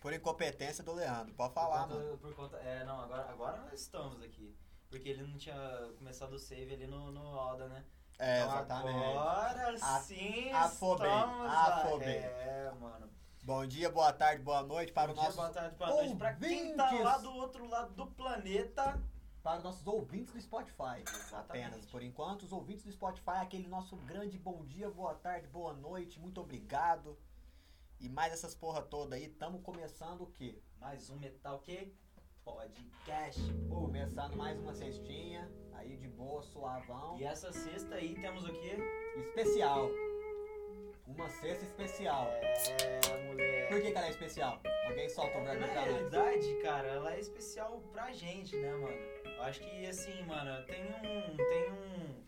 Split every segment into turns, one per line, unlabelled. Por incompetência do Leandro, pode falar,
por conta,
mano.
Por conta, é, não, agora, agora nós estamos aqui. Porque ele não tinha começado o save ali no, no Alda, né?
É,
Então
exatamente.
Agora
A-
sim
afobei,
estamos lá.
afobei.
É, mano.
Bom dia, boa tarde, boa noite para
Bom
o é
dia,
nosso.
boa tarde, boa noite. Pra quem tá
ouvintes.
lá do outro lado do planeta...
para os nossos ouvintes do Spotify.
Exatamente.
Apenas por enquanto, os ouvintes do Spotify, aquele nosso grande bom dia, boa tarde, boa noite, muito obrigado.
E mais essas porra toda aí, tamo começando o quê?
Mais um Metal que? Podcast.
Começando mais uma cestinha, aí de boa, suavão,
E essa sexta aí temos o quê?
especial. Uma cesta especial.
É, moleque.
Por que que ela é especial? Alguém solta o verbo
Na
pra nós.
realidade, cara, ela é especial pra gente, né, mano? Eu acho que, assim, mano, tem um. Tem um.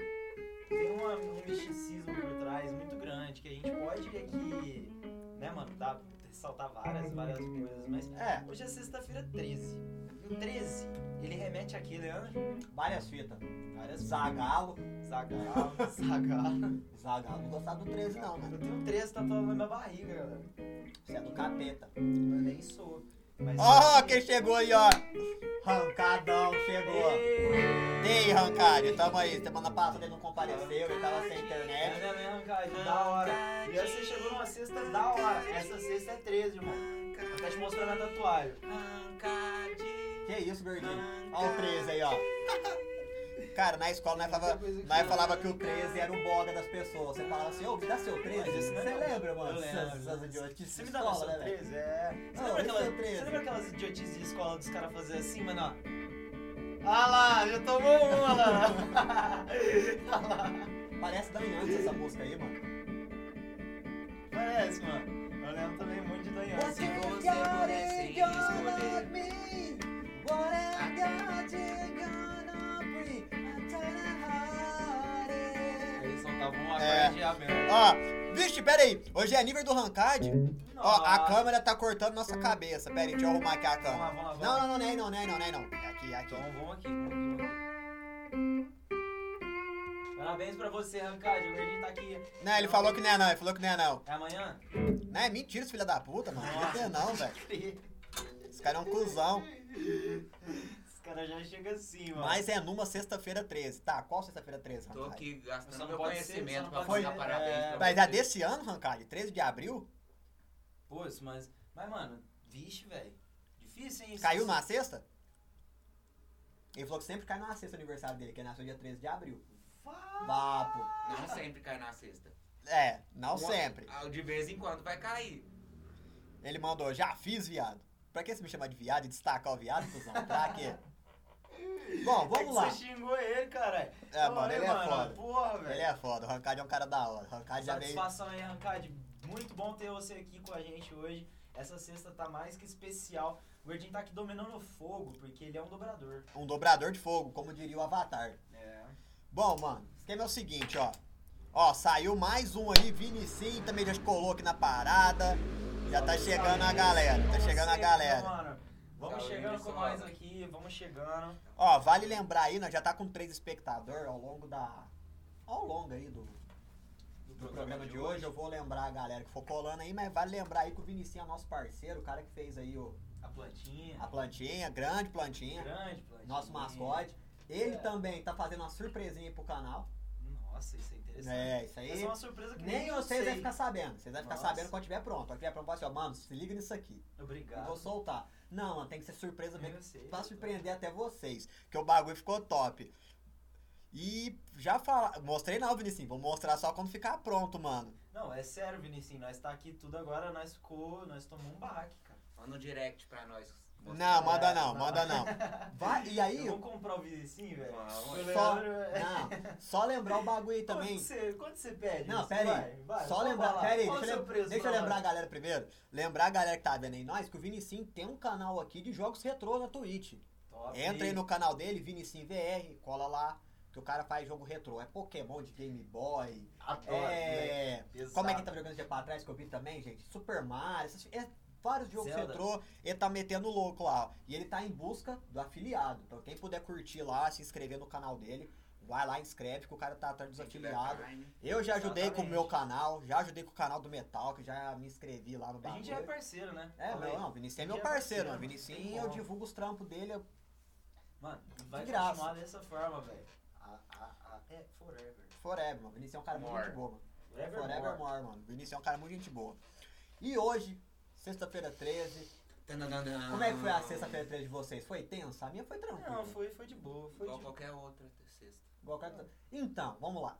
Tem uma- um misticismo por trás muito grande que a gente pode aqui. Né, mano? Dá pra ressaltar várias, várias coisas, mas.
É,
Hoje é sexta-feira 13. E o 13, ele remete aqui, Leandro?
Várias fitas. É
Várias
Zagalo.
Zagalo, Zagalo.
Zagalo. Não gostava do 13 não, né?
Eu tenho 13 tatuado na minha barriga, galera.
Você é do capeta.
Eu nem sou. Mas.
ó, quem chegou aí, ó.
Rancadão chegou.
Ei!
E aí, Rancário, tamo aí.
Semana passada ele não compareceu, ele tava sem
É,
internet.
né, mesmo, cara? Da hora. E essa chegou numa cesta da hora. Essa cesta é 13, irmão. Tá te mostrando a tatuagem.
Que isso, gordinho?
Ó o 13 aí, ó. Cara, na escola nós falava, nós falava que o 13 era o boga das pessoas. Você falava assim, ô, me dá seu 13?
Mas esse não é
Você
meu.
lembra, mano?
Eu lembro.
Essas- essas idiotas. Que
Você me dá a
escola,
versão
né, velho?
13? É. Você
Não,
lembra,
esse
aquela,
é o 13.
você lembra aquelas idiotices de escola dos caras fazer assim, mano? ó? Ah lá, já tomou uma lá. Ah lá.
Parece Daniante essa música aí, mano.
Parece, mano. Eu lembro também muito de Daniel.
Se você pudesse escolher.
Eles soltavam uma
É.
corda de aberto.
Ó, vixe, pera aí. Hoje é nível do Rancard. Ó, a
Nossa.
câmera tá cortando nossa cabeça. Pera aí, deixa eu arrumar aqui a
Vamos lá,
câmera.
vamos lá, vamos
Não,
lá.
não, não, não, é aí não, não, é aí não, não, é aí não. É Aqui, é aqui.
Então vamos aqui, vamos aqui, vamos aqui. Parabéns pra você, Rancard. O Gordinho tá aqui.
Não, ele falou que não é não, ele falou que não é não.
É amanhã?
Não, é mentira, esse filho da puta, mano. Não
Nossa.
é não, velho. Esse cara é um cuzão.
Os caras já chegam assim, mano.
Mas é numa sexta-feira 13. Tá, qual sexta-feira 13,
Tô
Rancard?
aqui
Você não
gastando meu
pode ser,
conhecimento
você
pra
não
pode
fazer
ser.
parabéns pra
Mas é
você.
desse ano, Rancard? 13 de abril?
Pô, isso, mas. Mas, mano, vixe, velho. Difícil, hein? isso? é
Caiu numa sexta? Ele falou que sempre cai numa sexta o aniversário dele, que é nasceu dia 13 de abril.
Vá.
Vapo.
Não sempre cai na sexta.
É, não
Uma-
sempre.
Ah, De vez em quando vai cair.
Ele mandou, já fiz viado. Pra que você me chamar de viado e destacar o viado, cuzão? Pra quê? Bom,
É que
vamos lá.
Você xingou ele, caralho.
É,
Ô,
mano,
aí,
ele é foda.
Porra, velho.
Ele é foda, o Rancard é um cara da hora. O Rancard já veio.
Satisfação aí, Rancard. Muito bom ter você aqui com a gente hoje. Essa sexta tá mais que especial. O Gordinho tá aqui dominando o fogo, porque ele é um dobrador.
Um dobrador de fogo, como diria o Avatar.
É.
Bom, mano, o esquema é o seguinte, ó. Ó, saiu mais um aí, Vinicinho também já colou aqui na parada. Já tá chegando a galera, tá chegando a galera.
então, Mano, vamos
Salve,
chegando com
pessoal.
nós aqui, vamos chegando.
Ó, vale lembrar aí, nós já tá com três espectadores ao longo da. Ao longo aí do, do programa de hoje. Eu vou lembrar a galera que for colando aí, mas vale lembrar aí que o Vinicinho é nosso parceiro, o cara que fez aí o,
A plantinha.
a plantinha, grande plantinha,
grande plantinha.
nosso mascote. Ele
É.
também tá fazendo uma surpresinha aí pro canal.
Nossa, isso é interessante.
É, isso
Essa
aí.
é uma surpresa que
Nem
eu
vocês vão
sei.
ficar sabendo. Vocês vão ficar
Nossa.
sabendo quando tiver pronto. Quando tiver pronto, vai assim, ó, mano, se liga nisso aqui. Eu vou
Obrigado.
soltar. Não, mano, tem que ser surpresa mesmo.
Eu sei.
Pra surpreender até vocês, que o bagulho ficou top. E já fala, mostrei não, Vinicinho, vou mostrar só quando ficar pronto, mano.
Não, é sério, Vinicinho. Nós tá aqui tudo agora, nós ficou, nós tomamos um barraque, cara.
Manda um direct pra nós.
Não,
É,
manda não,
não.
manda não. Vai, e aí,
Vamos comprar o Vinicinho, velho?
Vamos.
Eu
Só-
lembro, é.
não, só lembrar o bagulho aí também.
Quanto você, quanto você pede?
Não,
Isso?
pera
Vai,
aí.
vai,
Só
vamos
lembrar,
lá.
pera aí, deixa, eu
Qual o seu
lem-
preço
deixa eu
pra
lembrar a
nós?
galera primeiro. Lembrar a galera que tá vendo aí nós que o Vinicinho tem um canal aqui de jogos retrô na Twitch.
Top.
Entra aí no canal dele, Vinicinho VR, cola lá, que o cara faz jogo retrô. É Pokémon de Game Boy,
Adoro, moleque.
é...
Pesado.
Como é que ele tá jogando dia pra trás que eu vi também, gente? Super Mario, essas- é vários jogos que
Zelda.
entrou, ele tá metendo louco lá. ó. E ele tá em busca do afiliado. Então quem puder curtir lá, se inscrever no canal dele, Vai lá, inscreve, que o cara tá atrás dos
Tem que
afiliados.
levar time.
Eu já ajudei com o meu
Exatamente.
canal, já ajudei com o canal do Metal, que já me inscrevi lá no
A
bagulho.
gente já é parceiro, né?
É,
Falei.
não, não, o Vinicius é
A gente
meu
é
parceiro,
parceiro,
mano.
não
Vinicius,
tem
eu
como.
divulgo os trampos dele. eu-
Mano,
De
vai
graça.
continuar dessa forma, velho. A- a- a- É forever.
Forever, mano. Vinicius é um cara muito
More.
gente boa, mano.
Forever,
Forever more, mano. Vinicius é um cara muito gente boa. E hoje, sexta-feira 13.
Tananana.
Como é que foi a sexta-feira 13 de vocês? Foi tensa? A minha foi tranquila.
Não, foi, foi de boa. Foi
Igual
de
qualquer outra sexta.
Igual a cada- Então, vamos lá.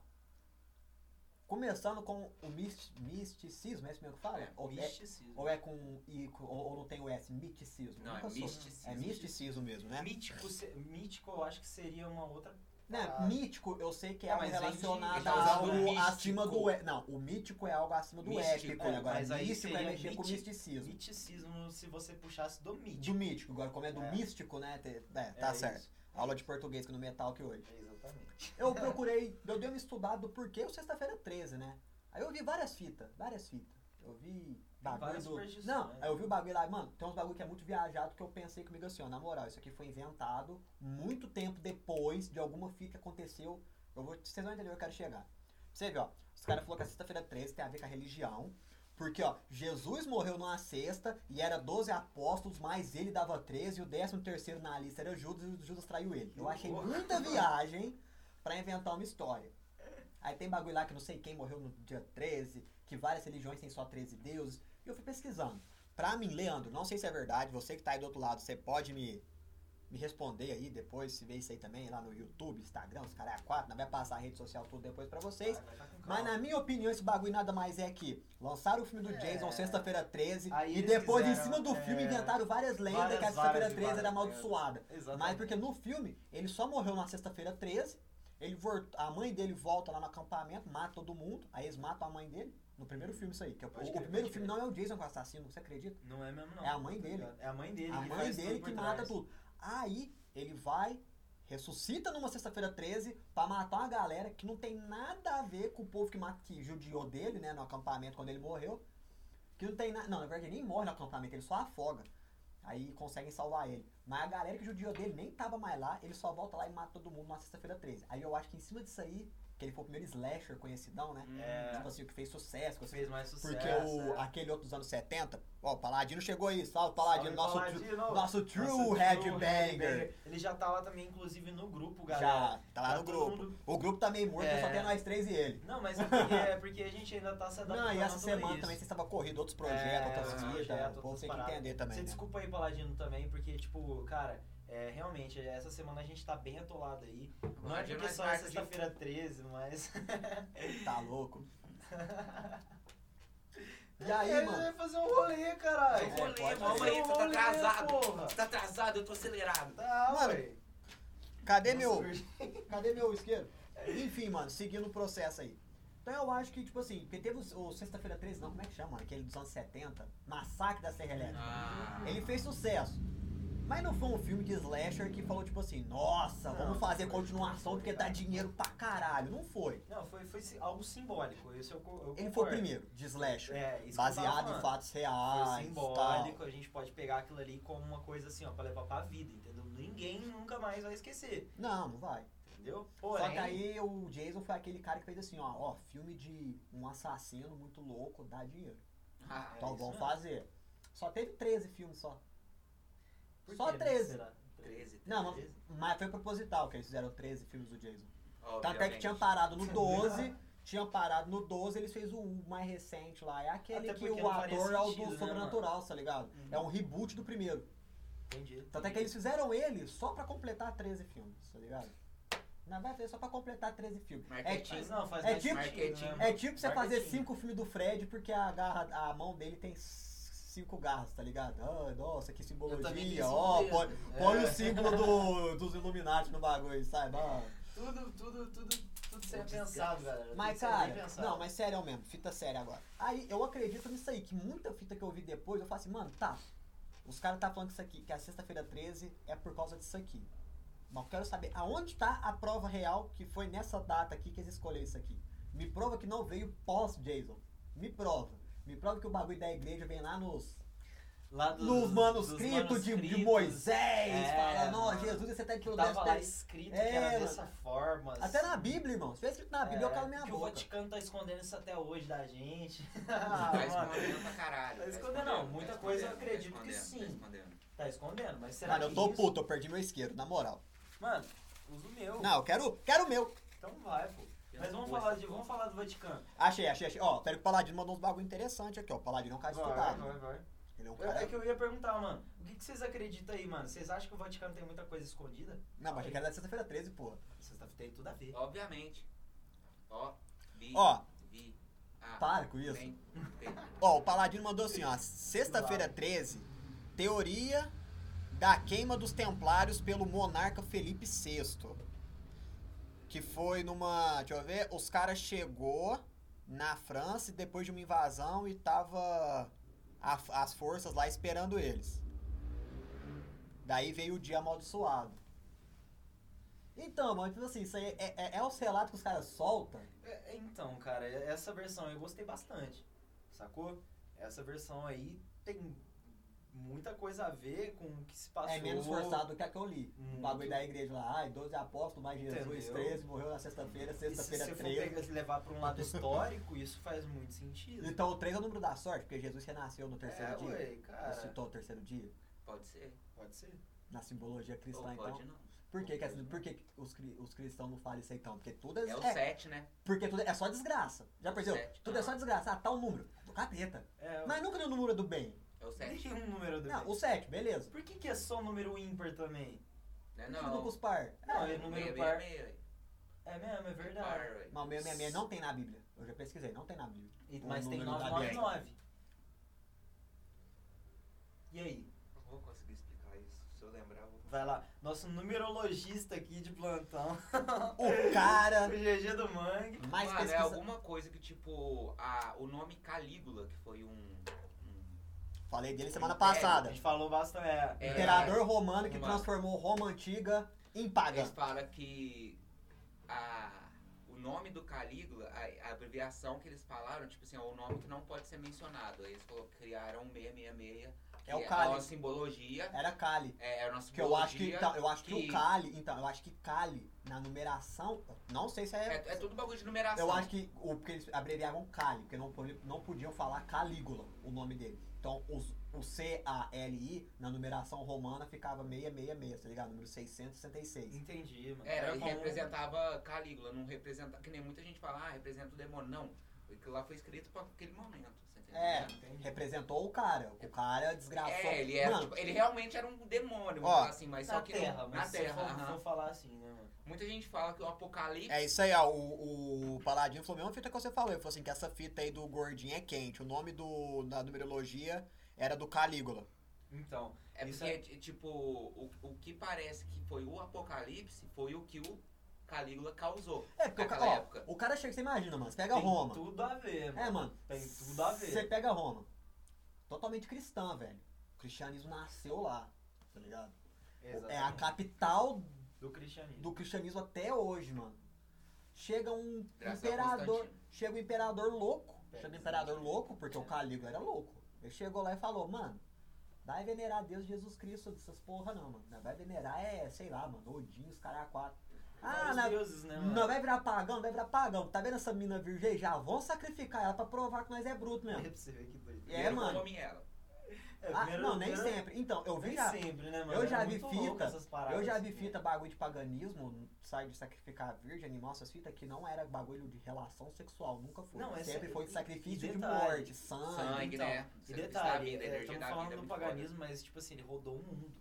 Começando com o mis- misticismo, é isso mesmo que fala?
É,
ou, é,
misticismo.
ou é com I, co- ou, ou não tem o S, miticismo.
Não,
Nunca
é
soube.
misticismo.
É misticismo mesmo, né?
Mítico, se- mítico, eu acho que seria uma outra.
Né,
Ah.
mítico, eu sei que é
Ah,
algo
mas vem de-
relacionado
ele tá
a
usando
algo
místico.
acima do. é- Não, o mítico é algo acima do
Místico,
épico.
é,
agora,
mas aí
místico é
seria
mexer com
mítico.
misticismo.
Miticismo se você puxasse do
Do
mítico.
mítico, agora como é do
É.
místico, né? te- é, tá
É
certo.
isso.
Aula de português que no metal que hoje.
É, Exatamente.
Eu procurei, eu dei uma estudada do porquê o sexta-feira 13, né? Aí eu vi várias fitas, várias fitas. Eu vi bagulho
várias
do...
superstições.
Não, aí eu vi o bagulho lá, mano, tem uns bagulho que é muito viajado que eu pensei comigo assim, ó, na moral, isso aqui foi inventado muito tempo depois de alguma fita que aconteceu. Eu vou, vocês vão entender onde eu quero chegar. Você vê, ó, os caras falaram que a sexta-feira 13 tem a ver com a religião. Porque, ó, Jesus morreu numa sexta e era 12 apóstolos, mas ele dava 13 e o décimo terceiro na lista era Judas e o Judas traiu ele. Eu achei
Porra.
muita viagem pra inventar uma história. Aí tem bagulho lá que não sei quem morreu no dia 13, que várias religiões têm só 13 deuses. E eu fui pesquisando. Pra mim, Leandro, não sei se é verdade, você que tá aí do outro lado, você pode me, me responder aí depois, se vê isso aí também, lá no YouTube, Instagram, os caras é a quatro, não vai passar a rede social tudo depois pra vocês.
Vai, vai, vai com calma.
Mas na minha opinião, esse bagulho nada mais é que lançaram o filme do
É.
Jason sexta-feira 13
Aí
e
eles
depois em
fizeram,
cima do
é,
filme inventaram várias lendas
várias,
que a sexta-feira
várias e
13 era
várias
amaldiçoada.
Exatamente.
Mas porque no filme ele só morreu na sexta-feira 13, ele vol- a mãe dele volta lá no acampamento, mata todo mundo, aí eles matam a mãe dele. No primeiro filme isso aí, que é o,
Pode
o
crer,
primeiro
pode
filme não é o Jason que é o assassino, você acredita?
Não é mesmo, não.
É a mãe dele.
É a mãe dele.
a
que
mãe
faz
dele
tudo por
que mata
trás.
tudo. Aí ele vai, ressuscita numa sexta-feira 13 pra matar uma galera que não tem nada a ver com o povo que, mata, que judiou dele, né, no acampamento quando ele morreu. Que não tem nada. Não, na verdade ele nem morre no acampamento, ele só afoga. Aí conseguem salvar ele. Mas a galera que judiou dele nem tava mais lá, ele só volta lá e mata todo mundo na sexta-feira 13. Aí eu acho que em cima disso aí, que ele foi o primeiro slasher conhecidão, né?
É.
Tipo assim, o que fez sucesso, que
Fez mais sucesso.
porque o,
é.
aquele outro dos anos 70, ó, o Paladino chegou aí, salve Paladino,
Salve,
nosso,
Paladino.
tru- nosso true
Nossa, o
headbanger.
headbanger. Ele já tá lá também, inclusive, no grupo, galera.
Já, tá lá no
todo
grupo.
mundo-
O grupo tá meio morto,
É.
só tem nós três e ele. Então,
Não, mas é porque, é porque a gente ainda tá se adaptando
Não, e
a
essa
tudo
semana
isso.
também vocês estavam corrido, outros projetos,
É,
outras
outros
fitas,
projetos,
o povo
outras
tem que
paradas.
entender também,
Você
né?
desculpa aí, Paladino, também, porque, tipo, cara, é, realmente, essa semana a gente tá bem atolado aí. Não é
Agora já
porque
nós
só é
marca de-
sexta-feira 13, mas.
Tá louco. E aí,
É,
mano?
vai fazer um rolê, caralho.
É, pode
Rolê,
ser.
vamos aí,
Fazer um
tu tá
rolê,
atrasado.
porra.
Tu tá atrasado, eu tô acelerado.
Tá,
Mano,
ué.
Cadê
Não
meu,
surge.
cadê meu isqueiro? Enfim, mano, seguindo o processo aí. Então eu acho que, tipo assim, porque teve o, o Sexta-feira 13, não, como é que chama? Aquele dos anos 70, Massacre da Serra Elétrica.
Ah,
Ele fez sucesso. Mas não foi um filme de slasher que falou tipo assim, nossa,
Não,
vamos fazer
não foi.
continuação porque dá dinheiro pra caralho. Não foi.
Não, foi, foi si- algo simbólico. Esse eu, co- eu
Ele foi o
concordo.
primeiro de slasher,
É, isso que eu tava
baseado em
falando.
fatos
Foi
reais.
simbólico,
Tal.
a gente pode pegar aquilo ali como uma coisa assim, ó, pra levar pra vida, entendeu? Ninguém nunca mais vai esquecer,
Não, não vai.
entendeu?
Só que aí o Jason foi aquele cara que fez assim, ó, ó, filme de um assassino muito louco dá dinheiro.
ah,
então
É isso
vamos
mesmo.
fazer. Só teve 13 filmes só.
Por
só
que
13.
será?
13.
Não, mas,
13?
mas foi proposital que eles fizeram 13 filmes do Jason. Tanto é que
Obviamente.
tinha parado no 12, tinha parado no 12, eles fez o mais recente lá. É aquele
Até
que
porque
o
não faria
ator é o
sentido,
do
né,
Sobrenatural, tá ligado?
Uhum.
É um reboot do primeiro.
Entendi.
Tanto é que eles fizeram ele só pra completar 13 filmes, tá ligado? Na verdade, é só pra completar 13 filmes.
Mas
É,
que
ti-
Mas não, faz
É
mais
tipo-
sentido, né,
É
mano?
é tipo você fazer
marketing.
5 filmes do Fred porque a, garra, a mão dele tem 5 garras, tá ligado? Ah, nossa, que
Eu também
simbologia.
tenho
Ó,
isso
põe,
mesmo.
põe
É.
o símbolo do- dos Illuminati no bagulho, sabe? Ah.
Tudo, tudo, tudo, tudo seria
Desgraça.
pensado, galera.
Mas,
Tudo seria bem
cara,
pensado.
não, mas sério mesmo, fita séria agora. Aí eu acredito nisso aí, que muita fita que eu vi depois, eu falo assim, mano, tá. Os caras tá falando que isso aqui, que a sexta-feira 13 é por causa disso aqui. Mas eu quero saber aonde tá a prova real que foi nessa data aqui que eles escolheram isso aqui. Me prova que não veio pós-Jason. Me prova. Me prova que o bagulho da igreja vem lá nos
Lá dos,
nos
dos
manuscritos de, de
manuscritos.
Moisés,
É,
falando, ó,
mano.
Jesus, você tá em que lugar?
Tava lá escrito que
É,
era
mano.
dessa forma.
Até na
assim.
Bíblia, irmão. Se tiver escrito na Bíblia, eu calo Ah, minha
É, que o
boca.
Vaticano tá escondendo isso até hoje da gente.
Ah,
Tá
mano,
escondendo pra caralho.
Tá
tá
escondendo, não.
tá
Muita
escondendo,
coisa eu
tá
acredito que
escondendo,
sim.
Tá escondendo.
tá escondendo, mas será
Mano,
que
eu tô
isso...
puto, eu perdi meu isqueiro, na moral.
Mano, usa o meu.
Não, eu quero, quero o meu.
Então vai, pô. Mas vamos
Pô,
falar,
essa
de,
porra.
vamos falar do Vaticano.
Achei, achei, achei. Ó, pera que o Paladino mandou uns bagulho interessante aqui, ó. O Paladino é um cara estudado.
vai.
Ele é um
Eu- É
cara.
que eu ia perguntar, mano, o que, que vocês acreditam aí, mano? Vocês acham que o Vaticano tem muita coisa escondida?
Não, mas achei que era da sexta-feira 13, pô.
Vocês tá- tem tudo a ver.
Obviamente. Ó, vi.
Ó.
Vi. Ah,
Para com isso.
tem, tem.
Ó, o Paladino mandou assim, ó. Sexta-feira 13, teoria da queima dos templários pelo monarca Felipe VI. Que foi numa. Deixa eu ver. Os caras chegou na França depois de uma invasão e tava a- as forças lá esperando eles. Daí veio o dia amaldiçoado. Então, mano, tipo assim, isso aí é, é, é os relatos que os caras soltam.
É, é, Então, cara, é- essa versão eu gostei bastante, sacou? Essa versão aí tem muita coisa a ver com o que se passou.
É menos forçado do que a que eu li. O
Muito.
bagulho da igreja lá, ai, 12 apóstolos, mais Jesus,
Hum. Entendeu?
13, morreu na sexta-feira,
E se
sexta-feira
você for
13.
pegar, se levar pra um lado histórico, isso faz muito sentido.
Então o 3 é o número da sorte, porque Jesus renasceu no terceiro
É,
dia.
ué, cara,
Ressuscitou o terceiro dia.
Pode ser.
pode ser.
Na simbologia
Ou
cristã, então.
pode né? não.
Por que, que as- por que que os, cri- os cristãos não falam isso aí, então? Porque tudo é,
É o
é-
7, né?
porque tudo é só desgraça. Já percebeu?
sete.
Tudo é só desgraça. Ah, tá o número. Do capeta.
É,
Mas nunca deu o número do bem.
É o 7.
tem um número do
Não, o 7, beleza.
Por que, que é só número ímpar também?
Né,
Por que Não,
não.
com os par.
Não, é
Meia,
número
meia,
par.
meia, ué.
É mesmo, é verdade.
Par, ué.
Não, 666 não tem na Bíblia. Eu já pesquisei, não tem na Bíblia.
E-
Um
mas tem
número da
999. E aí?
Não vou conseguir explicar isso. Se eu lembrar, eu vou conseguir.
Vai lá, nosso numerologista aqui de plantão,
O cara
o GG do Mangue.
mais
Mano, é
pesquisa...
alguma coisa que, tipo, a, o nome Calígula, que foi um. um-
Falei dele semana
Império,
A
passada.
gente falou bastante. É,
É,
Imperador romano que
Romano.
transformou Roma antiga em pagã.
Eles falam que a, o nome do Calígula, a, a abreviação que eles falaram, tipo assim, é um nome que não pode ser mencionado. Aí Eles colo- criaram um 666, que
É o
a
Cali.
nossa simbologia.
Era Cali.
É, é a nossa
Que eu acho que,
simbologia.
então, eu acho que,
que-
o Cali, então, eu acho que Cali na numeração, não sei se é,
É, é tudo bagulho de numeração.
eu acho que o porque eles abreviavam Cali, porque não, pod- não podiam falar Calígula, o nome dele. Então, os, o C A L I na numeração romana ficava 666, tá ligado? Número 666.
Entendi, mano.
Era, e
é
como-
representava Calígula, não representa. Que nem muita gente fala, ah, representa o demônio. Não. Aquilo lá foi escrito pra aquele momento. Você entendeu?
É.
Entendi.
Representou o cara, o cara desgraçou.
Hum. É, ele era,
Mano,
tipo, ele realmente era um demônio, vamos
Ó,
falar assim, mas
na
só que não-
terra,
na
mas se
terra.
for,
aham.
for falar assim, né, mano?
Muita gente fala que o apocalipse
É isso aí, ó. O, o Paladino falou a mesma fita que você falou. Ele falou assim: que essa fita aí do gordinho é quente. O nome do, da numerologia era do Calígula.
Então,
É
Isso
porque, t- tipo, o, o que parece que foi o apocalipse foi o que o Calígula causou.
É, porque o,
Naquela
ca- ó,
época.
o cara chega, você imagina, mano. Você pega
tem
É Roma.
tudo a ver, mano.
É, mano.
Tem tudo a ver.
Você pega Roma. Totalmente cristã, velho. O cristianismo nasceu lá. Tá ligado? É a
Exatamente.
capital
Do cristianismo.
do cristianismo até hoje, mano. Chega um
Graças a
imperador.
Constantino.
Chega o imperador louco.
Pera,
Chega o imperador louco, porque
É.
o Calígula era louco. Ele chegou lá e falou, mano, vai venerar Deus Jesus Cristo dessas porra não, mano. Não vai venerar é, sei lá, mano, Odin, os caras quatro. Ah,
Vários
não,
deuses, né, mano?
não vai virar pagão, não vai virar pagão. Tá vendo essa mina virgem? aí? Já vão sacrificar ela pra provar que nós é bruto
É
mesmo.
pra você ver que doido.
É,
Primeiro
mano.
come ela.
É,
Ah,
primeiro-
não, nem
primeiro-
sempre. Então, eu vi
Nem
já,
sempre, né, mano?
eu já
É
vi
muito louco
fita,
essas paradas,
eu já vi
assim,
fita bagulho de paganismo, sai de sacrificar virgem, animal, essas fitas, que não era bagulho de relação sexual, nunca foi.
Não, essa-
Sempre foi de
e-
sacrifício
e
de
detalhe,
morte, sangue.
Sangue,
então,
né?
E
Sacrifício da
detalhe,
vida,
é,
energia
estamos
da
falando
vida,
do
muito foda.
paganismo, mas tipo assim, ele rodou o mundo,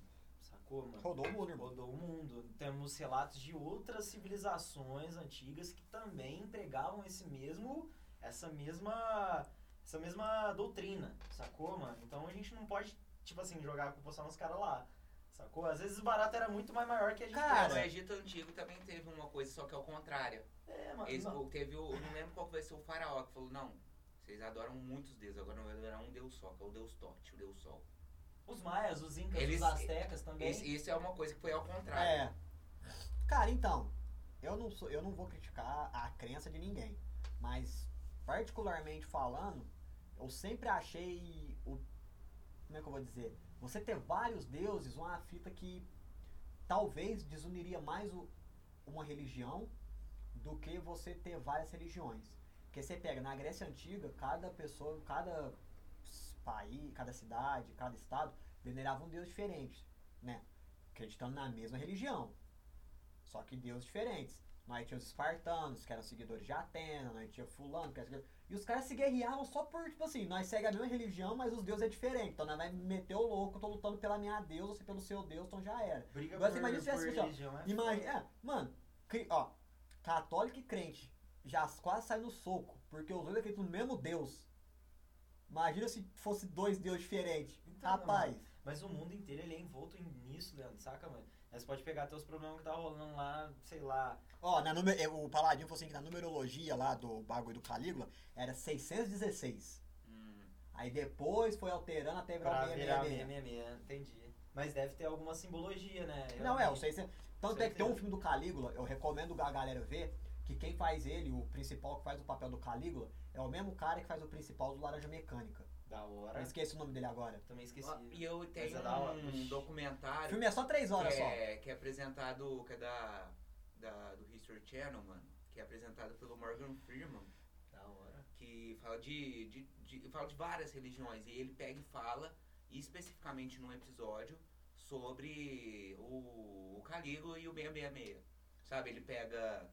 sacou, mano?
Rodou o mundo, irmão.
Rodou o mundo. Temos relatos de outras civilizações antigas que também empregavam esse mesmo, essa mesma, essa mesma doutrina, sacou, mano? Então a gente não pode, tipo assim, jogar a culpa só nos caras lá, sacou? Às vezes o barato era muito mais maior que a gente
Cara,
No Egito Antigo também teve uma coisa, só que ao contrário.
pensa. é, mano,
Eles,
não.
o- teve o, não lembro qual que vai ser o faraó, que falou, não, vocês adoram muitos deuses, agora não vai adorar um deus só, que é o deus Tote, o deus Sol.
os maias, os incas,
Eles-
os astecas também.
Isso, isso é uma coisa que foi ao contrário.
É. Cara, então, eu não sou, eu não vou criticar a crença de ninguém, mas particularmente falando, eu sempre achei o como é que eu vou dizer? Você ter vários deuses, uma fita que talvez desuniria mais o- uma religião do que você ter várias religiões. Porque você pega na Grécia Antiga, cada pessoa, cada s- país, cada cidade, cada estado venerava um deus diferente, né? Acreditando na mesma religião. Só que deuses diferentes. Nós tinha os espartanos, que eram seguidores de Atena, nós tinha fulano, que era seguidor- E os caras se guerreavam só por, tipo assim, nós segue a mesma religião, mas os deuses é diferente. Então nós vai meter o louco, tô lutando pela minha deusa, você pelo seu deus, então já era.
Briga
Agora
por,
você imagina se tivesse
por
assim, ó,
religião, é
Imagina, é, mano, cri- ó, católico e crente já quase saem no soco, porque os dois acreditam no mesmo Deus. Imagina se fosse dois deuses diferentes.
Então,
Rapaz,
Mas o mundo inteiro ele é envolto em- nisso, Leandro, saca, mano? Mas Você pode pegar até os problemas que tá rolando lá, sei lá.
ó, na nume- eh, o Paladino falou assim que na numerologia lá do bagulho do Calígula era 616.
Hum,
Aí depois foi alterando até
Pra
virar
virar
666.
666, entendi. Mas deve ter alguma simbologia, né?
Não, é, o
sei.
600. Tanto
Sei
é que tem um
sim.
filme do Calígula, eu recomendo a galera ver, que quem faz ele, o principal que faz o papel do Calígula, é o mesmo cara que faz o principal do Laranja Mecânica.
Da hora.
Eu esqueci o nome dele agora.
Também esqueci.
ó, Ah, E eu tenho
é da hora.
um
O
documentário
filme é só três horas
que,
só.
É, que é apresentado, que é da, da- do History Channel, mano, que é apresentado pelo Morgan Freeman,
Da hora.
que fala de, de, de- fala de várias religiões, e ele pega e fala, especificamente num episódio, sobre o, o Calígula e o 666. Sabe, ele pega,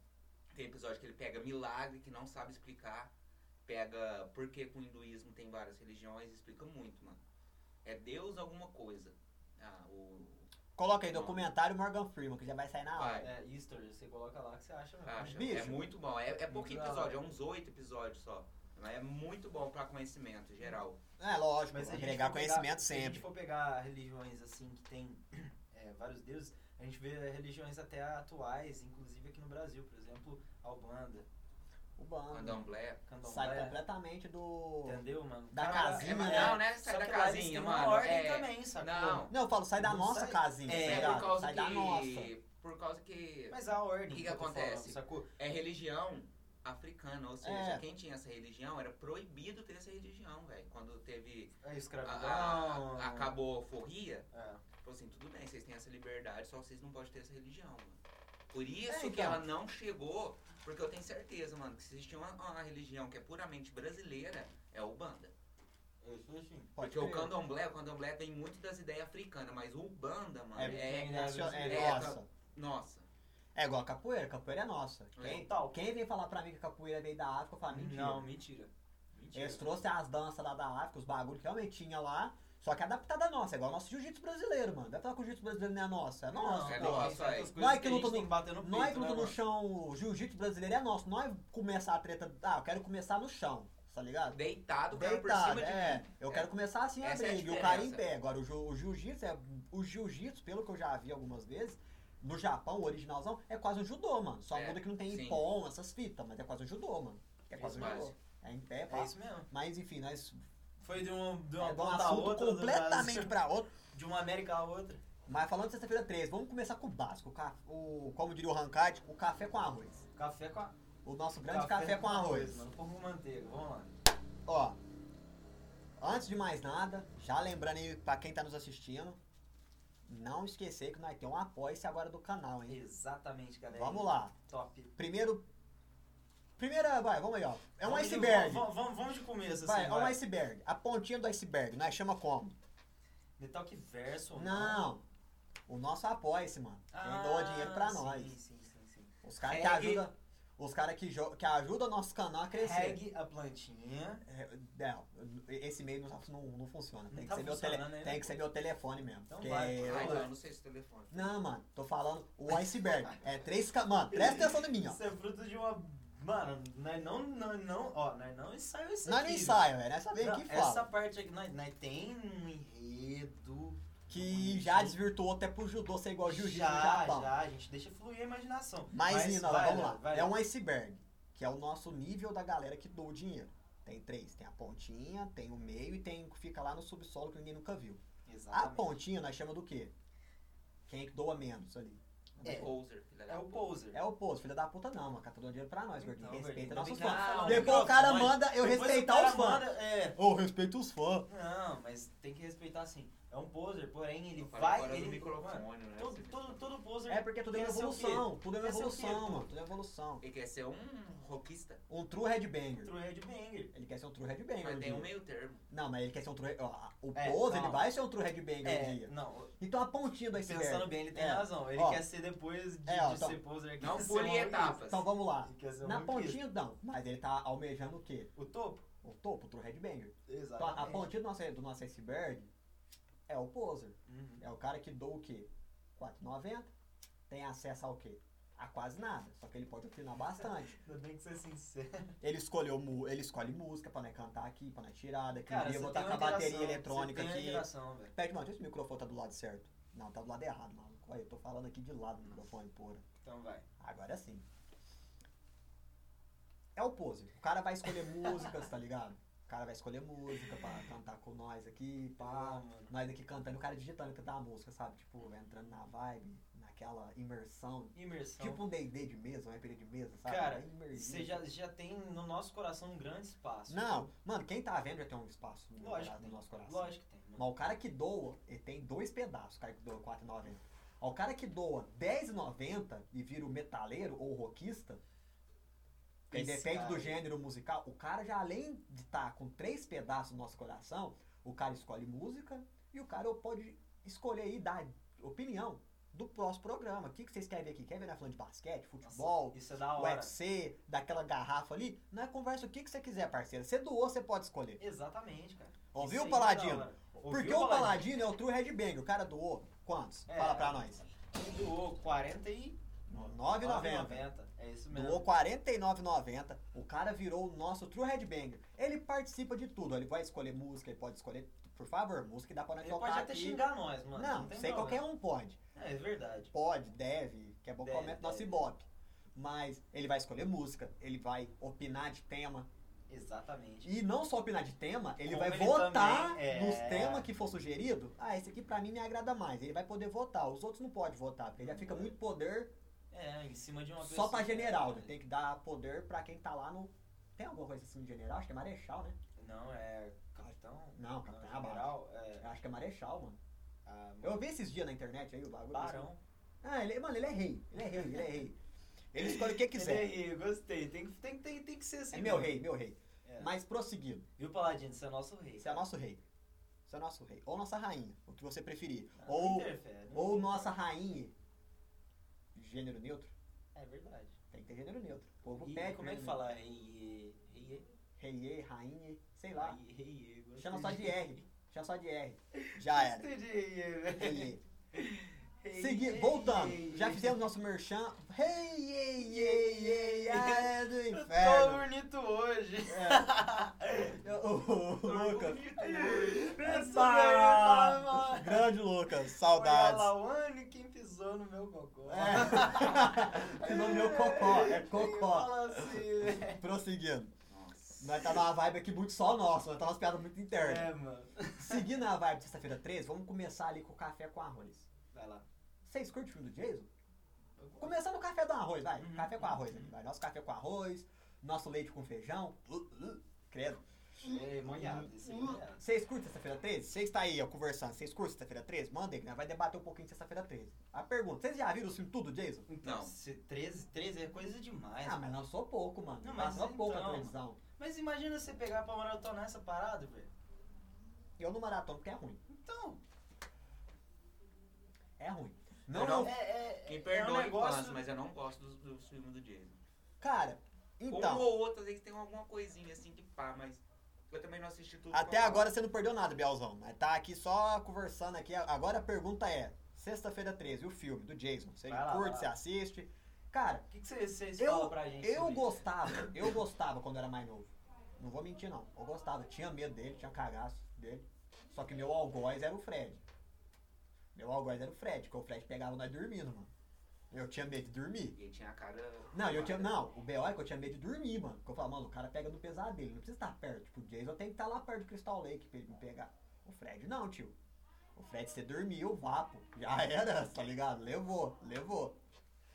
tem episódio que ele pega milagre que não sabe explicar, pega por que que o hinduísmo tem várias religiões, explica muito, mano. É Deus alguma coisa. Ah, o,
Coloca aí, documentário Morgan Freeman, que já vai sair na hora.
Vai.
É, history, você coloca lá o que você acha, mano.
Acha.
Bicho.
É muito bom. É, é pouco
Muito da
episódio, é uns oito episódios só. Mas é muito bom pra conhecimento geral.
É lógico,
Mas se a gente
agregar
for pegar-
conhecimento
Se a gente
sempre.
for pegar religiões assim que tem é, vários deuses, a gente vê religiões até atuais, inclusive aqui no Brasil, por exemplo, a Umbanda,
O
Ah,
bando
Candomblé.
sai
Candomblé,
completamente do.
entendeu, mano?
da casinha,
É, mas
né?
não, né?
Só
Sai da
que lá eles
casinha,
têm
mano.
Uma ordem
é,
também, sacou?
Não.
Não, eu falo, sai da
Não
nossa
sai-
casinha,
é,
tá
É,
ligado?
por causa
sai
que.
da nossa.
Por causa que.
Mas a ordem.
O que que
eu tô
acontece?
falando, sacou?
É religião africana. Ou seja,
É.
quem tinha essa religião era proibido ter essa religião, velho. Quando teve.
A
a- a-
escravidão.
a- acabou a forria,
É.
falou assim: tudo bem, vocês têm essa liberdade, só vocês não podem ter essa religião, mano. Por isso que
então.
ela não chegou, porque eu tenho certeza, mano, que se existia uma, uma religião que é puramente brasileira, é o Ubanda.
Pode
Porque o
crer.
candomblé, o candomblé tem muito das ideias africanas, mas o Ubanda, mano,
É,
é.
é-
nacio- é,
é-
nossa.
Nossa.
É igual a capoeira, capoeira é nossa. Quem,
Total.
quem vem falar pra mim que a capoeira veio da África, eu falo, mentira.
Não, mentira. Mentira.
Eles trouxeram as danças lá da África, os bagulhos que realmente tinha lá, só que adaptada à nossa, é igual ao nosso jiu-jitsu brasileiro, mano. Deve falar que o jiu-jitsu brasileiro não é nosso, é nosso,
é
pô.
nosso.
Não é que luta
luta
no-
no bater no
Nós
peito,
que luta
né,
no
mano?
chão, o jiu-jitsu brasileiro é nosso. Nós começar a treta. Ah, eu quero começar no chão, tá ligado?
Deitado, o cara por
Deitado,
cima de
é.
mim.
Eu
É.
quero começar assim a
Essa é a
briga. e o cara em
diferença.
pé. Agora, o, ju- o jiu-jitsu é. O jiu-jitsu, pelo que eu já vi algumas vezes, no Japão, o originalzão, é quase um judô, mano. Só
É,
muda que não tem
sim.
ipom, essas fitas, mas é quase um judô, mano. É quase um
Isso,
judô. É em pé,
É
pá.
isso mesmo.
Mas enfim, nós.
Foi de um, de
É
uma
um
ponta a
assunto
outra. do
completamente
Brasil,
pra outro.
De uma América a outra.
Mas falando de sexta-feira 13, vamos começar com o básico. O, ca- o- como diria o Rancard, o café com arroz.
Café com a...
O nosso grande café, com arroz.
Mano, pão com manteiga. Vamos lá.
Ó, antes de mais nada, já lembrando aí pra quem tá nos assistindo, não esquecer que nós temos um apoio-se agora do canal, hein?
Exatamente, galera.
Vamos lá.
Top.
Primeiro. Primeira, vai, vamos aí, ó. É um
Vamos de-
iceberg.
Vamos, vamos, vamos de começo, assim.
Vai, é um
vai.
iceberg. A pontinha do iceberg, nós chama como?
Metal que verso. ou
Não. O nosso apoia-se, mano. Quem
Ah,
doa dinheiro pra
sim,
nós.
Sim, sim, sim.
Os caras que
Reg-
ajudam. Os caras que, jo- que ajudam o nosso canal a crescer.
Regue a plantinha.
É, Não, esse meio não, não, não funciona. Tem,
Não
que,
tá
ser meu tele-
funcionando, né?
tem que ser meu telefone mesmo.
Então
porque
vai,
eu-
Ai, não, não sei se o telefone.
É, Não, mano, tô falando o iceberg. É três. Ca... Mano, presta atenção em mim, ó.
Isso é fruto de uma. Mano, nós não, nós não, ó, nós não ensaiamos isso
Não é
aqui.
nem ensaio, velho. Essa vem
Não,
aqui e fala.
essa parte aqui, nós, nós tem um enredo.
Que já desvirtuou até pro judô ser igual ao jiu-jitsu no
já,
Japão.
já, a gente deixa fluir a imaginação.
Mas, Nina,
vai,
vamos lá.
vai.
É um iceberg, que é o nosso nível da galera que doa o dinheiro. Tem três, tem a pontinha, tem o meio e tem o que fica lá no subsolo que ninguém nunca viu. A
Exatamente.
pontinha nós chama do quê? Quem é que doa menos ali.
É. O poser, filha da
É o
puta.
poser. Então,
É o posto, filha da puta não, mano. Catador de dinheiro pra nós, gordinho.
Não,
Respeita
gordinho,
nossos
tem que-
fãs.
Ah,
Depois
não,
o cara
mas-
manda eu
Depois o
respeitar
cara
os fãs.
manda- É.
Ô, respeita os fãs.
Não, mas tem que respeitar assim. É um poser, porém ele
Eu falei
vai.
fora
ele,
do microfone, né?
Todo, todo, todo poser.
É porque tudo é uma
quer ser o quê?
evolução. Tudo é uma
Quer ser o quê?
evolução, mano. Tudo é uma evolução.
Ele quer ser um rockista,
Um true headbanger.
True headbanger.
Ele quer ser um true
mas
headbanger um
tem um
dia.
meio termo.
Não, mas ele quer ser um true... ó, O
É,
pose, ele
calma.
vai ser um true headbanger um
É,
dia.
não,
Então a pontinha do
Tá pensando
iceberg.
bem, ele tem
É.
razão. Ele
Ó.
quer ser depois de,
É, ó,
de
então-
ser poser aqui.
Não
ser
pule
um
etapas.
Então vamos lá.
rockista. Ele quer ser um
Na
rockista.
pontinha, não. Mas ele tá almejando o quê?
O topo?
O topo, o true headbanger. Então
Exatamente.
a pontinha do nosso, do nosso iceberg é o poser.
Uhum.
É o cara que doa o quê? 4,90. Tem acesso ao quê? A quase nada. Só que ele pode opinar bastante.
Ainda bem que você é sincero.
Ele escolheu, mu- ele escolhe música pra nós cantar aqui, pra nós tirar daqui.
Cara,
um dia
você
botar
tem
com a
uma
bateria
interação,
eletrônica
você tem uma
aqui.
interação, velho.
Pede, mano, deixa se o microfone tá do lado certo. Não, tá do lado errado, maluco. Olha, eu tô falando aqui de lado do microfone, porra.
Então vai.
Agora sim. É o pose. O cara vai escolher músicas, tá ligado? O cara vai escolher música pra cantar com nós aqui, pá.
Ah, mano.
Nós aqui cantando, o cara digitando cantar a música, sabe? Tipo, entrando na vibe, naquela imersão.
Imersão.
Tipo um D&D de mesa, um RPG de mesa, sabe?
Cara,
Vai imergindo.
Você já, já tem no nosso coração um grande espaço.
Não, mano, quem tá vendo já tem um espaço no,
Lógico que
no
tem.
nosso coração.
Lógico que tem. mano.
Mas o cara que doa, ele tem dois pedaços, o cara que doa 4,90. Ao cara que doa 10,90 e vira o metaleiro ou o rockista, que
Esse
depende do
cara.
gênero musical, o cara já além de estar com três pedaços no nosso coração, o cara escolhe música e o cara pode escolher e dar opinião do próximo programa. O que, que vocês querem ver aqui? Quer ver na falando de basquete,
Nossa,
futebol,
Isso é da hora.
UFC, daquela garrafa ali? Não é conversa o que, que você quiser, parceiro. Você doou, você pode escolher.
Exatamente, cara.
Ouviu,
Isso aí é
Paladino?
da hora. Ouviu,
Porque o Paladino é o True Headbanger. O cara doou quantos?
É.
Fala pra nós.
Ele doou 40 e...
9,90.
9,90. É isso mesmo.
Doou 49,90. O cara virou o nosso True Headbanger. Ele participa de tudo. Ele vai escolher música, ele pode escolher, por favor, música que dá pra nós
Ele
tocar
pode até
aqui.
xingar nós, mano.
Não,
tem
sei qualquer
problema.
um pode.
É, é verdade.
Pode, deve, que é bom
Deve,
comento nosso
deve.
Ibope. Mas ele vai escolher música, ele vai opinar de tema.
Exatamente.
E não só opinar de tema, ele
Como
vai
ele
votar
também é-
nos temas que for sugerido. Ah, esse aqui pra mim me agrada mais. Ele vai poder votar. Os outros não podem votar, porque ele já
Uhum.
fica muito poder
É, em cima de uma
só
pessoa.
pra general. né? Tem que dar poder pra quem tá lá no. Tem alguma coisa assim de general? Acho que é marechal, né?
Não, é... Capitão...
Não,
Não,
capitão é abaixo.
general... É...
Eu Acho que é marechal, mano.
ah,
Eu vi esses dias na internet aí o bagulho.
Barão.
Ah, ele, mano, ele é rei. Ele é rei, ele é rei. Ele escolhe o que quiser.
Ele é rei, eu gostei. Tem, que- tem, tem, tem que ser assim.
É meu
mano.
rei, meu rei.
É.
Mas prosseguindo,
Viu, Paladino? Você é nosso rei.
você é nosso rei. Você é nosso rei. Ou nossa rainha, o que você preferir.
Ah, Não, não
Ou,
interfere, não
ou
interfere.
nossa rainha. Gênero neutro?
É verdade.
Tem que ter gênero neutro. O povo
E
pede.
como é que
gênero
fala? Rei. Rei.
neutro. Rei, rainha, sei lá.
Rei. Rei. gostei.
Chama só de R. Chama só de R. Já era.
Gostei de rei, velho.
Rei.
Rei,
Segui,
rei,
voltando.
rei.
Já fizemos nosso merchan. Rei, ei, ei, ei, ai, Ah, é do
Eu tô
inferno.
bonito hoje.
Ô, ô, ô,
Tô
Lucas.
bonito hoje. Pensa bem,
Bah!
mano.
Grande Lucas,
Olha
saudades.
lá, o Anne quem pisou no meu cocô.
É. Pisou no meu cocó, é
Quem
cocó.
Fala assim, velho.
Prosseguindo.
Nossa.
Nós tá numa vibe aqui muito só nossa, nós tá umas piadas muito internas.
É, mano.
Seguindo a vibe de sexta-feira 13, vamos começar ali com o café com arroz.
Vai lá.
Vocês curtem o filme do Jason?
é
Começando o café do arroz, vai.
Uhum.
Café com arroz ali, vai. Nosso café com arroz, nosso leite com feijão. Uh, uh, credo.
É, manhado. Isso aí é manhado.
Vocês curtem sexta-feira 13? Vocês tá aí, ó, conversando. Vocês curtem sexta-feira 13? Manda aí, que nós vai debater um pouquinho de sexta-feira 13. A pergunta, vocês já viram o filme tudo, Jason?
Então,
Não.
se 13, 13 é coisa demais.
Ah, mas lançou pouco, mano.
Não, mas
lançou pouco a
então,
televisão.
Mas imagina você pegar pra maratonar essa parada, velho.
Eu não maratono porque é ruim.
Então,
É ruim. Não,
Não.
não.
é, é,
Quem
é um
perdoa é
negócio...
mas eu não gosto dos, dos filmes do Jason.
Cara,
Um
então.
ou outro, às vezes tem alguma coisinha assim que pá, mas eu também não assisti tudo.
Até
pra falar.
agora você não perdeu nada, Bielzão. Mas tá aqui só conversando aqui. Agora a pergunta é: sexta-feira 13, o filme do Jason. Você
Vai lá, vai
curte,
lá.
você assiste. Cara,
O que, que vocês, vocês
Eu-
falam pra gente?
eu
sobre isso?
gostava, eu gostava quando era mais novo. Não vou mentir, não. Eu gostava, tinha medo dele, tinha um cagaço dele. Só que meu algoz era o Fred. Meu algoz era o Fred, porque o Fred pegava nós dormindo, mano. Eu tinha medo de dormir.
E ele tinha a cara.
Não, eu tinha. Não, o B.O. é que eu tinha medo de dormir, mano. Porque eu falava, mano, o cara pega no pesadelo, ele não precisa estar perto. Tipo, o Jason tem que estar lá perto do Crystal Lake pra ele me pegar. O Fred não, tio. O Fred, você dormiu, vapo. Já era, tá ligado? Levou, levou.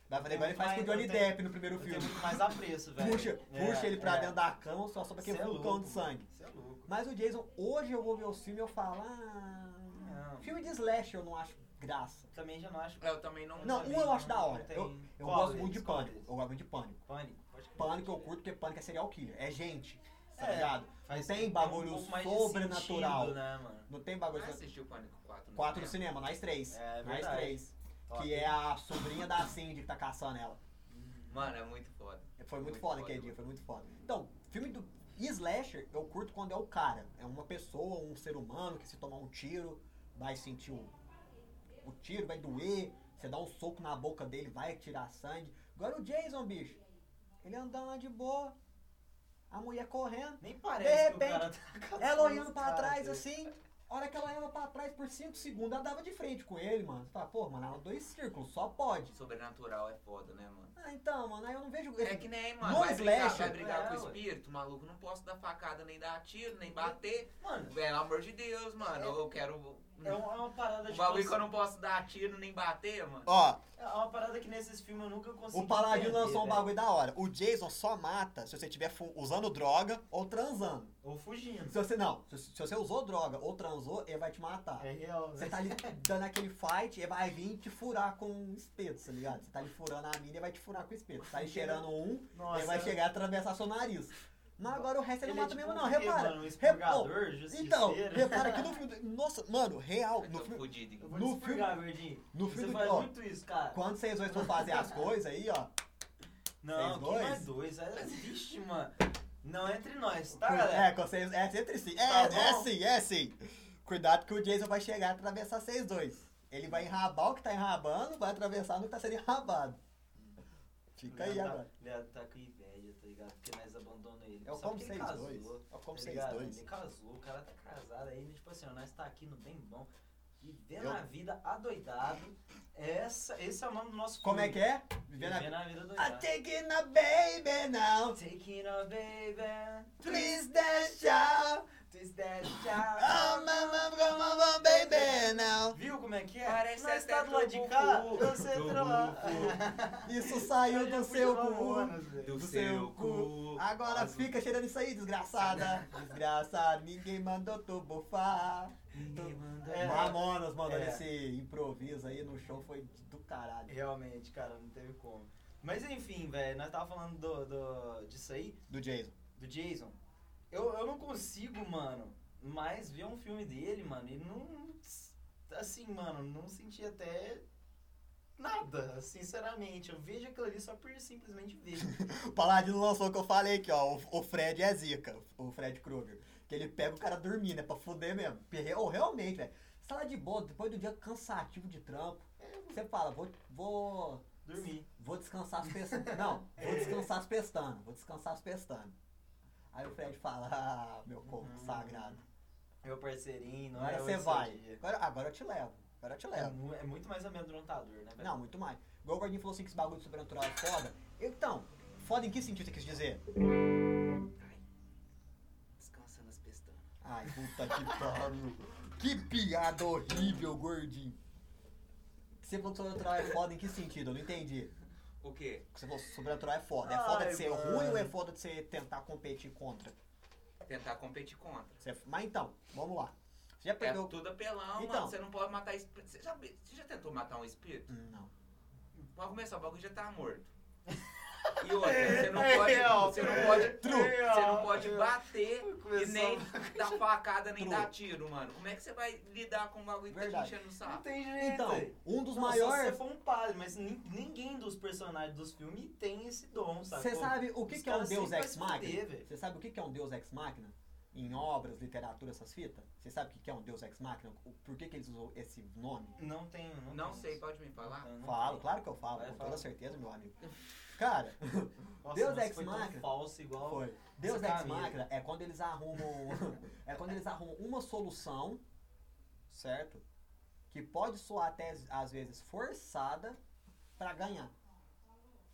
Vai fazer
Eu
igual ele faz com o
tenho-
Johnny
eu tenho-
Depp no primeiro
Eu tenho
filme.
muito mais apreço, velho.
um- Puxa,
É,
puxa ele pra
é.
dentro da cama, só sobra aquele
Cê é
vulcão
louco,
de sangue.
Você é louco.
Mas o Jason, hoje eu vou ver os filmes e eu falo, ah...
Não,
Filme de slash eu não acho graça.
também já não acho.
Eu também não.
Não, um
também
eu acho da hora.
tem-
Eu
Qual
gosto muito de
deles? Qual
Pânico.
deles?
Eu gosto muito de Pânico.
Pânico. Pode crer.
Pânico eu curto porque Pânico é serial killer. É gente, tá
É,
ligado?
Faz-
tem
tem um
bagulho
pouco mais de
sobrenatural.
sentido, né, mano?
Não tem
Você
bagulho... assim.
assistiu Pânico né? 4? no
Quatro no
cinema?
cinema, nós três.
É
nós
verdade.
três.
Top.
Que é a sobrinha da Cindy que tá caçando ela.
Mano, é muito foda.
Foi muito,
Muito
foda
foda.
aquele dia, foi muito foda. Então, filme do e slasher eu curto quando é o cara. É uma pessoa, um ser humano que se tomar um tiro, vai sentir o, o tiro, vai doer. Você dá um soco na boca dele, vai tirar sangue. Agora o Jason, bicho, ele andando lá de boa, a mulher correndo,
Nem parece que o
repente,
cara tá caçando
ela olhando
os
pra
caras,
trás
velho.
assim. A hora que ela olhava pra trás por 5 segundos, ela dava de frente com ele, mano. Você fala, pô, mano, ela dois círculos, só pode.
Sobrenatural é foda, né, mano?
Ah, então, mano, aí eu não vejo.
É que nem, mano.
No
vai brigar,
slasher.
vai brigar com
É,
o
ué.
espírito, maluco. Não posso dar facada, nem dar tiro, nem bater.
Mano,
Pelo amor de Deus, mano. Eu quero.
é uma, é uma parada
O
de.
bagulho
cons-
que eu não posso dar tiro nem bater, mano.
Ó,
É uma parada que nesses filmes eu nunca consegui.
O Paladino
entender,
lançou um
velho.
bagulho da hora. O Jason só mata se você estiver usando droga ou transando.
Ou fugindo.
Se você não, se, se você usou droga ou transou, ele vai te matar.
É real,
Você
velho.
tá ali dando aquele fight, ele vai vir te furar com um espeto, tá ligado? Você tá ali furando a mina, ele vai te furar com o espeto. Você tá ali cheirando um,
Nossa.
ele vai chegar e atravessar seu nariz. Mas agora o resto ele,
é
não mata
tipo
mesmo, não,
um quê,
repara.
Mano, um expurgador,
Então,
justiceiro.
repara que no filme. do- Nossa, mano, real.
Eu
No,
tô
fi-
fudido. hein?
Eu vou
no
te expurgar, gordinho.
no
Você
filme do.
faz
Ó,
muito Tá, isso, cara.
quando vocês dois vão fazer as coisas aí, ó.
Não,
Vocês
que mais dois? É, Vixe, mano. Não entre nós, tá,
Cuida-
galera?
É, com vocês, é sempre sim.
Tá
É, é
bom?
sim, é sim. Cuidado que o Jason vai chegar e atravessar vocês dois. Ele vai enrabar o que tá enrabando, vai atravessar no que tá sendo enrabado. Fica aí
Leandro tá-
agora. É
Leandro tá com inveja, tá ligado? Porque nós abandonamos ele.
Eu
Só
como
porque ele
vocês
casou,
dois. Eu como
tá
vocês
ligado?
dois.
Ele casou, o cara tá casado ainda. Tipo assim, ó, nós tá aqui no bem bom. Vivendo
Eu-
a vida adoidado. Essa, esse é o nome do nosso
Como é que é? Vivendo
Vivendo
a...
a vida
I'm
adoidado.
taking a baby now.
Taking a baby,
Please dash out.
twist that Ah.
Oh,
child.
mama, come on, baby now.
Viu como é que é?
Parece
nós
até
tá do lado de
Trubufu.
cá, você entra lá.
Isso saiu
Eu já
do
fui
seu
lá no
cu.
ônibus, velho.
Do
Do
seu
seu
cu.
Agora
Azul.
fica cheirando isso aí, desgraçada. Desgraçada, ninguém mandou tu bufar.
Ninguém manda.
É.
Mamonas mandando
É.
esse improviso aí no show foi do caralho.
Realmente, cara, não teve como. Mas enfim, velho, nós tava falando do, do, disso aí,
Do Jason.
do Jason. Eu, eu não consigo, mano, mais ver um filme dele, mano, e não. Assim, mano, não senti até nada, sinceramente. Eu vejo aquilo ali só por simplesmente ver.
O Paladino lançou o que eu falei aqui, ó. O, o Fred é zica, o Fred Krueger. Que ele pega o cara dormindo, é pra fuder mesmo. Porque re- Ou realmente, velho. Você tá lá de boa, depois do dia cansativo de trampo, você fala, vou. vou.
Dormir.
Vou descansar as pestanas. Não, vou descansar as pestanas. Vou descansar as pestanas. Aí o Fred fala, ah, meu corpo
Uhum.
sagrado.
Meu parceirinho, não é
Agora você
hoje seu
vai.
dia.
Agora, agora eu te levo. Agora eu te
É,
levo.
mu- é muito mais amedrontador, né, velho?
Não, muito mais. Igual o Gordinho falou assim que esse bagulho de sobrenatural é foda. Então, foda em que sentido você quis dizer?
Ai. Descansando as pestanas.
Ai, puta que pariu. Que piada horrível, Gordinho. Você falou que sobrenatural é foda em que sentido? Eu não entendi.
O quê?
Você falou que sobrenatural é foda. É foda
Ai,
de ser
mano.
ruim ou é foda de você tentar competir contra?
Tentar competir contra.
Você- Mas então, vamos lá. Você já
É
perdeu...
tudo apelão,
Então.
mano. Você não pode matar espírito. Você já, você já tentou matar um espírito?
Hum, Não.
Pode começar, o bagulho já tá morto. E outra,
É,
você não pode.
Real, é
você não pode.
True.
Você não pode
Real.
bater e
é, Começou
nem dar facada, nem
True.
dar tiro, mano. Como é que você vai lidar com um bagulho que tá
Verdade.
te enchendo o
Não
saco?
tem jeito.
Então,
É, velho.
um dos
Não, Só se você
maiores...
for um padre, mas nin- ninguém dos personagens dos filmes tem esse dom, sabe?
Você sabe o que,
Os
que é um
caras
deus
sempre
ex
vai se fuder,
machina?
velho.
Você sabe o que, que é um deus ex machina? Em obras, literatura, essas fitas? Você sabe o que, que é um deus ex machina? O- Por que, que eles usam esse nome?
Não tem. Não,
Não
tem
sei,
isso.
pode me falar?
Não, não
Falo,
tem.
claro que eu falo,
Vai,
com
fala.
toda certeza, meu amigo. Cara,
Nossa,
Deus
mas
Ex
foi tão
Machina.
falso igual.
foi. Deus
Você tá
ex machina é quando eles arrumam. é quando eles arrumam uma solução, certo? Que pode soar até às vezes forçada pra ganhar.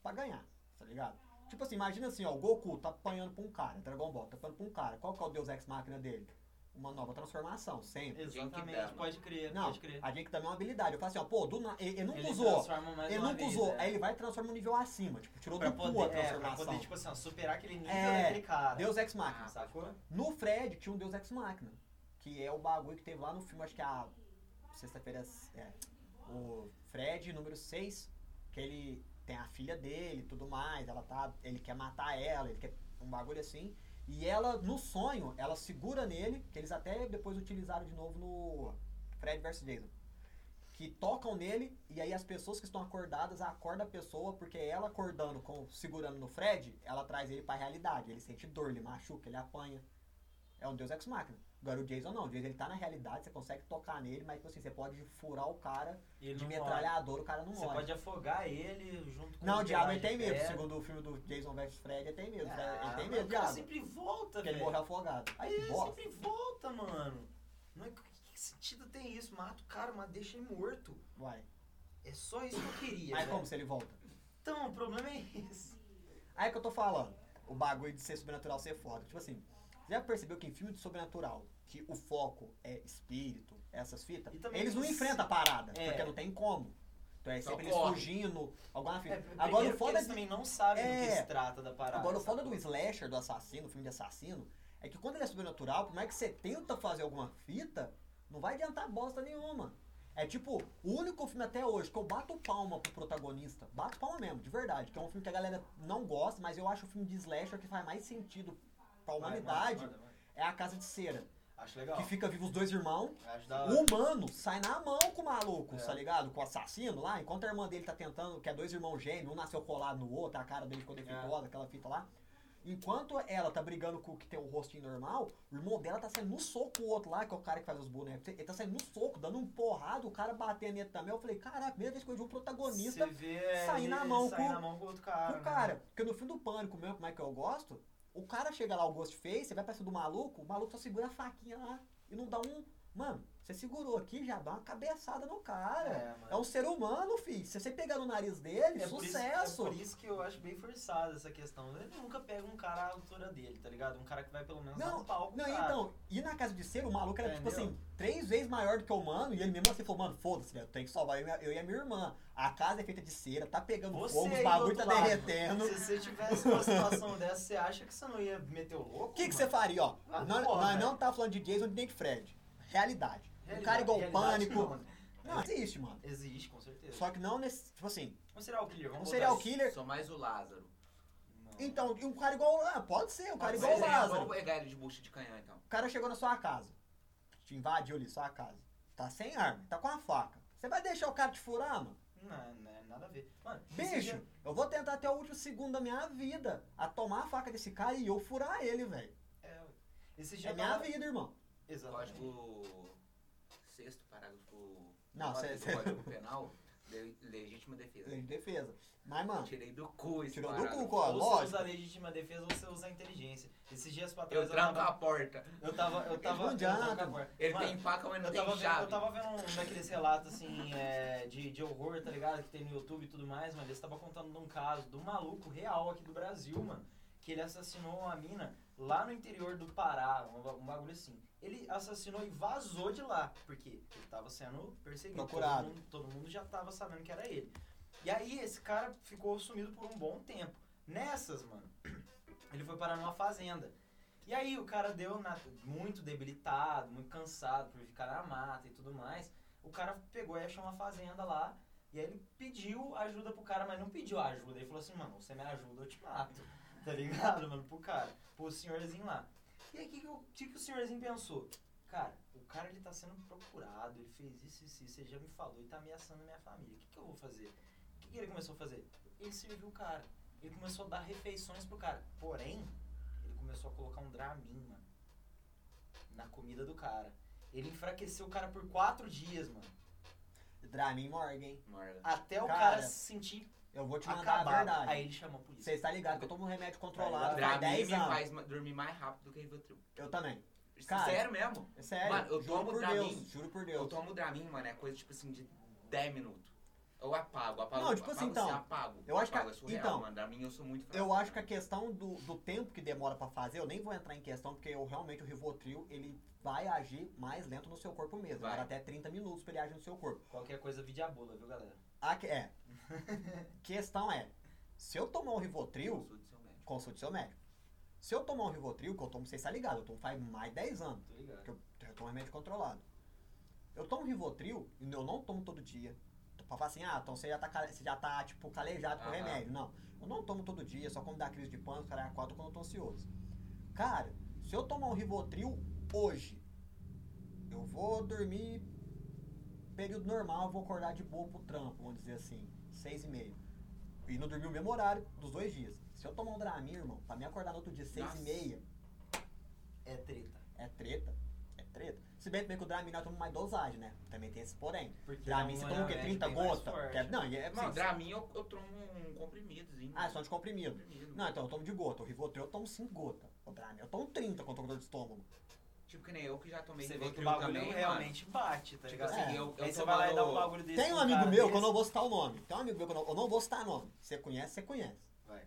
Pra ganhar, tá ligado? Tipo assim, imagina assim, ó, o Goku tá apanhando pra um cara, Dragon Ball, tá apanhando pra um cara. Qual que é o Deus ex machina dele? uma nova transformação, sempre.
Genkidama.
Exatamente, pode crer,
Não,
pode crer.
a Genkidama é uma habilidade. Eu falo assim, ó, pô, do na- ele, ele nunca
Ele
usou.
transforma mais
Ele
uma
nunca
vez,
usou.
é.
Aí ele vai e transforma um nível acima. Tipo, tirou
pra
do cu a
poder, é, pra
transformação.
poder, tipo assim, ó, superar aquele nível
É,
daquele cara.
Deus Ex Machina.
Sacou?
No Fred tinha um Deus Ex Machina, que é o bagulho que teve lá no filme, acho que é a sexta-feira é, o Fred número 6, que ele tem a filha dele, e tudo mais, ela tá, ele quer matar ela, ele quer um bagulho assim. E ela no sonho, ela segura nele, que eles até depois utilizaram de novo no Fred vs Jason. Que tocam nele e aí as pessoas que estão acordadas acordam a pessoa porque ela acordando com segurando no Fred, ela traz ele pra realidade, ele sente dor, ele machuca, ele apanha. É um Deus Ex Machina. Agora o Jason não. O Jason ele tá na realidade, você consegue tocar nele, mas tipo assim, você pode furar o cara
E ele
de
não
metralhador, o cara não
morre. Você
morre.
pode é. afogar ele junto com
Não, o
o
diabo ele tem
pedaço de
medo.
pedra.
Segundo o filme do Jason vs Fred, ele tem medo.
Ah,
ele tem
mas
medo,
o cara
diabo.
sempre volta,
Porque ele
velho.
morreu afogado. Aí
ele
que bosta.
sempre volta, mano. Não é, que, que sentido tem isso? Mata o cara, mas deixa ele morto.
Vai.
É só isso que eu queria.
Aí
velho.
como se ele volta?
Então, o problema é esse.
Aí que eu tô falando. O bagulho de ser sobrenatural ser foda. Tipo assim, você já percebeu que em filme de sobrenatural, que o foco é espírito, essas fitas,
E também
eles não
se-
enfrentam a parada,
É.
porque não tem como. Então é
Só
sempre eles
corre.
fugindo, alguma fita.
É,
Agora
primeiro
o
porque
foda
eles também não sabem do que
É.
se trata da parada.
Agora, o foda é do
sacou?
slasher, do assassino, filme de assassino, é que quando ele é sobrenatural, por mais que você tenta fazer alguma fita, não vai adiantar bosta nenhuma. É tipo, o único filme até hoje que eu bato palma pro protagonista, bato palma mesmo, de verdade, que é um filme que a galera não gosta, mas eu acho o filme de slasher que faz mais sentido pra
Vai,
humanidade,
manda, manda, manda.
é A Casa de Cera,
Acho legal.
que fica vivo os dois irmãos,
Acho da hora.
o humano sai na mão com o maluco,
É.
tá ligado? Com o assassino lá, enquanto a irmã dele tá tentando, que é dois irmãos gêmeos, um nasceu colado no outro, a cara dele ficou
É.
defeituosa, aquela fita lá. Enquanto ela tá brigando com o que tem o rostinho normal, o irmão dela tá saindo no soco com o outro lá, que é o cara que faz os bonecos. Ele tá saindo no soco, dando um porrado, o cara batendo nele também. Eu falei, caraca, primeira vez que eu vi um protagonista
Você vê
sair
ele
na mão
sair
com-
na mão com o outro
com
cara. né?
o cara. Porque no fim do pânico mesmo, como é que eu gosto, o cara chega lá, o Ghostface, você vai pra cima do maluco, o maluco só segura a faquinha lá e não dá um. Mano, você segurou aqui, já dá uma cabeçada no
né?
cara.
mano.
É, um ser humano, filho. Se você pegar no nariz dele,
É por isso-
sucesso.
é por isso que eu acho bem forçada essa questão. Ele nunca pega um cara à altura dele, tá ligado? Um cara que vai pelo menos dar um pau pro
Não,
cara.
então, e na casa de ser, o maluco era, tipo
Entendeu?
assim, três vezes maior do que o humano, e ele mesmo assim falou, mano, foda-se, velho, eu tenho que salvar eu e, minha, eu e a minha irmã. A casa é feita de cera, tá pegando
Você
fogo, os
aí do
bagulho tá
outro lado,
derretendo.
Se você tivesse uma situação dessa, você acha que você não ia meter o louco?
O que, que você
mano?
faria, ó?
Ah,
nós
porra,
nós
velho.
não tá falando de Jason nem de Fred. Realidade. Um
Realidade-
cara igual o
realidade
pânico. Não,
não, né?
existe, mano.
Existe, com certeza.
Só que não nesse. Tipo assim,
Um serial killer,
um
vamos botar
serial
isso.
killer.
Só mais o Lázaro.
Não.
Então, e um cara igual. Ah, pode ser, um cara
Pode
igual o
ser,
Lázaro.
Vamos é, pegar ele de bucha de canhão, então.
O cara chegou na sua casa. Te invadiu ali sua casa. Tá sem arma, tá com a faca. Você vai deixar o cara te furar, mano?
Não, não, nada a ver. Mano, esse
Bicho,
dia-
eu vou tentar até o último segundo da minha vida a tomar a faca desse cara e eu furar ele, velho.
é, Esse dia
É
eu
minha
tava-
vida, irmão.
Exatamente.
Código sexto, parágrafo
Não,
nove
cê-
do
cê-
Código Penal, le- legítima defesa.
Lei de defesa. Mas, mano,
Tirei do cu esse
tirou do
parágrafo.
cu, ó,
Ou você usa
lógico.
a legítima defesa ou você usa a inteligência. Esses dias pra trás
Eu
eu,
tranco
tava.
a porta.
Eu tava. Eu tava.
Não
eu tava
adianta,
com a-
Ele
Mano,
tem faca, mas não
Eu tava,
tem
vendo, eu
chave.
tava vendo um daqueles relatos assim é, de, de horror, tá ligado? Que tem no YouTube e tudo mais, mano. Eles estavam contando de um caso de um maluco real aqui do Brasil, mano. Que ele assassinou uma mina lá no interior do Pará, um, ba- um bagulho assim. Ele assassinou e vazou de lá, porque ele tava sendo perseguido.
Procurado.
Todo mundo, todo mundo já tava sabendo que era ele. E aí esse cara ficou sumido por um bom tempo. Nessas, mano, ele foi parar numa fazenda. E aí o cara deu na- muito debilitado, muito cansado por ficar na mata e tudo mais. O cara pegou e achou uma fazenda lá. E aí ele pediu ajuda pro cara, mas não pediu ajuda. Ele falou assim, mano, você me ajuda, eu te mato. Tá ligado, mano? Pro cara, pro senhorzinho lá. E aí o que, que, o- que que o senhorzinho pensou? Cara, o cara ele tá sendo procurado, ele fez isso, isso, isso, ele já me falou, ele tá ameaçando a minha família. O que, que eu vou fazer? O que, que ele começou a fazer? Ele serviu o cara. Ele começou a dar refeições pro cara. Porém, ele começou a colocar um Dramin, mano, na comida do cara. Ele enfraqueceu o cara por quatro dias, mano.
Dramin Morgan.
Morgan.
Até o
Cara,
cara se sentir
Eu vou te mandar a
acabado.
verdade.
Aí ele chamou a polícia.
Você está ligado que eu tomo um remédio controlado faz
Dramin me
10 anos.
faz ma- dormir mais rápido do que Rivotril.
Eu também. Cara,
Sério mesmo?
É sério.
Mano, eu
juro
tomo
por
Dramin.
Deus. Juro por
Eu
Deus.
tomo Dramin, mano, é coisa tipo assim de 10 minutos. Eu apago, apago.
Não, tipo assim,
apago, sim,
então,
apago,
eu acho que a-
apago, é surreal,
então,
mano. Da minha eu sou muito fraco.
Eu acho que a
mano.
questão do, do tempo que demora pra fazer, eu nem vou entrar em questão, porque eu realmente o Rivotril, ele vai agir mais lento no seu corpo mesmo.
Vai.
Vai. até 30 minutos pra ele agir no seu corpo.
Qualquer coisa, vide a bula, viu, galera?
A, que- é. questão é, se eu tomar um Rivotril,
sou do seu médico.
consulte seu médico. Se eu tomar um Rivotril, que eu tomo, vocês estão ligados, eu tomo faz mais de 10 anos.
Tô ligado.
Porque eu, eu tomo remédio controlado. Eu tomo Rivotril, e eu não tomo todo dia. Pra falar assim, ah, então você já tá, cale- você já tá tipo, calejado com
Aham.
remédio. Não, eu não tomo todo dia, só quando dá crise de pânico, cara, quatro quando eu tô ansioso. Cara, se eu tomar um Rivotril hoje, eu vou dormir período normal, eu vou acordar de boa pro trampo, vamos dizer assim, seis e meia. E não dormi o mesmo horário dos dois dias. Se eu tomar um Dramin, irmão, pra me acordar no outro dia seis
Nossa.
e meia,
É treta.
é treta. É treta. Se bem também que o Dramin nós tomamos mais dosagem, né? Também tem esse porém.
Porque
Dramin você
é um
toma o quê?
remédio
30
bem mais
gotas?
forte.
Que é- Não, e é...
Mano,
Mano,
pra mim eu, eu tomo um comprimidozinho.
Ah, é só de comprimido.
comprimido.
Não, então eu tomo de gota. O Rivotril eu tomo 5 gotas. O Dramin eu tomo 30 quando eu tô com dor de estômago.
Tipo que nem eu que já tomei
Você
de
vê que o
Rivotril
bagulho é
também,
realmente bate, tá
Tipo
ligado?
assim,
eu- eu
Aí você
tô
vai lá e dá um
falando-
bagulho desse.
Tem um
pro
amigo
cara
meu que
desse.
eu não vou citar o nome. Tem um amigo meu que eu não, eu não vou citar nome. Você conhece, você conhece.
Vai.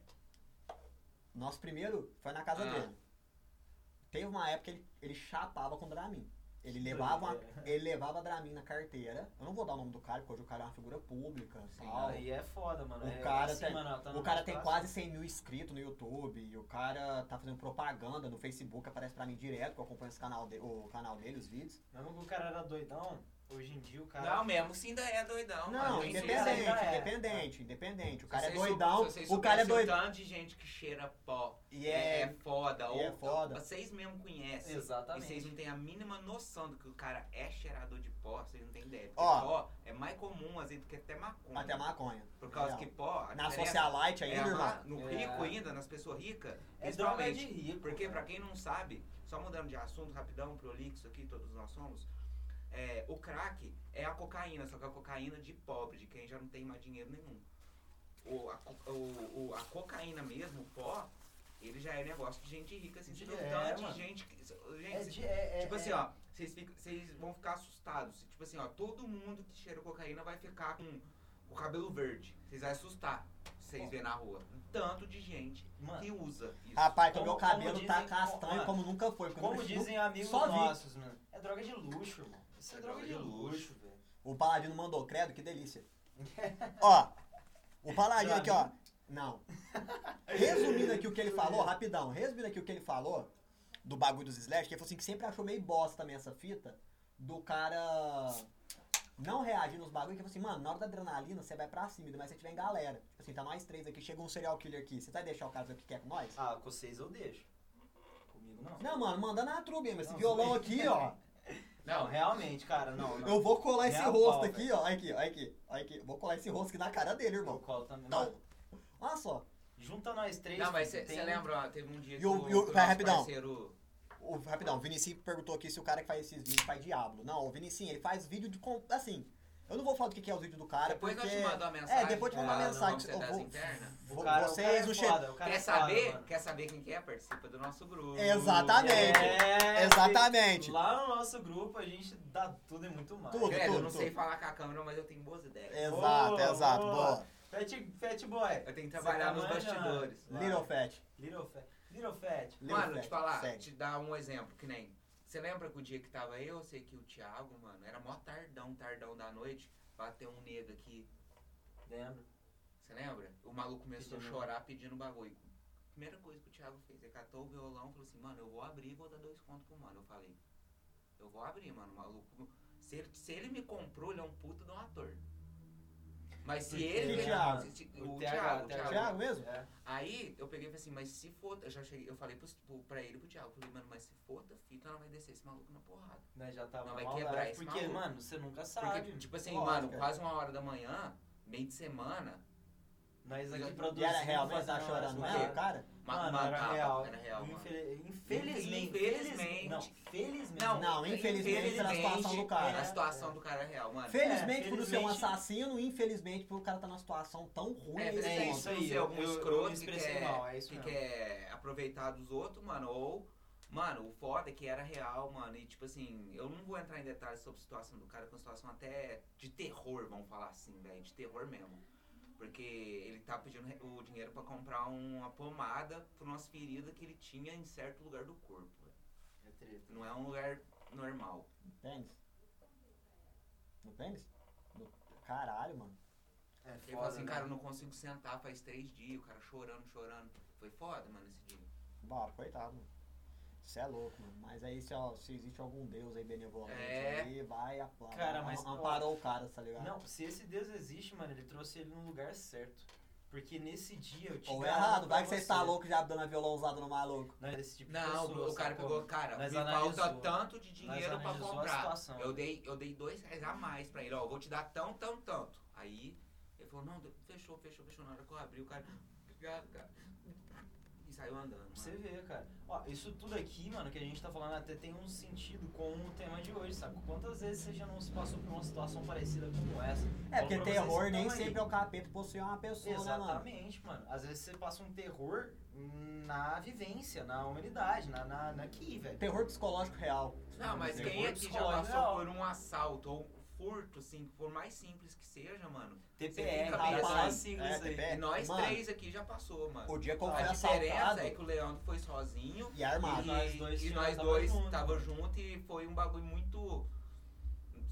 Nosso primeiro foi na casa
Ah.
dele. Teve uma época que ele, ele chapava com Dramin. Ele levava, uma-
é.
ele levava Dramin na carteira. Eu não vou dar o nome do cara, porque hoje o cara é uma figura pública,
Sim,
tal.
Aí é foda, mano.
O
é,
cara
assim,
tem-
mano, tá
O
no
cara tem
espaço.
quase 100 mil inscritos no YouTube, e o cara tá fazendo propaganda no Facebook, aparece pra mim direto, que eu acompanho esse canal de- o canal dele, os vídeos.
Mesmo que o cara era doidão, hoje em dia o
Mano.
cara.
Não, mesmo sim ainda é doidão. mano.
Não,
Tem
independente,
jeito.
independente,
ainda Ah, é.
independente, independente. O
Se
cara é
vocês sou-
doidão,
se vocês
o cara é
soubessem
doidão.
o tanto de gente que cheira pó.
E
É, é
é.
foda.
e
ou
é foda.
Vocês mesmo conhecem. E
Exatamente.
vocês não têm a mínima noção do que o cara é cheirador de pó, vocês não têm ideia. Porque
Ó.
pó é mais comum, às vezes, do que até maconha.
Até maconha.
Por causa
Real.
que pó. a
Na
diferença
socialite
é
ainda,
a-
irmão.
No
É.
rico ainda, nas pessoas ricas,
É droga
principalmente.
de rico.
Porque, pra
mano.
quem não sabe, só mudando de assunto rapidão, prolixo aqui, todos nós somos, é, o crack é a cocaína, só que é a cocaína de pobre, de quem já não tem mais dinheiro nenhum. O, a, co- o- o- a cocaína mesmo, o pó, ele já é negócio de gente rica, assim.
De-
Você vê o
é,
tanto
mano.
de gente que. gente,
É de- é- é-
tipo assim,
é-
ó, vocês ficam- vocês vão ficar assustados. Tipo assim, ó, todo mundo que cheira cocaína vai ficar com o cabelo verde. Vocês vão assustar. Vocês vê na rua. Um tanto de gente
Mano,
que usa isso.
Rapaz, então
Como-
meu cabelo
como
tá
dizem-
castanho
mano,
como nunca foi. porque
como
nunca-
dizem amigos
só vi.
nossos, mano. É droga de luxo, mano. Isso é,
É
droga, de luxo, velho.
O Paladino mandou credo, que delícia. ó, o Paladino aqui, ó. Não. Resumindo aqui o que ele falou, rapidão. Resumindo aqui o que ele falou do bagulho dos Slash, que ele falou assim que sempre achou meio bosta também essa fita do cara não reagir nos bagulhos, que ele falou assim, mano, na hora da adrenalina você vai pra cima, mas se tiver em galera. Tipo assim, tá nós três aqui, chega um serial killer aqui, você vai deixar o cara fazer o que quer com nós?
Ah, com vocês eu deixo. Comigo não.
Não, mano, manda na truba mesmo. Esse
Não,
violão
sim.
aqui, ó.
Não, realmente, cara, não. não.
Eu vou colar esse
Real
rosto
pau,
aqui, ó. Olha aqui, olha aqui, olha aqui. Vou colar esse rosto aqui na cara dele, irmão.
Eu colo também.
Então,
Mano,
olha só,
junta nós três.
Não, mas
tem-
você lembra, ó, teve um dia
E
que
o-
o,
e o-
que o
vai,
nosso
rapidão.
parceiro...
o, rapidão, o Vinicius perguntou aqui se o cara que faz esses vídeos faz diabo. Não, o Vinicius, ele faz vídeo de. con- Assim, eu não vou falar do que que é o vídeo do cara,
depois
porque.
nós te mandamos uma mensagem.
é, depois te
pra-
mandar uma
no
mensagem.
Vamos
eu
Sentar
vou-
Sem Perna.
vou-
O cara, o cara
vocês,
é
no chat.
foda, o cara
Quer
é foda,
saber?
mano.
Quer saber quem que é? Participa do nosso grupo.
Exatamente.
É,
Exatamente.
Lá no nosso grupo a gente dá tudo e muito mais. É.
Tudo.
Credo, eu não
tudo. É,
sei falar com a câmera, mas eu tenho boas ideias.
Exato,
Boa,
exato.
boa.
Boa.
Fat, fat boy.
Eu tenho que
Você
trabalhar
tá
nos
manjando.
bastidores.
Little Fat.
Little fat. Little fat.
Little
mano,
Fat.
te falar,
segue.
te dar um exemplo, que nem. Você lembra que o dia que tava eu, eu sei que o Thiago, mano, era mó tardão, tardão da noite, bateu um nego aqui.
Lembro.
Você lembra? O maluco começou a
Pedindo.
chorar pedindo bagulho. Primeira coisa que o Thiago fez, ele catou o violão e falou assim, mano, eu vou abrir e vou dar dois contos pro mano. Eu falei, eu vou abrir, mano, o maluco. Se ele, se ele me comprou, ele é um puto de um ator. Mas se
Porque-
ele.
Que Thiago?
se- se-
O
o
TH,
Thiago, o
TH.
Thiago mesmo?
É.
Aí eu peguei e falei assim, mas se for. Eu já cheguei, eu falei pro, pro, pra ele e pro Thiago, eu falei, mano, mas se for da fita, ela vai descer esse maluco na porrada.
Nós já tava
Não, vai
mal,
quebrar
né?
esse
Porque,
maluco.
mano, você nunca sabe.
Porque, tipo assim,
Lógico,
mano,
cara.
quase uma hora da manhã, meio de semana,
Nós
E
aqui
era
E
produzimos.
era real, mas tá
fazendo umas
chorando
mas-
mesmo,
paradas.
cara?
ma-
Mano,
ma-
era,
tava-
real.
era real, mano.
Infel- Infelizmente.
Infelizmente.
Não, felizmente.
Não,
Não, infelizmente, pela situação do cara.
A situação do cara é real, mano.
Felizmente por não ser um
felizmente-
assassino, infelizmente por o cara tá numa situação tão ruim
É,
a esse
é
ponto.
isso aí, algum escroto que
expressei
quer,
mal, é isso
que
mesmo.
quer aproveitar dos outros, mano, ou Mano, o foda é que era real, mano. E tipo assim, eu não vou entrar em detalhes sobre a situação do cara, que é uma situação até de terror, vamos falar assim, velho. De terror mesmo. Porque ele tá pedindo re- o dinheiro pra comprar uma pomada pra umas feridas que ele tinha em certo lugar do corpo, velho.
É treta.
Não é um lugar normal.
No pênis? No pênis? No... Caralho, mano.
É
Ele falou assim,
né?
cara, eu não consigo sentar faz três dias, o cara chorando, chorando. Foi foda, mano, esse dia.
Bora, coitado, mano. Você é louco, mano. Mas aí se, ó, se existe algum deus aí benevolente
É.
aí, vai, aplana.
Cara, mas, ó,
amparou o cara, tá ligado?
Não, se esse Deus existe, mano, ele trouxe ele no lugar certo. Porque nesse dia eu te
Ou é
garanto
errado, vai
pra
que você tá louco já dando a violãozada no maluco.
Não, é desse tipo de
Não,
pessoa,
o cara
sacou?
pegou, cara,
Nós
me falta
analisou.
tanto de
Nós
dinheiro pra
analisou a
comprar.
situação.
Eu dei, eu dei dois reais a mais pra ele, ó, eu vou te dar tão, tão, tanto. Aí ele falou, não, fechou, fechou, fechou. Na hora que eu abri, o cara. Obrigado, cara. E saiu andando. Mano.
Pra você ver, cara. Ó, isso tudo aqui, mano, que a gente tá falando até tem um sentido com o tema de hoje, sabe? Quantas vezes você já não se passou por uma situação parecida como essa?
É,
Falo
porque
pra vocês que
terror nem
tão aí.
sempre é o capeta possuir uma pessoa, né, mano?
Exatamente, mano. Às vezes você passa um terror na vivência, na humanidade, na, na, naqui, velho.
Terror psicológico real.
Não, mas
Terror
quem aqui já
psicológico,
passou
não.
por um assalto ou um furto, assim, por mais simples que seja, mano.
TPR,
fica pensando
rapaz,
assim,
siglas
é,
aí.
TPR.
e nós
mano.
três aqui já passou, mano.
O dia que eu fui
A diferença
assaltado
é que o Leandro foi sozinho
e armado.
E,
nós dois
e
tinha-
nós
tava
dois
junto.
tava junto e foi um bagulho muito.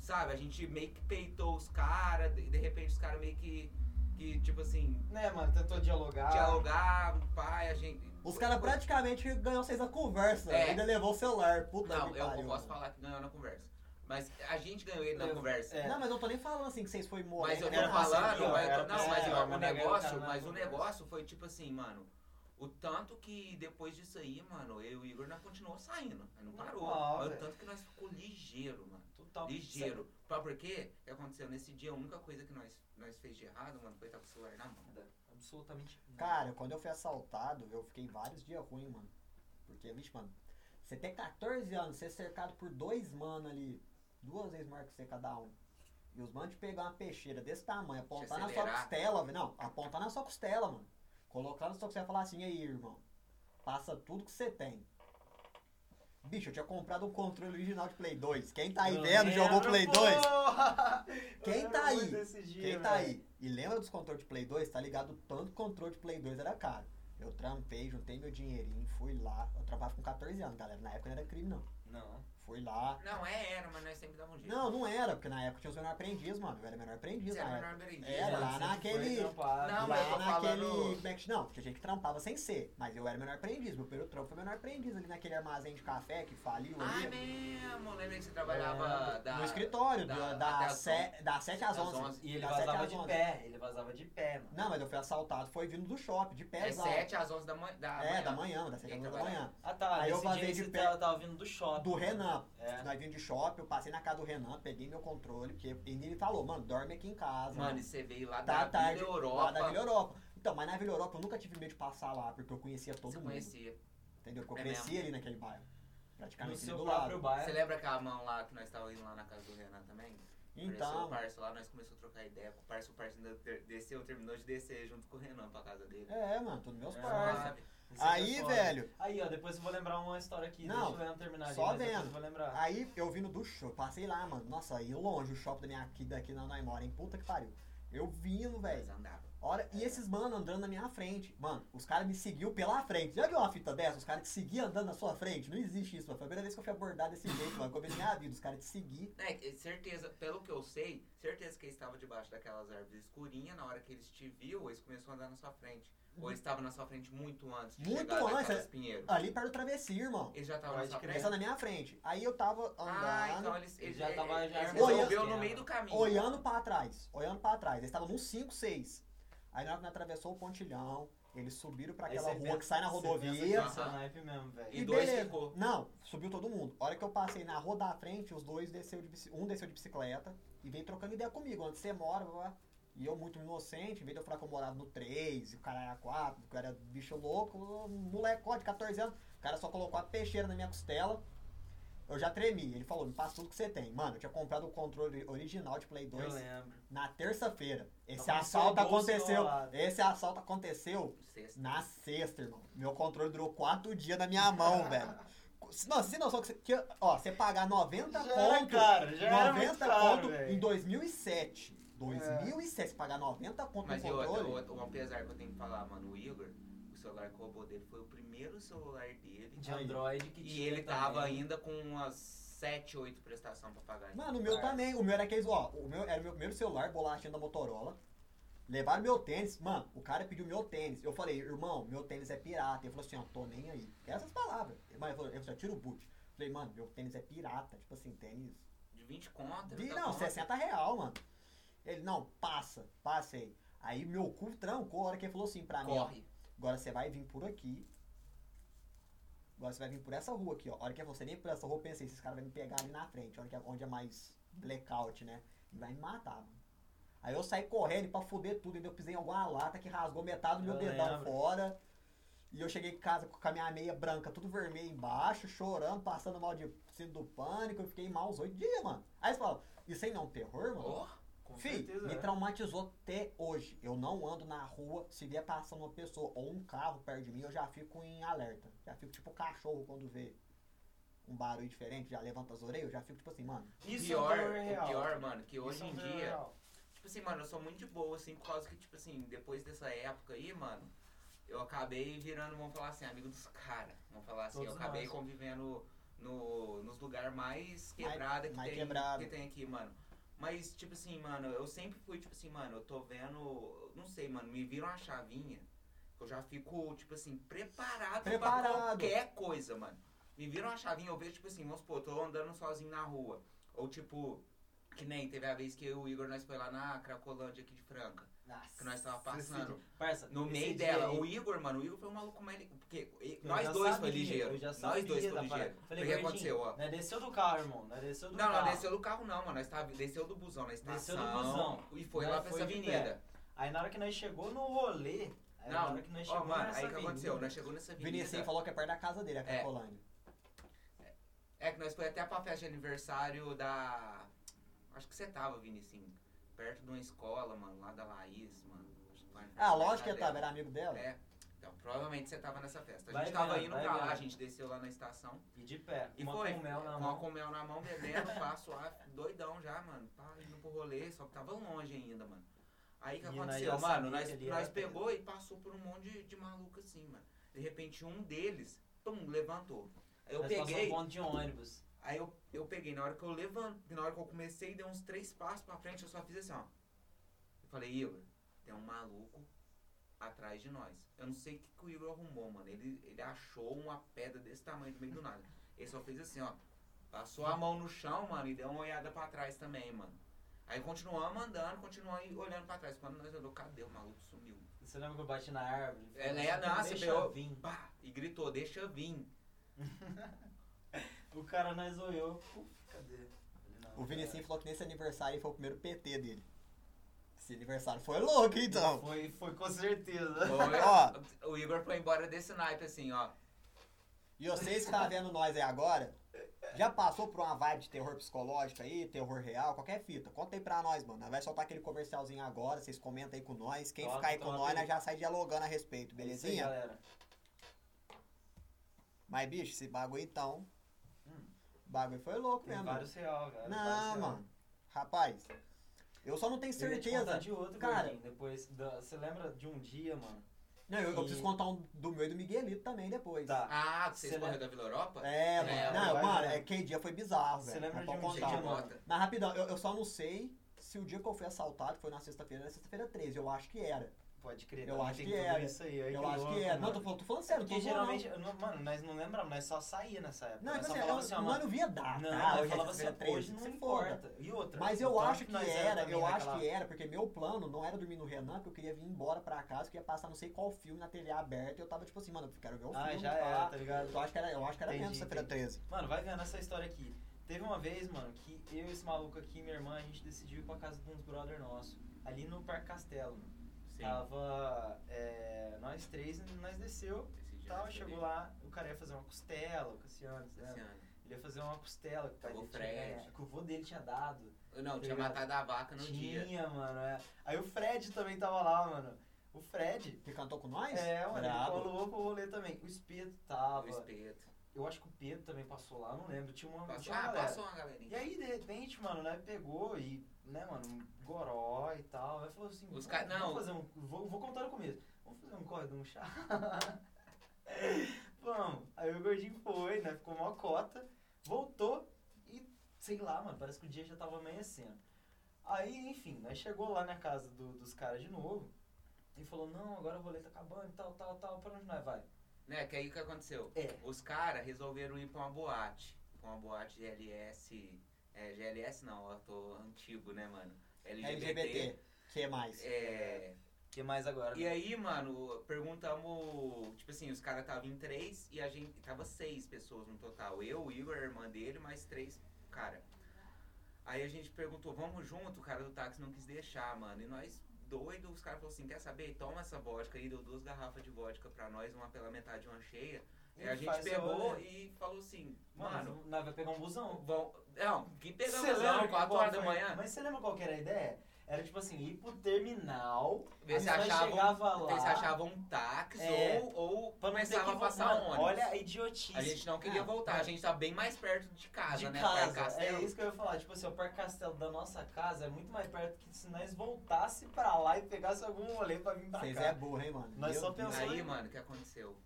Sabe, a gente meio que peitou os caras, de, de repente os caras meio que. Que, tipo assim,
Né, mano, tentou dialogar.
dialogar, pai, a gente.
Os caras praticamente ganhou vocês na conversa.
É.
Ainda levou o celular. Puta
Não,
que
eu
pariu,
posso
mano.
falar que ganhou na conversa. Mas a gente ganhou ele na
Eu-
conversa.
é.
Não, mas eu tô nem falando assim que vocês foi morrer.
Mas eu tô
Era pra
falando,
seguir, ó,
mas,
era pra
não, mas
seguir,
ó,
ó,
o
quando ganhou, cara,
negócio,
não
mas o
conversa.
negócio foi tipo assim, mano. O tanto que depois disso aí, mano, eu e o Igor não continuou saindo. Não parou.
Ó,
mas o
velho.
tanto que nós ficou ligeiro, mano.
Total. é
Ligeiro. Sabe por quê? O que aconteceu? Nesse dia, a única coisa que nós, nós fez de errado, mano, foi estar com o celular na mão.
Nada. Absolutamente nada.
Cara, quando eu fui assaltado, eu fiquei vários dias ruim, mano. Porque, vixe, mano, você tem 14 anos, você é cercado por dois mano ali, duas vezes maior que você cada um. E os manos te pegar uma peixeira desse tamanho, apontar na sua
acelerar.
costela, velho. Não, apontar na sua costela, mano. Colocar na sua costela e falar assim, "E aí, irmão, passa tudo que você tem. Bicho, eu tinha comprado um controle original de Play 2. Quem tá aí
Eu
vendo, jogou
lembro,
Play
pô!
2?
Eu
Quem
lembro
tá
muito
aí?
desse dia,
Quem tá
né?
velho.
aí e lembra dos controles de Play 2, tá ligado? o Tanto que controle de Play 2 era caro. Eu trampei, juntei meu dinheirinho, fui lá. Eu trabalhava com 14 anos, galera. Na época não era crime, não.
Não.
Fui lá.
Não, é, era, mas nós sempre dava um jeito.
Não, não era, porque na época tinha os menor aprendiz, mano. Eu era menor aprendiz
Você era
na época.
menor berendia.
Era lá
Sempre foi
naquele-
trampado.
Não,
lá
mas eu tô
naquele.
falando-
como é que- Não, tinha gente que trampava sem ser, mas eu era menor aprendiz. Meu primeiro trampo foi menor aprendiz ali naquele armazém de café que faliu ali.
Ah, é mesmo. Lembra que você trabalhava da...
É. no escritório,
da-
da,
até
da,
as
se- das 7
às
às 11.
11.
E ele
Das sete
vazava
às
de
onze.
pé, ele vazava de pé, mano.
Não, mas eu fui assaltado, foi vindo do shopping, de pé
É
exato.
7 às 11 da, man... da
É,
manhã.
da manhã, das 7
E aí
horas da
trabalhava.
manhã.
Ah tá,
Aí eu
nesse
vazei
dia
de
você
pé.
tava, tava vindo do shopping.
Do Renan.
É.
Nós vimos de shopping, eu passei na casa do Renan, peguei meu controle, porque ele falou, mano, dorme aqui em casa.
Mano, e você veio lá
tá
da
tarde.
Vila
Lá
Europa.
da Vila Europa. Então, mas na Vila Europa eu nunca tive medo de passar lá, porque eu conhecia todo
Você
mundo.
conhecia.
Entendeu? Porque eu
É
cresci
mesmo.
ali naquele bairro.
No
Praticamente ali
seu
do
próprio
lado.
bairro.
Você lembra aquela mão lá que nós tava indo lá na casa do Renan também? Apareceu o
Então,
parça lá, nós começamos a trocar ideia com o parça. O parça ainda ter- desceu, terminou de descer junto com o Renan pra casa dele.
é, mano, tudo meus
É,
parça.
Sabe?
Isso aqui é
Aí,
foda.
velho,
Aí, ó, depois eu vou lembrar uma história aqui.
Não,
Deixa o Leandro terminar
só
ali, mas depois
vendo.
Eu vou lembrar.
aí eu vindo do show, passei lá, mano. Nossa, aí longe o shopping da minha aqui, daqui na nós mora, hein? Puta que pariu. Eu vindo, velho.
Mas andava.
Hora, e esses mano andando na minha frente. Mano, os caras me seguiu pela frente. Já viu uma fita dessa? Os caras te seguiam andando na sua frente? Não existe isso, mano. Foi a primeira vez que eu fui abordado desse jeito, mano. Como minha vida, os caras te seguir.
É, é, certeza, pelo que eu sei, certeza que eles estavam debaixo daquelas árvores escurinhas. Na hora que eles te viu, eles começaram a andar na sua frente. Ou eles estavam na sua frente muito antes de
Muito
chegar
antes,
naquelas
é.
pinheiros.
Ali perto do travessia, irmão.
Eles já estavam na
Pode
sua
crer.
Eles
frente.
estão na minha frente. Aí eu tava andando,
Ah, então eles,
Ele
eles
já tava- já
eles
armou
resolveu
o
no
esquema.
meio do caminho.
olhando pra trás. Olhando pra trás. Eles estavam num 5, 6. Aí na hora que nós atravessou o pontilhão, eles subiram pra
Aí
aquela
você
rua
pensa-
que sai na
você
rodovia.
pensa que é essa naipe mesmo, velho.
E dois ficou.
Não, subiu todo mundo. A hora que eu passei na rua da frente, os dois desceu de bici- um desceu de bicicleta e veio trocando ideia comigo. Onde você mora, blá, blá. E eu muito inocente, em vez de eu falar que eu morava no 3, e o cara era 4, o cara era bicho louco, um molecote de 14 anos, o cara só colocou a peixeira na minha costela. Eu já tremi. Ele falou, me passa tudo que você tem. Mano, eu tinha comprado o controle original de Play
Eu
2
lembro.
na terça-feira. Esse
Então,
Tava
é
com o seu
assalto
bolso
aconteceu.
enrolado.
Esse assalto aconteceu
Sexta.
na sexta, irmão. Meu controle durou quatro dias na minha mão, velho. Se não, se não, só que, você- que, ó, você pagar 90
Já era
conto.
caro, já era muito
90
caro,
conto
velho.
em 2007. 2007, se pagar 90 conto no
Mas eu,
controle.
eu, eu, apesar que eu tenho que falar, mano, o Igor, o celular que roubou dele foi o primeiro celular dele.
De
Aí.
Android que
E
tinha
ele tava
também.
ainda com umas 7, 8 prestações pra pagar.
Mano,
É.
o meu
Ah,
também. O meu era aqueles, ó. O meu era o meu primeiro celular, bolachinha da Motorola. Levaram meu tênis. Mano, o cara pediu meu tênis. Eu falei, irmão, meu tênis é pirata. Ele falou assim, ó, tô nem aí. Essas palavras. Mas ele falou, eu só tiro o boot. Falei, mano, meu tênis é pirata. Tipo assim, tênis.
De 20 contas.
Vi, não, é 60 real, mano. Ele, não, passa, passa aí. Aí meu cu trancou a hora que ele falou assim pra mim, ó.
Corre.
Agora você vai vir por aqui. Agora você vai vir por essa rua aqui, ó. A hora que você nem por essa rua, eu pensei, esses caras vão me pegar ali na frente, a hora que é- onde é mais blackout, né? E vai me matar, mano. Aí eu saí correndo e pra foder tudo, ainda eu pisei em alguma lata que rasgou metade do meu
Eu
dedão
lembro.
fora. E eu cheguei em casa com a minha meia branca, tudo vermelho embaixo, chorando, passando mal de síndrome do pânico. Eu fiquei mal uns oito dias, mano. Aí você fala, isso aí não é um terror, mano?
Ó,
Com
Fih,
certeza.
me
é.
traumatizou até hoje. Eu não ando na rua, se vier passando uma pessoa ou um carro perto de mim, eu já fico em alerta. Já fico tipo cachorro quando vê um barulho diferente, já levanta as orelhas, eu já fico tipo assim, mano.
Isso
pior,
é um terror real.
o pior, mano, que
Isso
hoje
é um
em
terror
dia.
real.
Tipo assim, mano, eu sou muito de boa, assim, por causa que, tipo assim, depois dessa época aí, mano, eu acabei virando, vamos falar assim, amigo dos caras. Vamos falar assim, eu
Todos
acabei
nós.
convivendo no, nos lugares mais quebrada que,
mais
tem,
quebrado.
que tem aqui, mano. Mas, tipo assim, mano, eu sempre fui, tipo assim, mano, eu tô vendo, não sei, mano, me viram uma chavinha, que eu já fico, tipo assim, preparado,
Preparado.
pra qualquer coisa, mano. Me viram uma chavinha, eu vejo, tipo assim, vamos supor, eu tô andando sozinho na rua. Ou, tipo, que nem teve a vez que eu e o Igor nós foi lá na Cracolândia aqui de Franca.
Nossa,
Que nós tava
esse
passando.
dia- Parça,
No
esse
meio
dia
dela,
aí,
o Igor, mano, o Igor foi um maluco mais. li- Porque e-
eu
nós
já
dois foi
sabia,
ligeiro.
eu já
nós dois
sabia
foi
da parada.
ligeiro. O
Falei,
que
gordinho,
aconteceu, ó?
Nós desceu do carro, irmão. Nós desceu do
Não,
carro.
não desceu do carro não, mano. Nós tava, desceu do busão na estação.
Desceu do busão.
E foi
Nós
lá pra
foi
essa
de
avenida.
Aí na hora que nós chegou no rolê. Aí na
Não,
hora que nós
ó,
chegou
mano,
nessa
aí que
avenida,
aconteceu? Nós chegou nessa
O Vinicius
avenida.
falou que é Ah, perto da casa dele, a Cracolândia.
É que nós foi até pra festa de aniversário da. Acho que você tava, Vinicinho. Perto de uma escola, mano, lá da Laís, mano. Acho que foi
Ah,
aniversário
lógico que ele
dela.
tava, era amigo dela.
É. Então, provavelmente você tava nessa festa. A
Vai
gente tava
vendo,
indo
vai
pra lá,
vendo.
a gente desceu lá na estação.
E de pé.
E
uma
foi.
com mel na
uma
mão.
com mel na mão, bebendo, passo lá, doidão já, mano. Pá, indo pro rolê, só que tava longe ainda, mano. Aí que
E nós
aconteceu,
já
mano,
sabia
nós,
que ali
nós
era
pegou e passou por um monte de, de maluco assim, mano. De repente um deles, pum, levantou. Aí eu
nós
peguei,
passamos um ponto de ônibus.
aí eu, eu peguei, na hora que eu levantei, na hora que eu comecei, dei uns três passos pra frente, eu só fiz assim, ó. Eu falei, Igor, tem um maluco atrás de nós. Eu não sei o que, que o Igor arrumou, mano. Ele, ele achou uma pedra desse tamanho no meio do nada. Ele só fez assim, ó. Passou a mão no chão, mano, e deu uma olhada pra trás também, mano. Aí continuamos andando, continuamos olhando pra trás. Quando nós olhamos, cadê o maluco? Sumiu.
Você lembra que eu bati na árvore?
Ela é a nossa,
Deixa
meu.
vir.
Pá! E gritou, deixa eu vir.
O cara nós olhou. pô, Cadê?
O Vinicius falou que nesse aniversário foi o primeiro PT dele. Esse aniversário foi louco, então.
Foi, foi com certeza.
Ó.
o Igor foi embora desse naipe assim, ó.
E vocês que tá vendo nós aí agora, já passou por uma vibe de terror psicológico aí, terror real, qualquer fita? Conta aí pra nós, mano. Nós Vai soltar aquele comercialzinho agora, vocês comentam aí com nós. Quem
Toca,
ficar aí com
toca
nós,
aí.
nós já sai dialogando a respeito,
É Isso aí,
belezinha?
galera.
Mas, bicho, esse bagulho então.
Hum.
O bagulho foi louco
Tem
mesmo. mano.
vários real, cara.
Não, mano. Rapaz, eu só não tenho certeza.
Certeza. de outro,
Cara.
cara. Depois, da- você lembra de um dia, mano?
Não, eu, eu
E-
preciso contar um do meu e do Miguelito também depois.
Tá.
Ah, que vocês
Cê
correram da Vila Europa?
É,
É,
mano.
eu
não,
acho
mano,
que-
é, aquele dia foi bizarro,
Você
velho.
lembra
Não
de um
pode
Cheio
dia,
contar.
de bota.
Mas rapidão, eu, eu só não sei se o dia que eu fui assaltado, que foi na sexta-feira, era sexta-feira 13, eu acho que era.
Pode crer,
Eu
também
acho
tem
que
tudo
era.
isso aí. olha
eu acho
louco,
que era. Não,
mano.
tô falando, tô falando sério,
É Porque
tô falando.
geralmente, não, mano, nós não lembramos, nós só saía nessa época.
Não,
nós
tipo
só
assim,
falava assim,
eu,
ó,
mano,
mano.
eu via data.
Não,
ah,
eu
hoje é
falava assim,
sexta-feira 13,
hoje não
se foda.
importa. E outra.
Mas eu
tanto
acho que
nós
era,
também
eu acho
naquela-
que era, porque meu plano não era dormir no Renan, porque eu queria vir embora pra casa, que ia passar não sei qual filme na TV aberta, e eu tava tipo assim, mano, eu quero ver o
Ah,
filme,
já
tá?
era, tá ligado?
Eu acho que era, eu acho que era
Entendi,
mesmo sexta-feira 13.
Mano, vai vendo essa história aqui. Teve uma vez, mano, que eu e esse maluco aqui, minha irmã, a gente decidiu ir pra casa de uns brother nosso. Ali no Parque Castelo, mano.
Sim.
Tava é, nós três, nós desceu
Esse
e
dia
tal,
nós
chegou
foi
lá, o cara ia fazer uma costela, o Cassiano,
desse
né?
ano.
Ele ia fazer uma costela que o pai
Acabou
dele tinha,
Fred.
que o vô dele tinha dado.
Não, tinha
Obrigado.
matado a vaca Tá no
Tinha,
dia.
mano. é. Aí o Fred também tava lá, mano. O Fred.
Que cantou com nós?
É, mano, ele
Brabo.
colou pro rolê também. O espeto tava.
O espeto.
Eu acho que o Pedro também passou lá, não lembro. Tinha uma,
Passou,
tinha uma
ah,
galera.
passou uma
E
galerinha.
aí, de repente, mano, né, pegou e, né, mano, goró e tal. Aí falou assim,
Os
vamos-
ca- não.
vamos fazer um. Vou, vou contar no começo. Vamos fazer um corre de um chá. vamos. Aí o gordinho foi, né? Ficou uma cota, voltou e, sei lá, mano, parece que o dia já tava amanhecendo. Aí, enfim, nós chegou lá na casa do- dos caras de novo e falou, não, agora o rolê tá acabando e tal, tal, tal, pra onde nós vai?
Né, que aí o que aconteceu?
É.
Os caras resolveram ir pra uma boate. Pra uma boate GLS. É, GLS não, eu tô antigo, né, mano?
É
LGBT. que mais?
É,
O que mais agora? né?"
e aí, mano, perguntamos. Tipo assim, os caras estavam em três e a gente. Tava seis pessoas no total. Eu, o Igor, a irmã dele, mais três, cara. Aí a gente perguntou, vamos junto? O cara do táxi não quis deixar, mano. E nós, doido, os caras falaram assim: quer saber? Toma essa vodka aí, deu duas garrafas de vodka pra nós, uma pela metade e uma cheia. Aí a
E
gente
faz o
pegou
rolê.
e falou assim, mano,
Mano, nós vai pegar um busão.
vão. Não, quem pegou
Cê lembra
a 4
qual
horas da
foi?
manhã?
Mas você lembra qual que era a ideia? Era tipo assim, ir pro terminal,
Vê se
aí nós
achava um-
chegava lá.
Então, Eles achavam um táxi
É.
ou, ou
pra não ter
começava
que
a
voltar.
passar
Mano,
ônibus.
Olha a idiotice.
a gente não queria
Ah,
voltar, a gente tá bem mais perto de casa,
de
né?
casa,
Parque Castelo.
é isso que eu ia falar. Tipo assim, o Parque Castelo da nossa casa é muito mais perto que se nós voltasse pra lá e pegasse algum rolê pra vir pra
Vocês
cá.
é burro, hein, mano?
Nós só
Deus.
pensamos-
Aí,
aí.
mano, o que aconteceu?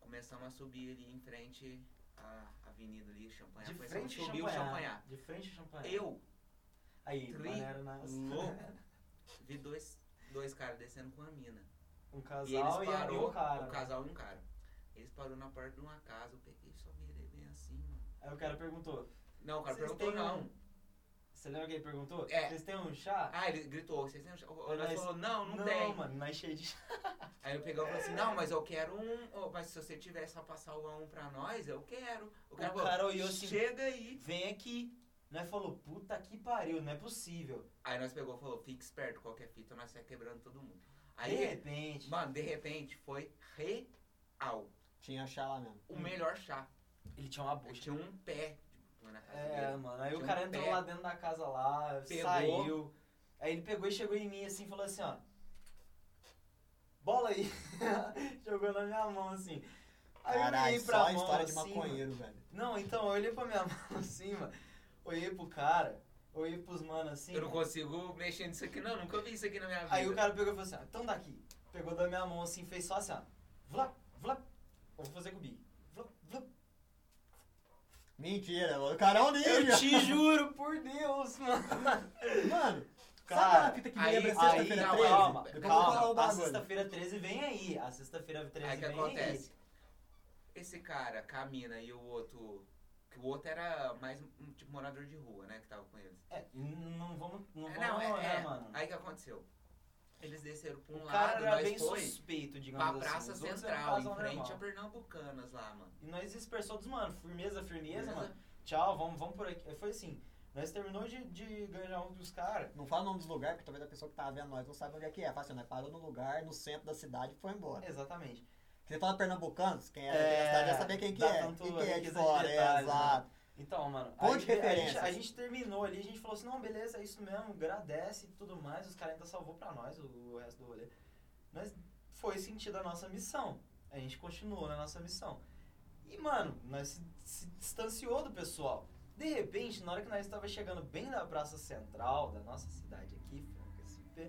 Começamos a subir ali em frente à avenida ali, Champanhe.
De
Começamos
frente
a
ao
subir o Champanhe.
champanhar. De frente ao champanhar.
Eu,
Aí,
Tri-
maneiro, né?
louco, vi dois, dois caras descendo com a mina.
Um
e eles
casal e, a- e
parou,
um cara.
o casal e um cara. Eles parou na porta de uma casa, eu peguei e só mirei bem assim, mano.
Aí o cara perguntou.
Não, o cara
Vocês
perguntou
têm
não.
um- Você lembra que ele perguntou?
É.
Vocês têm um chá?
Ah, ele gritou, vocês têm um chá? O- o-
Ah, Mas-
Nós falou, não, não, tem.
mano, nós cheio de chá.
Aí eu pegava e falei assim, não, mas eu quero um, Ô, mas se você tiver só passar o A1 pra nós, eu quero.
O
O cara,
cara
falou,
olhou assim-
chega aí.
vem aqui. Nós falou, puta que pariu, não é possível.
Aí nós pegou e falou, fique esperto, qualquer fita nós sai quebrando todo mundo.
de
Aí,
repente,
mano, de repente foi real.
Tinha chá lá mesmo.
O
Hum.
melhor chá.
ele tinha uma
Eu
bucha.
tinha um pé tipo, na casa
É,
dele.
mano, aí o
tinha
cara
um
entrou
pé.
lá dentro da casa lá,
Pegou.
saiu. Aí ele pegou e chegou em mim assim, falou assim, ó. Bola aí. Jogou na minha mão assim. Aí eu
Caralho,
olhei
só
pra
a
mão
história de
assim,
maconheiro, velho.
Não, então, eu olhei pra minha mão assim, mano. Olhei pro cara, olhei pros manos assim.
Eu não consigo mexer nisso aqui não, nunca vi isso aqui na minha vida.
Aí o cara pegou e falou assim, ó, então daqui. Pegou da minha mão assim, fez só assim, ó. Vlap, vlap. Eu vou fazer com o Big. Vlap, vlap.
Mentira, mano. O cara é um
Eu
ninja.
te juro, por Deus, mano.
Mano,
Cara,
sabe aquela fita que me
aí-
lembra
aí-
É sexta-feira
não,
13?
calma,
Eu vou falar o
calma. A
bagulho.
sexta-feira 13 vem aí. A sexta-feira 13
Aí o É que
vem
acontece? Esse cara, Camina e o outro. Que o outro era mais um tipo morador de rua, né? Que tava com eles.
aí. É, n- não vamos, não
É,
vamos
não, é,
não, né,
é.
mano?
Aí o que aconteceu? Eles desceram pra um
o cara
lado,
era
nós
bem
foi
suspeito, digamos
pra
assim.
Praça
Os outros eram
Central,
casal
em frente
normal.
a Pernambucanas lá, mano.
E nós dispersou dos mano, firmeza, firmeza,
Beleza?
mano. Tchau, vamos, vamos por aqui. Foi assim, nós terminou de, de ganhar um dos caras.
Não fala o nome dos lugares, porque talvez a pessoa que tá vendo nós não sabe onde é que é. Fala assim, nós parou no lugar, no centro da cidade e foi embora.
Exatamente.
Você fala pernambucanos, quem é da
É,
cidade vai saber quem que
dá
é.
tanto-
E quem é de
tantos
fora, é,
detalhes, né?
exato.
Então, mano,
Ponto
aí
de
a gente-
referência.
A gente terminou ali, a gente falou assim, não, beleza, é isso mesmo, agradece e tudo mais, os caras ainda salvou pra nós o, o resto do rolê. Mas foi sentido a nossa missão. A gente continuou na nossa missão. E, mano, nós se, se distanciou do pessoal. De repente, na hora que nós estava chegando bem na praça central da nossa cidade aqui, Franca SP,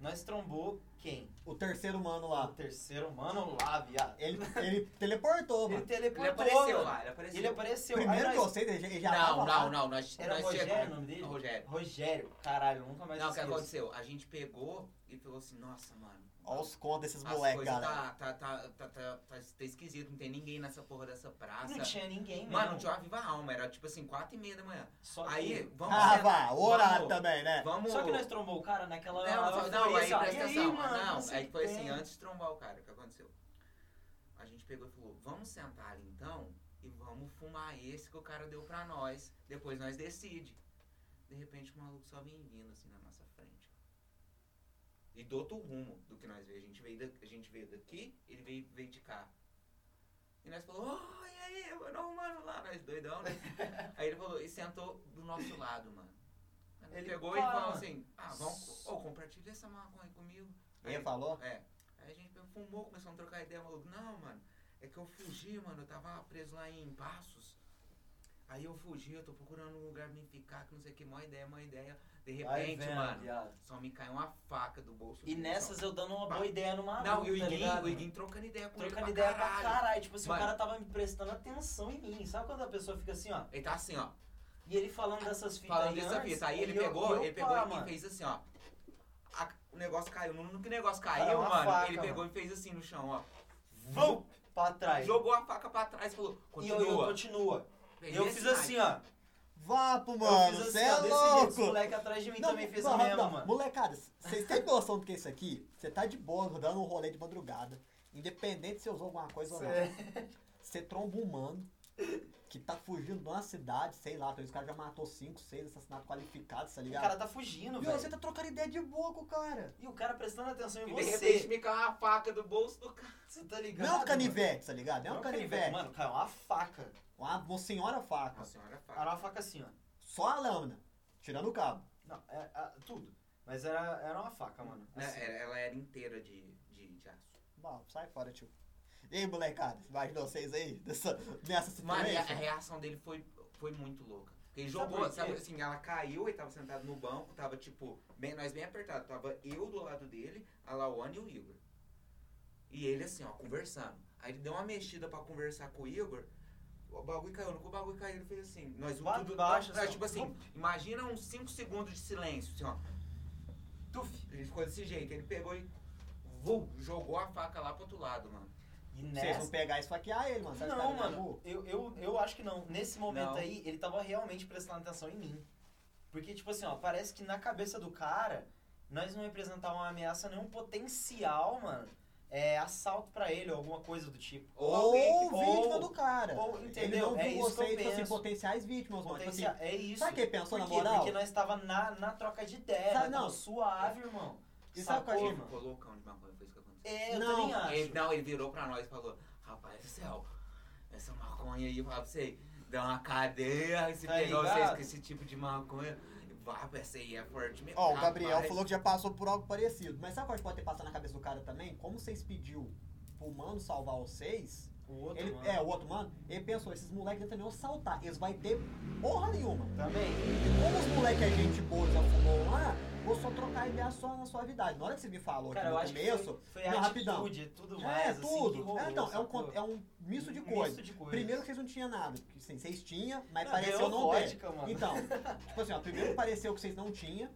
nós trombou quem?
O terceiro humano
O
lá.
terceiro humano lá, viado.
Ele, ele teleportou,
Ele
mano.
teleportou,
Ele apareceu
mano.
lá, ele apareceu.
Ele apareceu. Aí
Primeiro
nós-
que eu sei, ele ele já
Não,
tava lá.
não, não. Nós,
Era
nós
Rogério
chegamos-
o nome dele?
Rogério.
Rogério, caralho, nunca mais
Não, o que
esqueço.
aconteceu? A gente pegou e falou assim, nossa, mano.
Olha os contos desses
as
moleques,
coisas
galera.
tá, tá, tá, tá, tá, tá, tá esquisito, não tem ninguém nessa porra dessa praça.
Não tinha ninguém,
Mano, não
mesmo.
tinha uma viva alma, era tipo assim, quatro e meia da manhã.
Só que,
Aí, vamos
Ah,
sentar-
vá, o horário
vamos-
também, né?
Vamos.
Só que nós trombou o cara naquela
Não,
hora.
não,
assim,
não, aí presta atenção. não,
sei
aí
o
foi
que
assim,
tem.
antes de trombar o cara, o que aconteceu? A gente pegou e falou, vamos sentar ali então e vamos fumar esse que o cara deu pra nós. Depois nós decide. De repente o maluco só vem vindo assim na nossa frente. E do outro rumo do que nós veio. A gente veio, da, a gente veio daqui, ele veio, veio de cá. E nós falou, oh, e aí, eu não, mano, lá, nós doidão, né? aí ele falou, e sentou do nosso lado, mano. Aí Ele
Ele,
pegou
"Pá,
e falou
mano."
assim, ah, vamos, ô, compartilha essa maconha comigo.
Ele falou?
É. Aí a gente pegou, fumou, começamos a trocar ideia, maluco, não, mano, É que eu fugi, mano. Eu tava preso lá em Passos. Aí eu fugi, eu tô procurando um lugar pra me ficar, que não sei o que, mó ideia, mó ideia. De
Vai
repente,
vendo,
mano,
viado.
só me caiu uma faca do bolso.
E
assim,
nessas eu dando uma boa
Pá.
ideia numa
só. Não, e o
tá
Iguinho,
ligado?
o Iguinho trocando ideia com
Trocando
ele pra
ideia pra caralho. Tipo assim,
Mano.
o cara tava me prestando atenção em mim. Sabe quando a pessoa fica assim, ó?
Ele tá assim, ó.
E ele falando dessas fitas
Falando
aí
dessa
antes,
fita. Aí ele
tá eu-
pegou,
eu,
ele
pá,
pegou e
mano.
fez assim, ó. A- o negócio caiu. No no que o negócio
Era
caiu,
uma
mano,
faca,
ele pegou
mano.
e fez assim no chão, ó.
Vum! Pra trás.
Jogou a faca pra trás e falou,
E eu, eu
continua.
continua.
Peguei
Eu
esse
fiz
naipe.
assim, ó.
Vapo,
eu
mano,
fiz
você
assim,
é
ó, desse jeito. Esse
louco!
moleque atrás de mim também fez
não,
o mesmo,
não.
mano.
Molecada, vocês têm noção do que é isso aqui? Você tá de boa rodando um rolê de madrugada, independente se usou alguma coisa ou não. Você tromba um mano que tá fugindo de uma cidade, sei lá, talvez o cara já matou 5, 6 assassinatos qualificados, tá
O
ligado?
cara tá fugindo,
Viu,
velho.
você tá trocando ideia de boa com o cara.
E o cara prestando atenção em
E de repente
você.
me caiu uma faca do bolso do cara.
Você tá
Não
ligado?
é um
mano?
canivete, tá ligado? Não é um
Não,
canivete.
Mano, caiu uma faca.
Uma, uma senhora faca.
Nossa senhora, é faca.
Era uma faca assim, ó.
Só a lâmina. Tirando o cabo.
Não, é, é, tudo. Mas era, era uma faca, mano.
É,
Né,
Assim.
era- Ela era inteira de, de, de aço.
Bom, sai fora, tio. E aí, molecada? Imaginou vocês aí? Dessa, nessa
Mano, e a, a
é,
situação?
reação dele foi, foi muito louca. Porque ele
Sabe
jogou,
por quê?
sabe assim, ela caiu, ele tava sentado no banco, tava tipo, bem, nós bem apertado. Tava eu do lado dele, a Laone e o Igor. E ele assim, ó, conversando. Aí ele deu uma mexida pra conversar com o Igor. O bagulho caiu, no que o bagulho caiu, ele fez assim. Nós o
Lá
tudo
embaixo,
nós,
assim,
Tipo
ó.
assim, imagina uns 5 segundos de silêncio, assim, ó. Tuf, ele ficou desse jeito. Ele pegou e vum, jogou a faca lá pro outro lado, mano.
E
Vocês vão
nessa.
pegar e esfaquear ele, mano. Sabe
Não,
o cara na rua?
mano, eu, eu, eu acho que não. Nesse momento
Não.
aí, ele tava realmente prestando atenção em mim. Porque, tipo assim, ó, parece que na cabeça do cara, nós não representávamos uma ameaça, nenhum potencial, mano, é, assalto pra ele ou alguma coisa do tipo.
Ou
alguém que-
vítima
ou-
do cara.
ou-
Ele
entendeu?
não viu
é isso que eu
vocês, tipo
penso.
assim, potenciais vítimas, mano. Tipo assim,
Potencia- é isso.
sabe quem pensou
Por
na
quê?
moral?
Porque nós tava na, na troca de ideia,
Sabe,
nós tava
não.
suave, irmão.
E sabe qual é a
Sacou,
Ele
gente-
mano?
ficou loucão de maconha, foi isso que aconteceu.
É, eu
Não,
também acho.
Ele, não, ele virou pra nós e falou, rapaz do céu, essa maconha aí, eu falo pra você, dá uma cadeia, se
Tá
pegar
ligado?
vocês com esse tipo de maconha, vá, essa aí é forte mesmo.
Ó, o Gabriel
rapaz."
falou que já passou por algo parecido. Mas sabe o que pode ter passado na cabeça do cara também? Como vocês pediu pro mano salvar vocês,
O outro,
ele,
mano.
é, o outro mano, ele pensou, esses moleques devem também assaltar. Eles vão ter porra nenhuma.
Também.
E como os moleques é gente boa, já fumou um lá, vou só trocar ideia só na suavidade. Na hora que você me falou aqui
Cara, eu
no
acho que
começo,
foi, foi a
Não,
atitude,
rapidão.
é tudo
é,
mais, assim, que
tudo.
rolou,
é, então, é um,
sacou?
con- é um misto de
Um
coisa.
de coisas.
Primeiro que vocês não tinham nada, porque assim, vocês tinham, mas
Não,
pareceu
ganhou
não ter.
vodka, mano.
Então, tipo assim, ó, primeiro que pareceu que vocês não tinham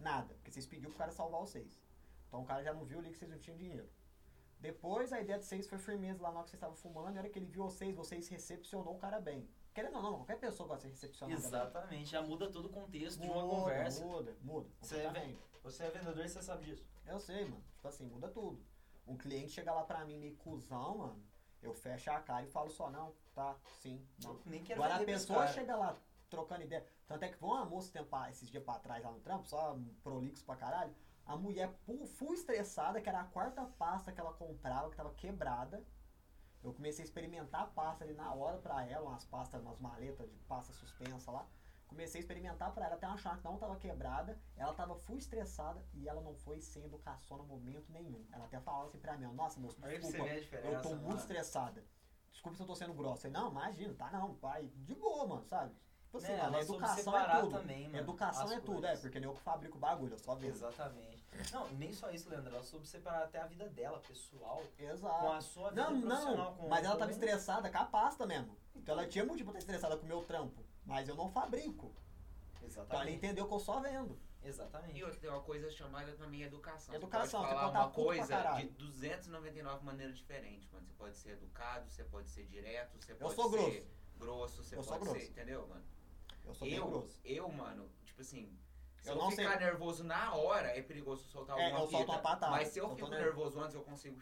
nada, porque vocês pediu pro cara salvar vocês. Então o cara já não viu ali que vocês não tinham dinheiro. Depois a ideia de vocês foi firmeza lá na hora que vocês estavam fumando, e na hora que ele viu vocês, vocês recepcionou o cara bem. Querendo ou não, qualquer pessoa gosta de ser recepcionada.
Exatamente, já muda todo o contexto
bem.
de uma
Muda,
conversa.
Muda, muda.
Você é
completamente.
Você é vendedor, você sabe disso.
Eu sei, mano. Tipo assim, muda tudo. Um cliente chega lá pra mim meio cuzão, mano. Eu fecho a cara e falo só, não, tá, sim, não.
Eu nem quero
Agora a
vender pros
pessoa
cara.
chega lá trocando ideia. Tanto é que foi uma moça tempo, a- esses dias pra trás lá no trampo, só um prolixo pra caralho. A mulher pu- full estressada, que era a quarta pasta que ela comprava, que tava quebrada. Eu comecei a experimentar a pasta ali na hora pra ela, umas pastas, umas maletas de pasta suspensa lá. Comecei a experimentar pra ela até achar que não tava quebrada. Ela tava full estressada e ela não foi sem educação no momento nenhum. Ela até falava assim pra mim, ó, nossa, moço,
Aí você
desculpa,
vê a
eu
diferença,
tô muito
mano.
estressada. Desculpa se eu tô sendo grossa. Eu, não, imagina, tá não, pai. De boa, mano, sabe? Tipo assim,
Né,
mano,
ela soube
educação é
separar
tudo.
também, mano,
educação
as
é tudo, é,
coisas.
porque nem eu que fabrico o bagulho, eu só vejo.
Exatamente. Não, nem só isso, Leandro. Ela soube separar até a vida dela, pessoal, com
Exato.
a sua vida
Não,
profissional.
não,
com-
mas ela
com-
tava estressada com a pasta mesmo. Então ela tinha motivo pra estar estressada com o meu trampo. Mas eu não fabrico. Então ela
Exatamente.
entendeu que eu só vendo.
Exatamente.
E outra, tem uma coisa chamada também educação.
Educação,
você
você
pode falar
pode tá
uma
puto pra
coisa de
caralho.
299 maneiras diferentes, mano. Você pode ser educado, você pode ser direto, você pode
sou
ser grosso, você
Eu
pode
sou
ser,
grosso.
entendeu, mano?
Eu sou bem
eu,
grosso.
eu, mano, tipo assim, se
Eu
eu,
não sei-
ficar nervoso na hora, é perigoso soltar
É,
alguma
eu solto
fita.
uma patada.
Mas se eu
Eu tô
fico
nervoso.
nervoso antes, eu consigo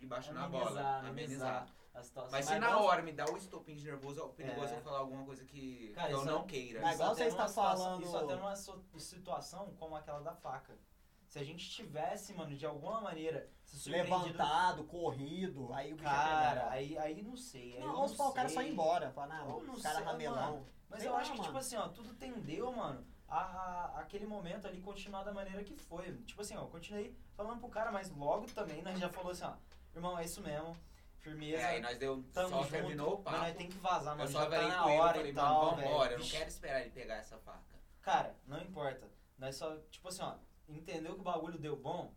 ir baixando na
Amenizar,
bola,
amenizar.
amenizar. Assim,
A situação.
Mas se
Mas
na
nós-
hora me dá o estopim de nervoso, é perigoso
É.
eu falar alguma coisa que
Cara,
eu
isso
não
é-
queira.
Mas
Isso
igual
até
você está
numa situação-
falando-
Isso até numa so- situação como aquela da faca. Se a gente tivesse, mano, de alguma maneira, se surpreendido.
Levantado, corrido, aí o bicho ia
né? Cara,
pegar.
aí, aí não sei. aí eu
Não, ou se pá, o cara só
sei.
ir embora. Falar, não,
Eu não
o cara
sei,
ramelão.
Mas
Sei
eu
lá,
acho que, tipo
mano.
assim, ó, tudo tendeu, mano, a, a- aquele momento ali continuar da maneira que né, foi. Tipo assim, ó, eu continuei falando pro cara, mas logo também, nós já falou assim, ó, irmão, é isso mesmo. Firmeza.
É, aí nós deu,
Tamo
só
junto,
terminou o papo.
Mas nós tem que vazar,
eu
mano.
só
Já tá
falei
na
com ele, eu
hora
falei,
e
mano,
tal,
vambora,
velho.
eu não quero esperar ele pegar essa faca.
Cara, não importa. Nós só, tipo assim, ó, entendeu que o bagulho deu bom,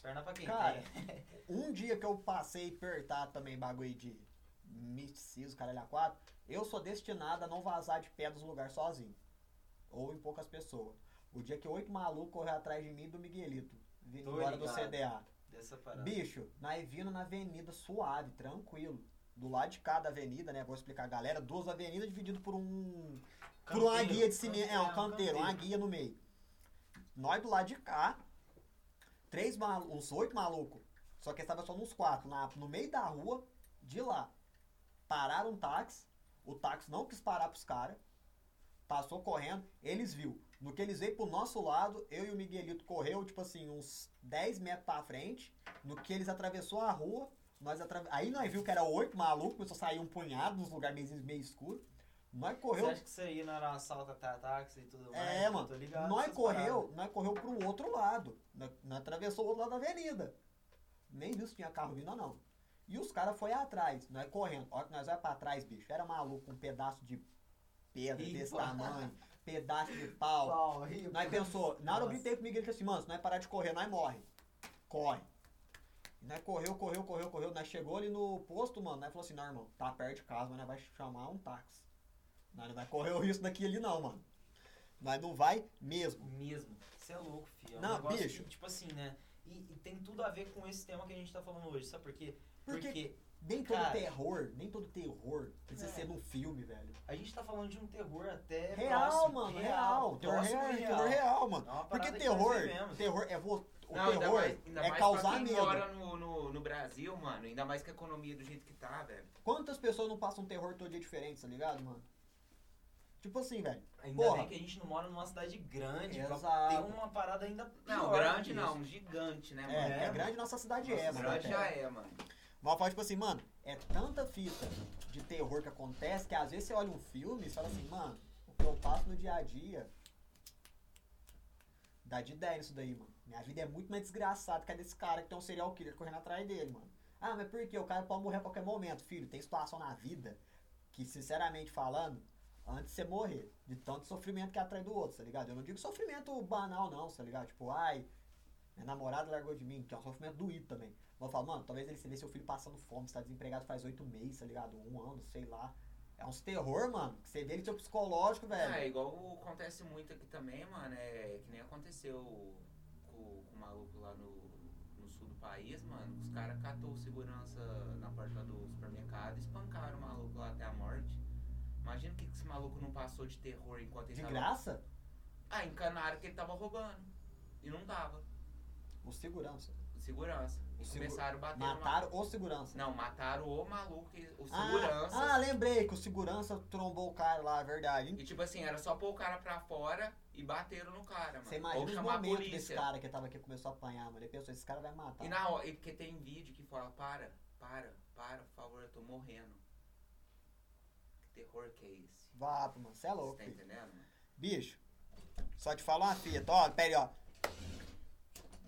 perna pra quem
Cara,
tem.
Um dia que eu passei apertado também, bagulho de misticismo, caralho, a quatro, eu sou destinado a não vazar de pé dos lugares sozinho. Ou em poucas pessoas. O dia que oito malucos correr atrás de mim e do Miguelito, vindo
Tô
embora do
ligado.
CDA.
Dessa parada.
Bicho, nós vindo na avenida suave, tranquilo. Do lado de cada avenida, né? Vou explicar a galera. Duas avenidas divididas por um. por uma
Canteiro,
guia de cimento. É, um
canteiro,
canteiro, uma guia no meio. Nós do lado de cá, três malu uns oito malucos. Só que estava só nos quatro, na, no meio da rua, de lá. Pararam um táxi. O táxi não quis parar pros caras. Passou correndo, eles viu. No que eles veio pro nosso lado, eu e o Miguelito correu, tipo assim, uns 10 metros pra frente. No que eles atravessou a rua, nós atrave... aí nós viu que era oito malucos, começou a sair um punhado nos lugares meio, meio escuro. Nós correu,
Você acha que isso aí não era um assalto até táxi e tudo mais?
É, mano.
Tô ligado
nós
nessas
correu, nós correu pro outro lado. Nós, nós atravessou o outro lado da avenida. Nem viu se tinha carro vindo ou não. E os caras foi atrás, nós correndo. Olha que nós vai pra trás, bicho. Era maluco, um pedaço de pedra
Ih,
desse
pô.
tamanho, pedaço de
paradas.
pau.
Pau, rio.
Nós pensou, na hora eu
Nossa.
gritei comigo, ele disse assim, mano, se nós parar de correr, nós morre. Corre. E nós correu, correu, correu, correu. Nós chegou ali no posto, mano, nós falou assim, não, irmão, tá perto de casa, mas nós vai chamar um táxi. Nós não vai correr o risco daqui ali não, mano. Nós não vai mesmo.
Mesmo. Você é louco, filho. É um
Não,
negócio
bicho.
que, tipo assim, né? E, e tem tudo a ver com esse tema que a gente tá falando hoje. Sabe por quê?
Porque-
Porque
Nem todo
Cara.
terror, nem todo terror precisa
É.
ser num filme, velho.
A gente tá falando de um terror até.
Real,
próximo,
mano, real. Terror
próximo
real,
e
terror real, mano.
É uma
Porque
parada que nós
terror,
vivemos.
terror é vo... o
Não, ainda
terror
mais- ainda mais
é
pra
causar
quem
medo.
mora no, no, no Brasil, mano, ainda mais que a economia do jeito que tá, velho.
Quantas pessoas não passam um terror todo dia diferente, tá ligado, mano? Tipo assim, velho.
Ainda
Porra.
bem que a gente não mora numa cidade grande. pra
Exato.
ter uma parada ainda. Pior
Não, grande
que isso.
não, gigante, né, mano?
É,
É,
é grande nossa cidade
Nossa,
é, mano.
grande
até.
já é, mano.
Mas fala, tipo assim, mano, é tanta fita de terror que acontece que às vezes você olha um filme e fala assim, mano, o que eu passo no dia a dia dá de 10 nisso daí, mano. Minha vida é muito mais desgraçada que a desse cara que tem um serial killer correndo atrás dele, mano. Ah, mas por quê? O cara pode morrer a qualquer momento, filho. Tem situação na vida que, sinceramente falando, antes de você morrer, de tanto sofrimento que é atrás do outro, tá ligado? Eu não digo sofrimento banal, não, tá ligado? Tipo, ai, minha namorada largou de mim, que é um sofrimento doído também. Vou falar, mano, talvez ele se vê seu filho passando fome, você tá desempregado faz oito meses, tá ligado? Um ano, sei lá. É uns terror, mano, que você vê ele seu psicológico, velho.
É, igual o- acontece muito aqui também, mano, é que nem aconteceu com, com o maluco lá no, no sul do país, mano. Os caras catou o segurança na porta do supermercado e espancaram o maluco lá até a morte. Imagina o que, que esse maluco não passou de terror enquanto ele tá
de
tava.
graça?
Ah, encanaram que ele tava roubando. E não tava.
O segurança.
Segurança. E
O segu-
começaram a bater no maluco.
Mataram o segurança.
Não, mataram o maluco, e- o
Ah,
segurança.
Ah, lembrei que o segurança trombou o cara lá, é verdade. hein?
E tipo assim, era só pôr o cara pra fora e bateram no cara, mano.
Você imagina
Ou
os
chamar a
momentos
polícia.
desse cara que tava aqui e começou a apanhar, mano. Ele pensou, esse cara vai matar.
E na hora, e porque tem vídeo que fala, para, para, para, por favor, eu tô morrendo. Que terror que é esse?
Vá, mano, você é louco.
Você tá
filho.
entendendo? mano?
Bicho, só te falar uma fita, ó, pera aí, ó.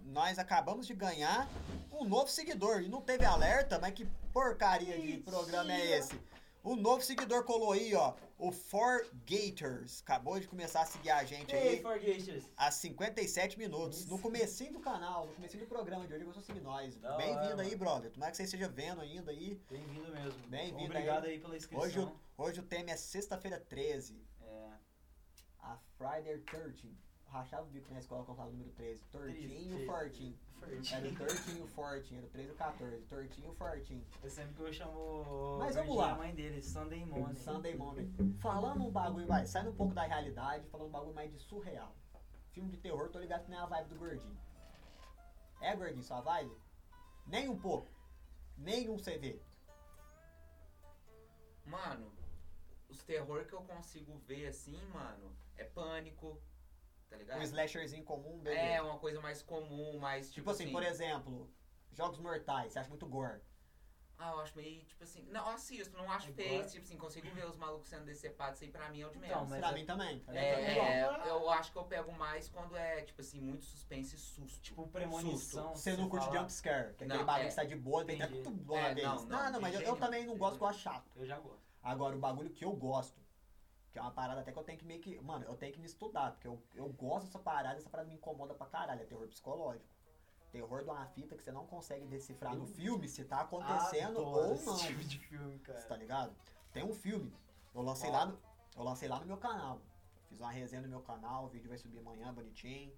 Nós acabamos de ganhar um novo seguidor. E não teve alerta, mas que porcaria de
Mentira.
programa é esse? Um novo seguidor colou aí, ó. O For Gators. Acabou de começar a seguir a gente
Ei,
aí.
Forgaters.
Há 57 minutos.
Isso.
No comecinho do canal, no comecinho do programa de hoje, você seguir nós.
Da
Bem-vindo
hora,
aí,
mano.
brother. Tomara que você esteja vendo ainda aí.
Bem-vindo mesmo.
Bem-vindo
Obrigado aí, pela inscrição.
Hoje o, hoje o tema é sexta-feira 13.
É.
A Friday 13. Rachava o bico na escola quando falava o número 13. Tortinho,
Treze.
fortinho. Era o tortinho, fortinho. Era o 13 ou 14. Tortinho, fortinho.
Eu É sempre que eu chamo o
Mas vamos
Gordinho,
lá.
a mãe dele, Sunday Morning.
Sunday Morning. Falando um bagulho, vai, saindo um pouco da realidade, falando um bagulho mais de surreal. Filme de terror, tô ligado que não é a vibe do gordinho. É, gordinho, sua vibe? Nem um pouco. Nem um CV.
Mano, os terror que eu consigo ver assim, mano, é pânico, tá ligado?
Um slasherzinho comum, beleza.
É uma coisa mais comum, mais
tipo assim, por
exemplo.
exemplo, Jogos Mortais, você acha muito gore.
Ah, eu acho meio, tipo assim. Não, eu assisto, não acho
Igual.
feio, tipo assim, consigo ver os malucos sendo decepados, isso aí pra mim é o de menos.
Então, mas
pra
é-
mim também. tá pra mim também.
É,
Igual.
eu acho que eu pego mais quando é, tipo assim, muito suspense e susto.
Tipo, premonição.
Você
se
não curte
falar.
jumpscare, que é
Não,
aquele bagulho
é.
que sai de boa, vem até
Entendi.
tudo de uma
É,
vez.
não,
Não,
não,
não, mas
de
eu,
jeito
eu também não
nenhum.
gosto, que eu acho chato.
Eu já gosto.
Agora, o bagulho que eu gosto, que é uma parada até que eu tenho que meio que. Mano, eu tenho que me estudar, porque eu, eu gosto dessa parada, essa parada me incomoda pra caralho, é terror psicológico. Terror de uma fita que você não consegue decifrar no
Eu
filme se tá acontecendo
Adoro
ou
esse
não.
tipo de filme,
Você
cara.
tá ligado? Tem um filme. Eu lancei, lá no, eu lancei lá no meu canal. Fiz uma resenha no meu canal, o vídeo vai subir amanhã, bonitinho.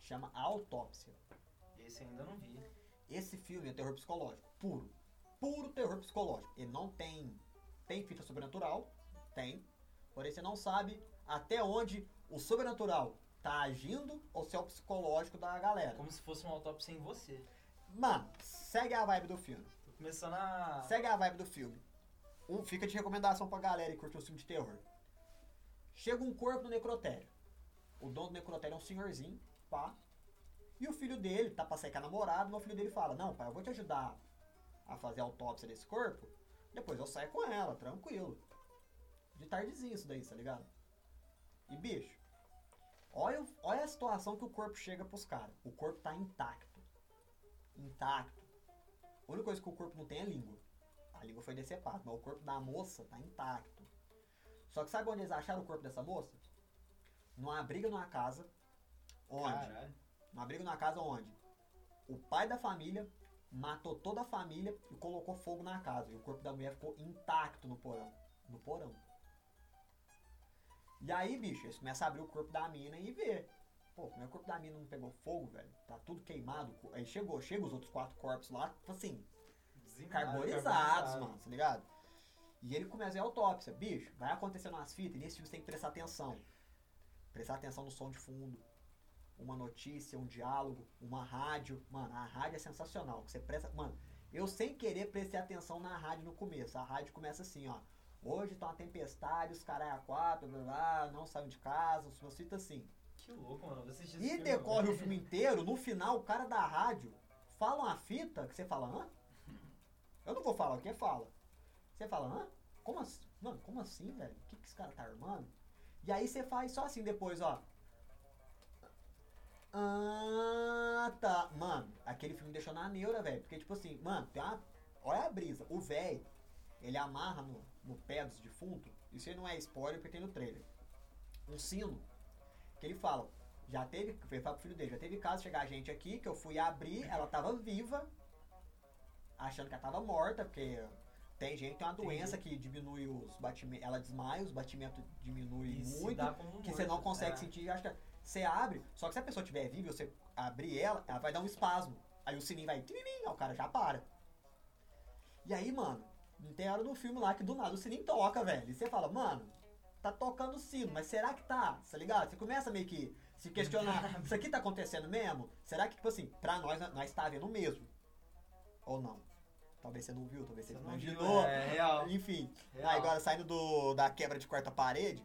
Chama Autópsia.
Esse ainda não vi.
Esse filme é terror psicológico, puro. Puro terror psicológico. Ele não tem. Tem fita sobrenatural? Tem. Porém, você não sabe até onde o sobrenatural tá agindo ou se é o psicológico da galera.
Como se fosse uma autópsia em você.
Mano, segue a vibe do filme.
Tô começando a.
Segue a vibe do filme. Um, fica de recomendação pra galera que curte um filme de terror. Chega um corpo no necrotério. O dono do necrotério é um senhorzinho, pá. E o filho dele tá pra sair com a namorada, mas o filho dele fala, não, pai, eu vou te ajudar a fazer a autópsia desse corpo, depois eu saio com ela, tranquilo. De tardezinho isso daí, tá ligado? E bicho, olha, o- olha a situação que o corpo chega pros caras. O corpo tá intacto. Intacto. A única coisa que o corpo não tem é língua. A língua foi decepada, mas o corpo da moça tá intacto. Só que sabe onde eles acharam o corpo dessa moça? Numa briga numa casa. Onde?
Caralho.
Um abrigo na casa onde o pai da família matou toda a família e colocou fogo na casa. E o corpo da mulher ficou intacto no porão. No porão. E aí, bicho, eles começam a abrir o corpo da mina e ver. Pô, como é que o corpo da mina não pegou fogo, velho? Tá tudo queimado. Aí chegou, chega os outros quatro corpos lá, tipo assim,
Dizimado,
carbonizados,
carbonizado.
mano, tá ligado? E ele começa a autópsia. Bicho, vai acontecendo umas fitas e nesse filme você tem que prestar atenção. Prestar atenção no som de fundo, uma notícia, um diálogo, uma rádio. Mano, a rádio é sensacional. que Você presta. Mano, eu sem querer prestei atenção na rádio no começo. A rádio começa assim, ó. Hoje tá uma tempestade, os caras a quatro, blá, blá, blá, não saiu de casa, os meus fitas assim.
Que é louco, mano. Você assistiu
E decorre o filme inteiro, no final, o cara da rádio fala uma fita que você fala, hã? Eu não vou falar o que fala. Você fala, hã? Como assim? Mano, como assim, velho? O que, que esse cara tá armando? E aí você faz só assim depois, ó. Ah, tá. Mano, aquele filme me deixou na neura, velho. Porque, tipo assim, mano, tem uma. Olha a brisa. O velho, ele amarra no, no pé dos defuntos. Isso aí não é spoiler porque tem no trailer. Um sino. Que ele fala, já teve, foi pro filho dele, já teve caso chegar a gente aqui, que eu fui abrir, ela tava viva, achando que ela tava morta, porque tem gente que tem uma
Entendi.
doença que diminui os batimentos, ela desmaia, os batimentos diminuem muito, que você
você
não consegue sentir, eu acho que você abre, só que se a pessoa tiver viva, e você abrir ela, ela vai dar um espasmo. Aí o sininho vai, tiririm, aí o cara já para. E aí, mano, não tem hora do filme lá que do nada o sininho toca, velho. E você fala, mano, tá tocando o sino, mas será que tá? Tá ligado? Você começa meio que se questionar, isso aqui tá acontecendo mesmo? Será que, tipo assim, pra nós, nós tá vendo mesmo? Ou não? Talvez você não viu, talvez você,
Você não viu,
imaginou.
é real.
Enfim,
real.
ah, agora saindo do, da quebra de quarta parede,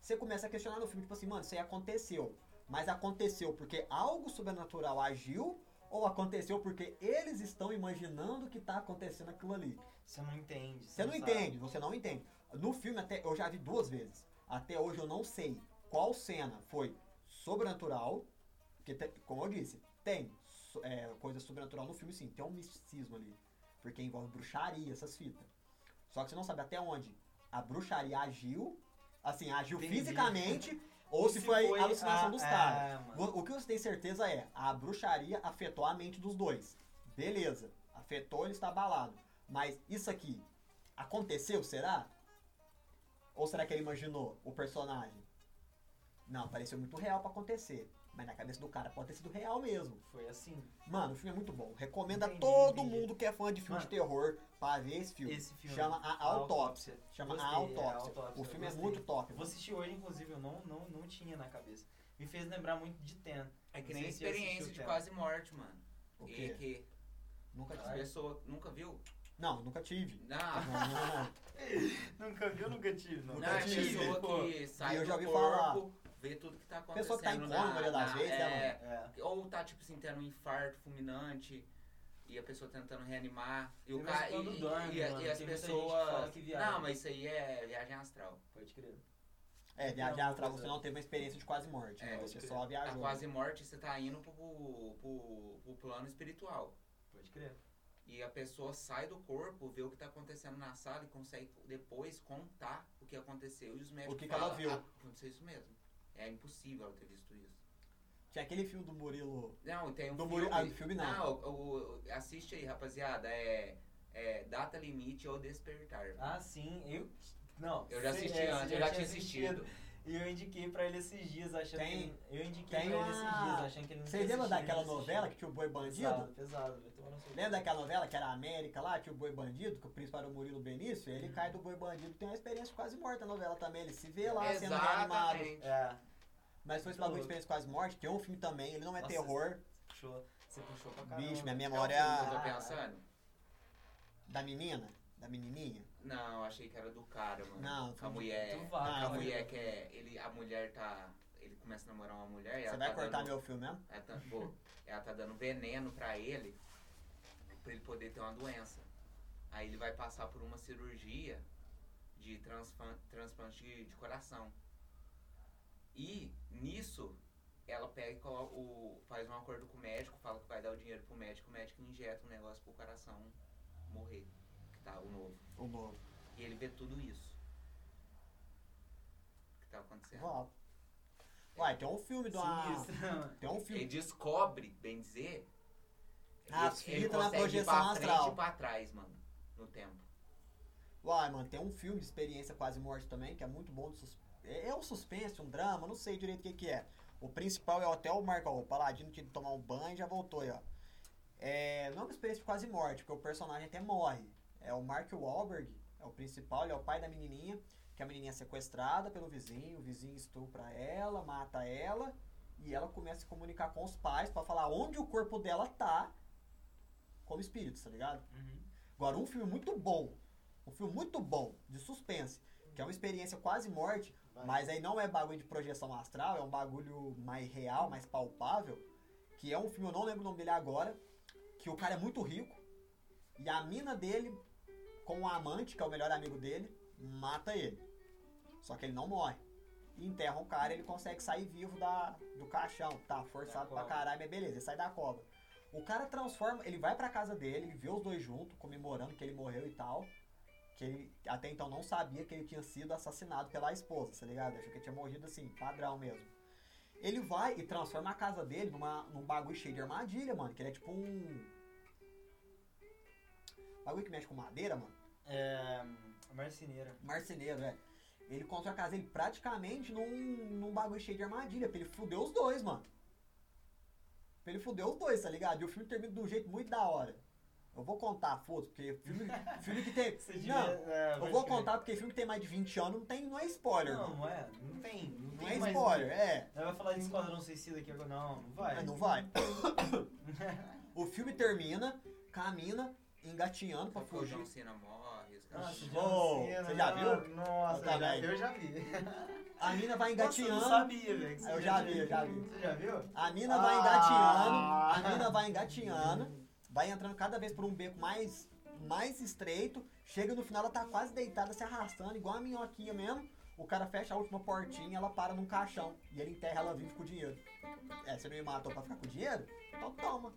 você começa a questionar no filme, tipo assim, mano, isso aí aconteceu. Mas aconteceu porque algo sobrenatural agiu ou aconteceu porque eles estão imaginando que tá acontecendo aquilo ali?
Você não entende.
Você não
sabe.
entende, você não entende. No filme, até eu já vi duas vezes. Até hoje eu não sei qual cena foi sobrenatural, porque, te- como eu disse, tem so- é, coisa sobrenatural no filme, sim, tem um misticismo ali. Porque envolve bruxaria, essas fitas. Só que você não sabe até onde a bruxaria agiu, assim, agiu
Entendi.
fisicamente, ou se, foi, a alucinação
ah,
dos
é,
caras.
mano.
O o que você tem certeza é, a bruxaria afetou a mente dos dois. Beleza, afetou, ele está abalado. Mas isso aqui aconteceu, será? Ou será que ele imaginou o personagem? Não, pareceu muito real pra acontecer. Mas na cabeça do cara pode ter sido real mesmo.
Foi assim.
Mano, o filme é muito bom. Recomendo a
Entendi,
todo
entendi.
mundo que é fã de filme
Mano,
de terror pra ver esse filme.
Esse filme. é
Chama A Autópsia. Chama A
Gostei, é,
Autópsia.
Autópsia,
O filme é
gostei.
muito top.
Eu vou assistir hoje, inclusive, eu não, não, não tinha na cabeça. Me fez lembrar muito de Ten.
É que
Não
nem
sei se eu assisti
experiência
o
de
tema.
quase morte, mano.
O
E
quê?
que
Nunca
as
tive.
pessoas nunca viu?
Não, nunca tive. Não,
Não.
não, não.
Nunca vi, eu nunca tive.
Não,
Não.
Nunca
é a
tive.
pessoa
Pô.
que sai
eu já
do
ouvi
corpo, vê tudo que tá acontecendo.
Pessoa que tá em coma,
na-
a maioria das
na-
vezes, né,
é,
É.
Ou tá, tipo assim, tendo um infarto fulminante. e a pessoa tentando reanimar. E, o
Tem
cara,
vezes quando
e,
dorme,
e, a-
mano,
e as
tem muita gente que fala
pessoas.
que viaja.
Não, mas isso aí é viagem astral.
Pode crer.
É,
Não,
viajar atrás,
pois
você
é.
não teve uma experiência de quase morte.
É,
você
pode
só
A
viajou.
quase morte você tá indo pro, pro, pro plano espiritual.
Pode crer.
E a pessoa sai do corpo, vê o que tá acontecendo na sala e consegue depois contar o que aconteceu. E os médicos
que que ela
falam,
viu?"
"Ah, aconteceu isso mesmo. É impossível ela ter visto isso.
Tinha aquele filme do Murilo.
Não, tem um
Do
filme.
Muri- ah, do filme não.
o- o- assiste aí, rapaziada. É, é Data Limite ou Despertar.
Ah, sim, eu. Não.
eu já
sei,
assisti
é,
antes,
você
eu já tinha assistido.
E eu indiquei pra ele esses dias, achando
Tem-
que. Eu indiquei
tem
pra
uma-
ele esses dias, achando que ele não
Vocês
tinha
lembram
assistido,
daquela
ele assistiu.
novela que tinha o Boi Bandido?
Pesado, pesado. vai tomar no seu cu.
Lembra daquela novela que era América lá, tinha o Boi Bandido, que o príncipe era o Murilo Benício? Ele cai do Boi Bandido, tem uma experiência quase morta na novela também. Ele se vê lá Tá sendo reanimado.
Exatamente.
É,
Mas foi esse bagulho de experiência quase morte, tem um filme também, ele não é
Nossa,
terror.
puxou. Você puxou pra caramba. um
Bicho, minha
É o filme que eu
memória
tô pensando?
da menina, da menininha.
Não, achei que era do cara, mano.
Não,
Hum, a
foi-
mulher.
Tu vai,
Ah,
A
cara.
mulher que é. Ele, a mulher tá. Ele começa a namorar uma mulher e
Você
ela
vai
tá
cortar
dando,
meu filme mesmo?
Ela tá, pô, ela tá dando veneno pra ele, pra ele poder ter uma doença. Aí ele vai passar por uma cirurgia de transfan- transplante de, de coração. E nisso, ela pega e coloca o, faz um acordo com o médico, fala que vai dar o dinheiro pro médico, o médico injeta um negócio pro coração morrer, que tá o novo.
O novo.
E ele vê tudo isso. O que tá acontecendo.
Vou. Uai, tem um filme do. uma.
Sinistra, mano.
Tem um
Ele
filme.
descobre, bem dizer. ele-
Ah,
ele
fita na
consegue ir
projeção
pra frente
astral.
e pra trás, mano. No tempo.
Uai, mano, tem um filme de experiência quase morte também, que é muito bom. de sus- É é um suspense, um drama, não sei direito o que, que é. O principal é o hotel Marco. O Paladino tinha que tomar um banho e já voltou aí, ó. É, não é uma experiência de quase morte, porque o personagem até morre. É o Mark Wahlberg, é o principal, ele é o pai da menininha, que a menininha é sequestrada pelo vizinho, o vizinho estupra ela, mata ela, e ela começa a se comunicar com os pais pra falar onde o corpo dela tá, como espírito, tá ligado?
Uhum.
Agora, um filme muito bom, um filme muito bom, de suspense, que é uma experiência quase morte,
Vai.
mas aí não é bagulho de projeção astral, é um bagulho mais real, mais palpável, que é um filme, eu não lembro o nome dele agora, que o cara é muito rico, e a mina dele, com o amante, que é o melhor amigo dele, mata ele. Só que ele não morre. E enterra o cara, ele consegue sair vivo da, do caixão, tá forçado
Da
pra
cova.
caralho, mas beleza, ele sai da cobra. O cara transforma, ele vai pra casa dele, ele vê os dois juntos, comemorando que ele morreu e tal. Que ele até então não sabia que ele tinha sido assassinado pela esposa, tá ligado? Achou que ele tinha morrido assim, padrão mesmo. Ele vai e transforma a casa dele numa, num bagulho cheio de armadilha, mano. Que ele é tipo um. Bagulho que mexe com madeira, mano.
É. a Marceneira.
Marceneiro, é. Ele constrói a casa dele praticamente num, num bagulho cheio de armadilha. Pra ele fuder os dois, mano. Pra ele fuder os dois, tá ligado? E o filme termina de um jeito muito da hora. Eu vou contar, foda-se, porque filme, filme que tem.
Você devia-
Não,
é,
eu
pode
vou
crer.
contar porque filme que tem mais de 20 anos não, tem, não é spoiler,
Não,
não.
não é. Não tem. Não,
Não
tem
é
mais
spoiler, é.
Ela vai falar de Esquadrão Suicida aqui agora. Não, não vai.
Mas não vai. o filme termina, caminha, engatinhando pra
Tá
Só que o John
fugir. Ah,
Cena morre, os caras-
Nossa,
Uou,
John Cena,
você já
não,
viu? Eu
Nossa, eu, já,
também.
eu já vi.
A mina vai
Nossa, eu
engatinhando.
não sabia, velho. que você
Eu já vi, eu já vi.
Você já viu?
A mina vai engatinhando,
Ah.
a mina vai engatinhando, vai entrando cada vez por um beco mais, mais estreito, chega no final, ela tá quase deitada, se arrastando, igual a minhoquinha mesmo. O cara fecha a última portinha, ela para num caixão e ele enterra ela viva com o dinheiro. É, você não me matou pra ficar com o dinheiro? Então toma.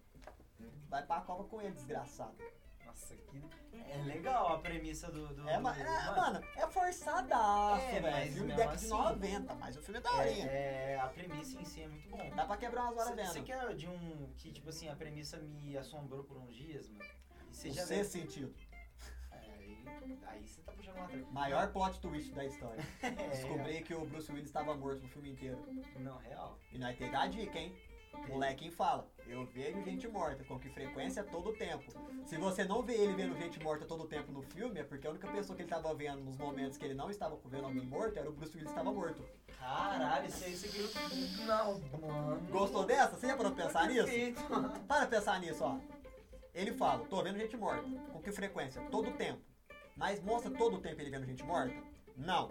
Vai pra cova com ele, desgraçado.
Nossa, que... É legal a premissa do... do
É, ma-
do-
é,
mano,
mano, é forçadaço,
É,
velho.
mas
Filme
mesmo
década de
assim-
90, mas o filme é daorinha.
é, é, a premissa em si é muito bom.
Dá pra quebrar umas horas
Você
vendo.
quer de um... Que, tipo assim, a premissa me assombrou por uns dias, mano. E você
O
já É,
sexto sentido.
Aí, aí você tá puxando uma treta.
Maior plot twist da história.
É,
Descobri que o Bruce Willis estava morto no filme inteiro.
Não, real.
E nós teve a dica, hein? Molequinho fala, eu vejo gente morta, com que frequência todo o tempo. Se você não vê ele vendo gente morta todo o tempo no filme, é porque a única pessoa que ele estava vendo nos momentos que ele não estava vendo alguém morto era o Bruce Willis que estava morto.
Caralho, isso aí você viu... Não, mano.
Gostou dessa? Você já parou pra pensar nisso?
Perfeito, mano.
Para pensar nisso, ó. Ele fala, tô vendo gente morta. Com que frequência? Todo o tempo. Mas mostra todo o tempo ele vendo gente morta? Não.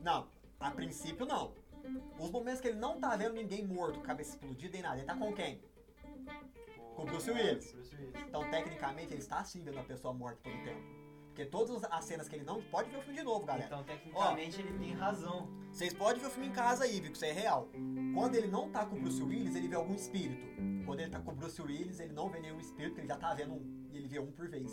Não. A princípio, não. Os momentos que ele não tá vendo ninguém morto, cabeça explodida e nada, ele tá com quem? Com o Bruce Willis.
Bruce Willis.
Então, tecnicamente, ele está assim vendo a pessoa morta todo o tempo. Porque todas as cenas que ele não... Pode ver o filme de novo, galera.
Então, tecnicamente, ele tem razão.
Vocês podem ver o filme em casa aí, viu? Que isso é real. Quando ele não tá com o Bruce Willis, ele vê algum espírito. Quando ele tá com o Bruce Willis, ele não vê nenhum espírito, ele já tá vendo um. E ele vê um por vez.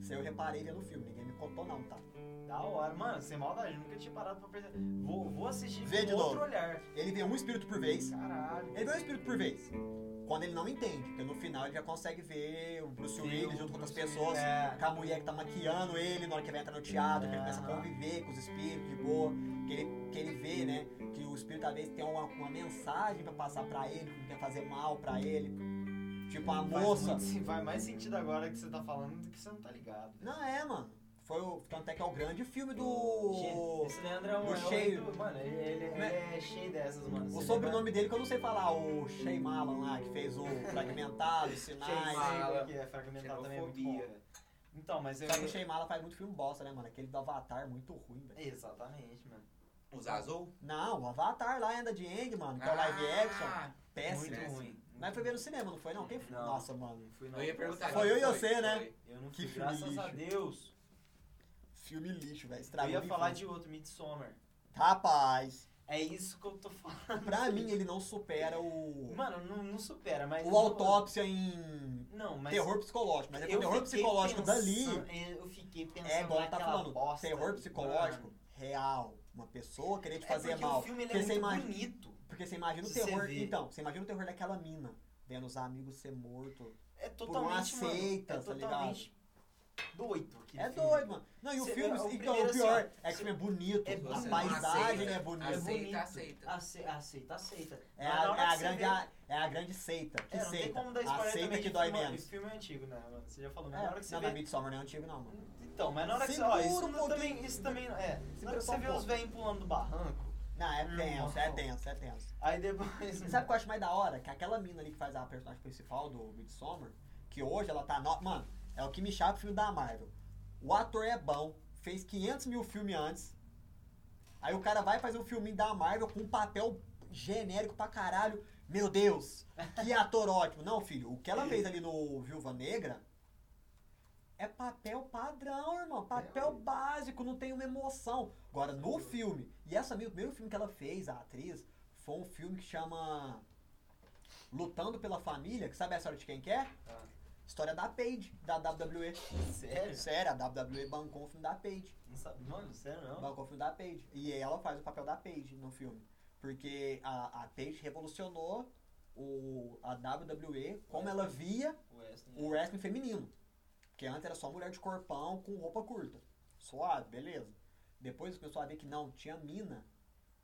Isso aí eu reparei vendo o filme. Ninguém me contou não, tá?
Da hora. Mano, sem maldade, eu nunca tinha parado pra perceber. Vou, vou assistir
Vê
com
de
outro
novo.
olhar.
Ele vê um espírito por vez.
Caralho.
Ele vê um espírito por vez. Quando ele não entende, porque no final ele já consegue ver o Bruce
Sim,
Willis
o
junto com outras
Bruce
pessoas,
Willis, é.
com a mulher que tá maquiando ele na hora que ele vai entrar no teatro, que ele começa a
Aham.
conviver com os espíritos de boa, que ele, que ele vê, né, que o espírito às vezes tem uma, uma mensagem pra passar pra ele, que não quer fazer mal pra ele. Tipo, a
Faz
moça.
muito sen- Faz mais sentido agora que você tá falando do que você não tá ligado.
Não é, mano. Foi o. Tanto é que é o grande filme do.
Esse Leandro é um.
do
é um-
cheio.
Mano, ele, ele- ele é cheio dessas, mano.
O
Você
sobrenome dele que eu não sei falar, o Sheimalan lá, que fez o Fragmentado,
lembra- Cheio,
Sinais.
Shyamalan.
sei, que é fragmentado também. É muito bom,
Xenofobia.
velho. Então, mas eu.
Só que o Sheimala faz muito filme bosta, né, mano? Aquele do Avatar muito ruim, velho.
Exatamente, mano.
Os azul?
Não, o Avatar lá ainda de Eng, mano, que é o live action.
Ah,
Péssimo.
Muito
péssimo.
ruim.
Mas foi ver no cinema, não foi não? Quem foi?
Não.
Nossa, mano.
Fui na
Eu ia perguntar.
Foi eu e
quem
você, né?
foi.
Eu não
Que
fui,
filme
graças a
lixo.
Deus.
Filme lixo, velho.
Eu
Estragou.
ia
minha
falar
infância.
de outro, Midsommar.
Rapaz,
É isso que eu tô falando.
pra mim ele não supera o.
Mano, não, não supera, mas.
O autópsia em.
Não, mas.
Terror psicológico. Mas é que o
eu
terror
fiquei
psicológico dali.
pensando- Eu fiquei pensando
É igual tá
naquela
falando,
bosta.
terror psicológico
Mano,
real. Uma pessoa querer te
é
fazer
porque
mal.
O filme ele é
Porque
muito
você imagina-
bonito.
Porque você imagina o
Se você
terror.
vê.
Então, você imagina o terror daquela mina. Vendo os amigos ser morto.
É
uma
totalmente, mano,
seita,
é
tá
totalmente doido aquele
é
filme.
doido, mano. Não, e o
Cê-
filme.
é o
então,
primeiro,
o pior
assim, ó,
é que o filme é bonito.
é
a
Você não
paisagem é
aceita.
bonita.
bonito.
Aceita, aceita.
Ace- Aceita, aceita.
É,
Mas
a,
na hora
é a
que você
grande,
vê-
a- é a grande seita. Que
É, não tem
seita.
como dar
a
spoiler
seita
também
que
de
dói
filme,
menos.
Esse filme é antigo, né, mano? Você já falou, mas
É,
na hora que você
não,
vê...
mas Midsommar não é antigo, não, mano.
Então, mas na hora que você...
Segura
Ó, isso
um
não- também...
pouquinho.
Isso também... não- É, na hora que você
só um
vê
pouco.
os velhos pulando do barranco,
Não, é
Hum,
tenso, é
não.
tenso, é tenso.
aí depois...
Você sabe o que eu acho mais da hora? Que aquela mina ali que faz a personagem principal do Midsommar, que hoje ela tá. No... Mano, é o que me chama o filme da Marvel. O ator é bom, fez 500 mil filmes antes. Aí o cara vai fazer um filminho da Marvel com um papel genérico pra caralho. Meu Deus, que ator ótimo. Não, filho, o que ela fez ali no Viúva Negra é papel padrão, irmão. Papel básico, não tem uma emoção. Agora, no filme, e essa minha- o primeiro filme que ela fez, a atriz, foi um filme que chama Lutando pela Família, que sabe a história de quem que é?
Ah.
História da Paige, da WWE.
Sério?
Sério, a WWE bancou o filme da Paige.
Não sabe... Mano, sério, não?
Bancou o filme da Paige. E ela faz o papel da Paige no filme. Porque a, a Paige revolucionou o, a WWE, como ela via
Wesley.
o wrestling feminino. Porque antes era só mulher de corpão com roupa curta. Suave, beleza. Depois o pessoal vê que não, tinha mina,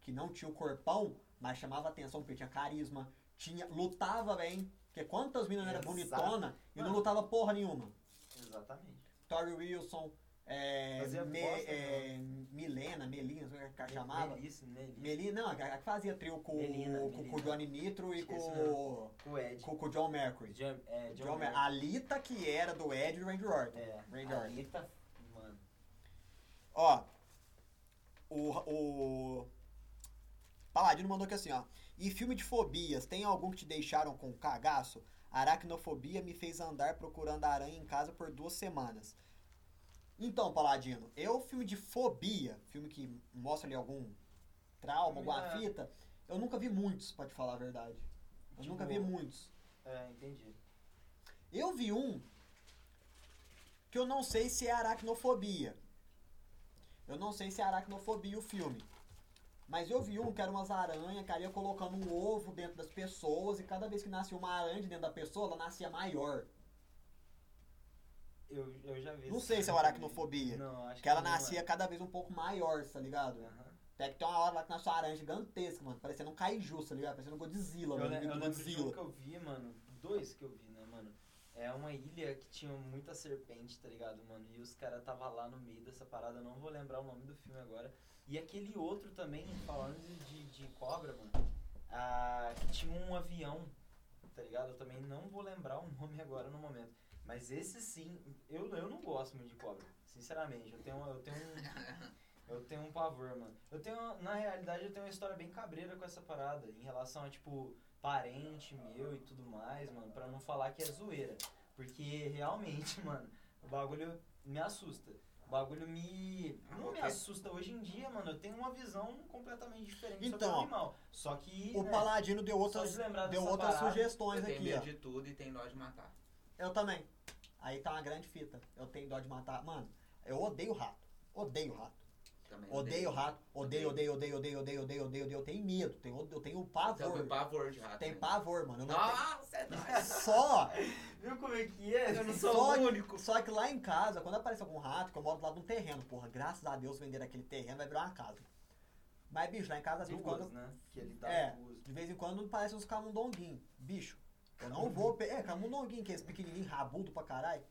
que não tinha o corpão, mas chamava atenção porque tinha carisma, tinha, lutava bem. Porque quantas minas não eram
Exato.
bonitona e não
Mano.
lutava porra nenhuma?
é- Exatamente.
Tori Wilson, é,
Fazia
Me-
bosta, né?
é, Milena, Melina, não sei o que ela chamava.
Melissa, Melissa.
Melina, não, a que fazia trio com,
Melina,
com-
Melina.
com o Johnny Nitro e
Esqueci
com,
Com o Ed.
com, com o John Mercury.
John, é,
John Mer- a Lita que era do Ed e do Randy Orton.
É,
Ray Jordan.
aí tá... Mano...
Ó, o, o Paladino mandou aqui assim, ó. E filme de fobias, tem algum que te deixaram com cagaço? Aracnofobia me fez andar procurando aranha em casa por duas semanas. Então, Paladino, eu filme de fobia, filme que mostra ali algum trauma, alguma
Filme da-
fita, eu nunca vi muitos, pra te falar a verdade. Eu
Tipo,
nunca vi muitos.
É, entendi.
Eu vi um que eu não sei se é aracnofobia. Eu não sei se é aracnofobia o filme. Mas eu vi um que era umas aranhas que ela ia colocando um ovo dentro das pessoas e cada vez que nascia uma aranha de dentro da pessoa, ela nascia maior.
Eu, eu já vi.
Não
esse
sei se é o
filme.
aracnofobia.
Não, acho
Que ela
não é.
nascia cada vez um pouco maior, tá ligado?
Aham.
Até que tem uma hora lá que nasceu uma aranha gigantesca, mano. Parecendo um kaiju, tá ligado? Parecendo um
Eu,
Godzilla,
le- eu
mano. um
lembro de um
Godzilla.
que eu vi, mano. Dois que eu vi, né, mano? É uma ilha que tinha muita serpente, tá ligado, mano? E os caras tava lá no meio dessa parada, eu não vou lembrar o nome do filme agora. E aquele outro também, falando de, de, de cobra, mano. Ah, que tinha um avião, tá ligado? Eu também não vou lembrar o nome agora no momento. Mas esse sim, eu, eu não gosto muito de cobra, sinceramente. Eu tenho, eu tenho um. Eu tenho um pavor, mano. Eu tenho, na realidade, eu tenho uma história bem cabreira com essa parada, em relação a, tipo, parente meu e tudo mais, mano, pra não falar que é zoeira. Porque realmente, mano, o bagulho me assusta. O bagulho me.
Ah,
Não me
ok.
assusta hoje em dia, mano. Eu tenho uma visão completamente diferente
Então,
sobre o
ó,
animal. Só que.
O
né,
Paladino deu
só
outras,
de lembrar
deu
dessa
outras
parada,
sugestões
Eu tenho
aqui,
medo
ó.
de tudo e tenho dó de matar.
Eu também. Aí tá uma grande fita. Eu tenho dó de matar. Mano, eu odeio rato. Odeio rato.
Também
Odeio rato. Odeio, odeio, odeio, odeio, odeio, odeio, odeio. Eu tenho medo. Tenho, eu tenho pavor.
Também pavor de rato.
Tem
pavor.
pavor, mano. Eu não tenho-
Nossa, é nóis.
Só,
Viu como é que é? Eu não sou
Só-
o único.
só que lá em casa, quando aparece algum rato, que eu moro do lado de um terreno, porra, graças a Deus venderam aquele terreno, vai virar uma casa. Mas, bicho, lá em casa, de vez em quando,
Duas, né? Que ele tá
É.
duas.
de vez em quando parece uns camundonguinhos. Bicho, eu não vou. pe- É, camundonguinho, que é esse pequenininho rabudo pra caralho.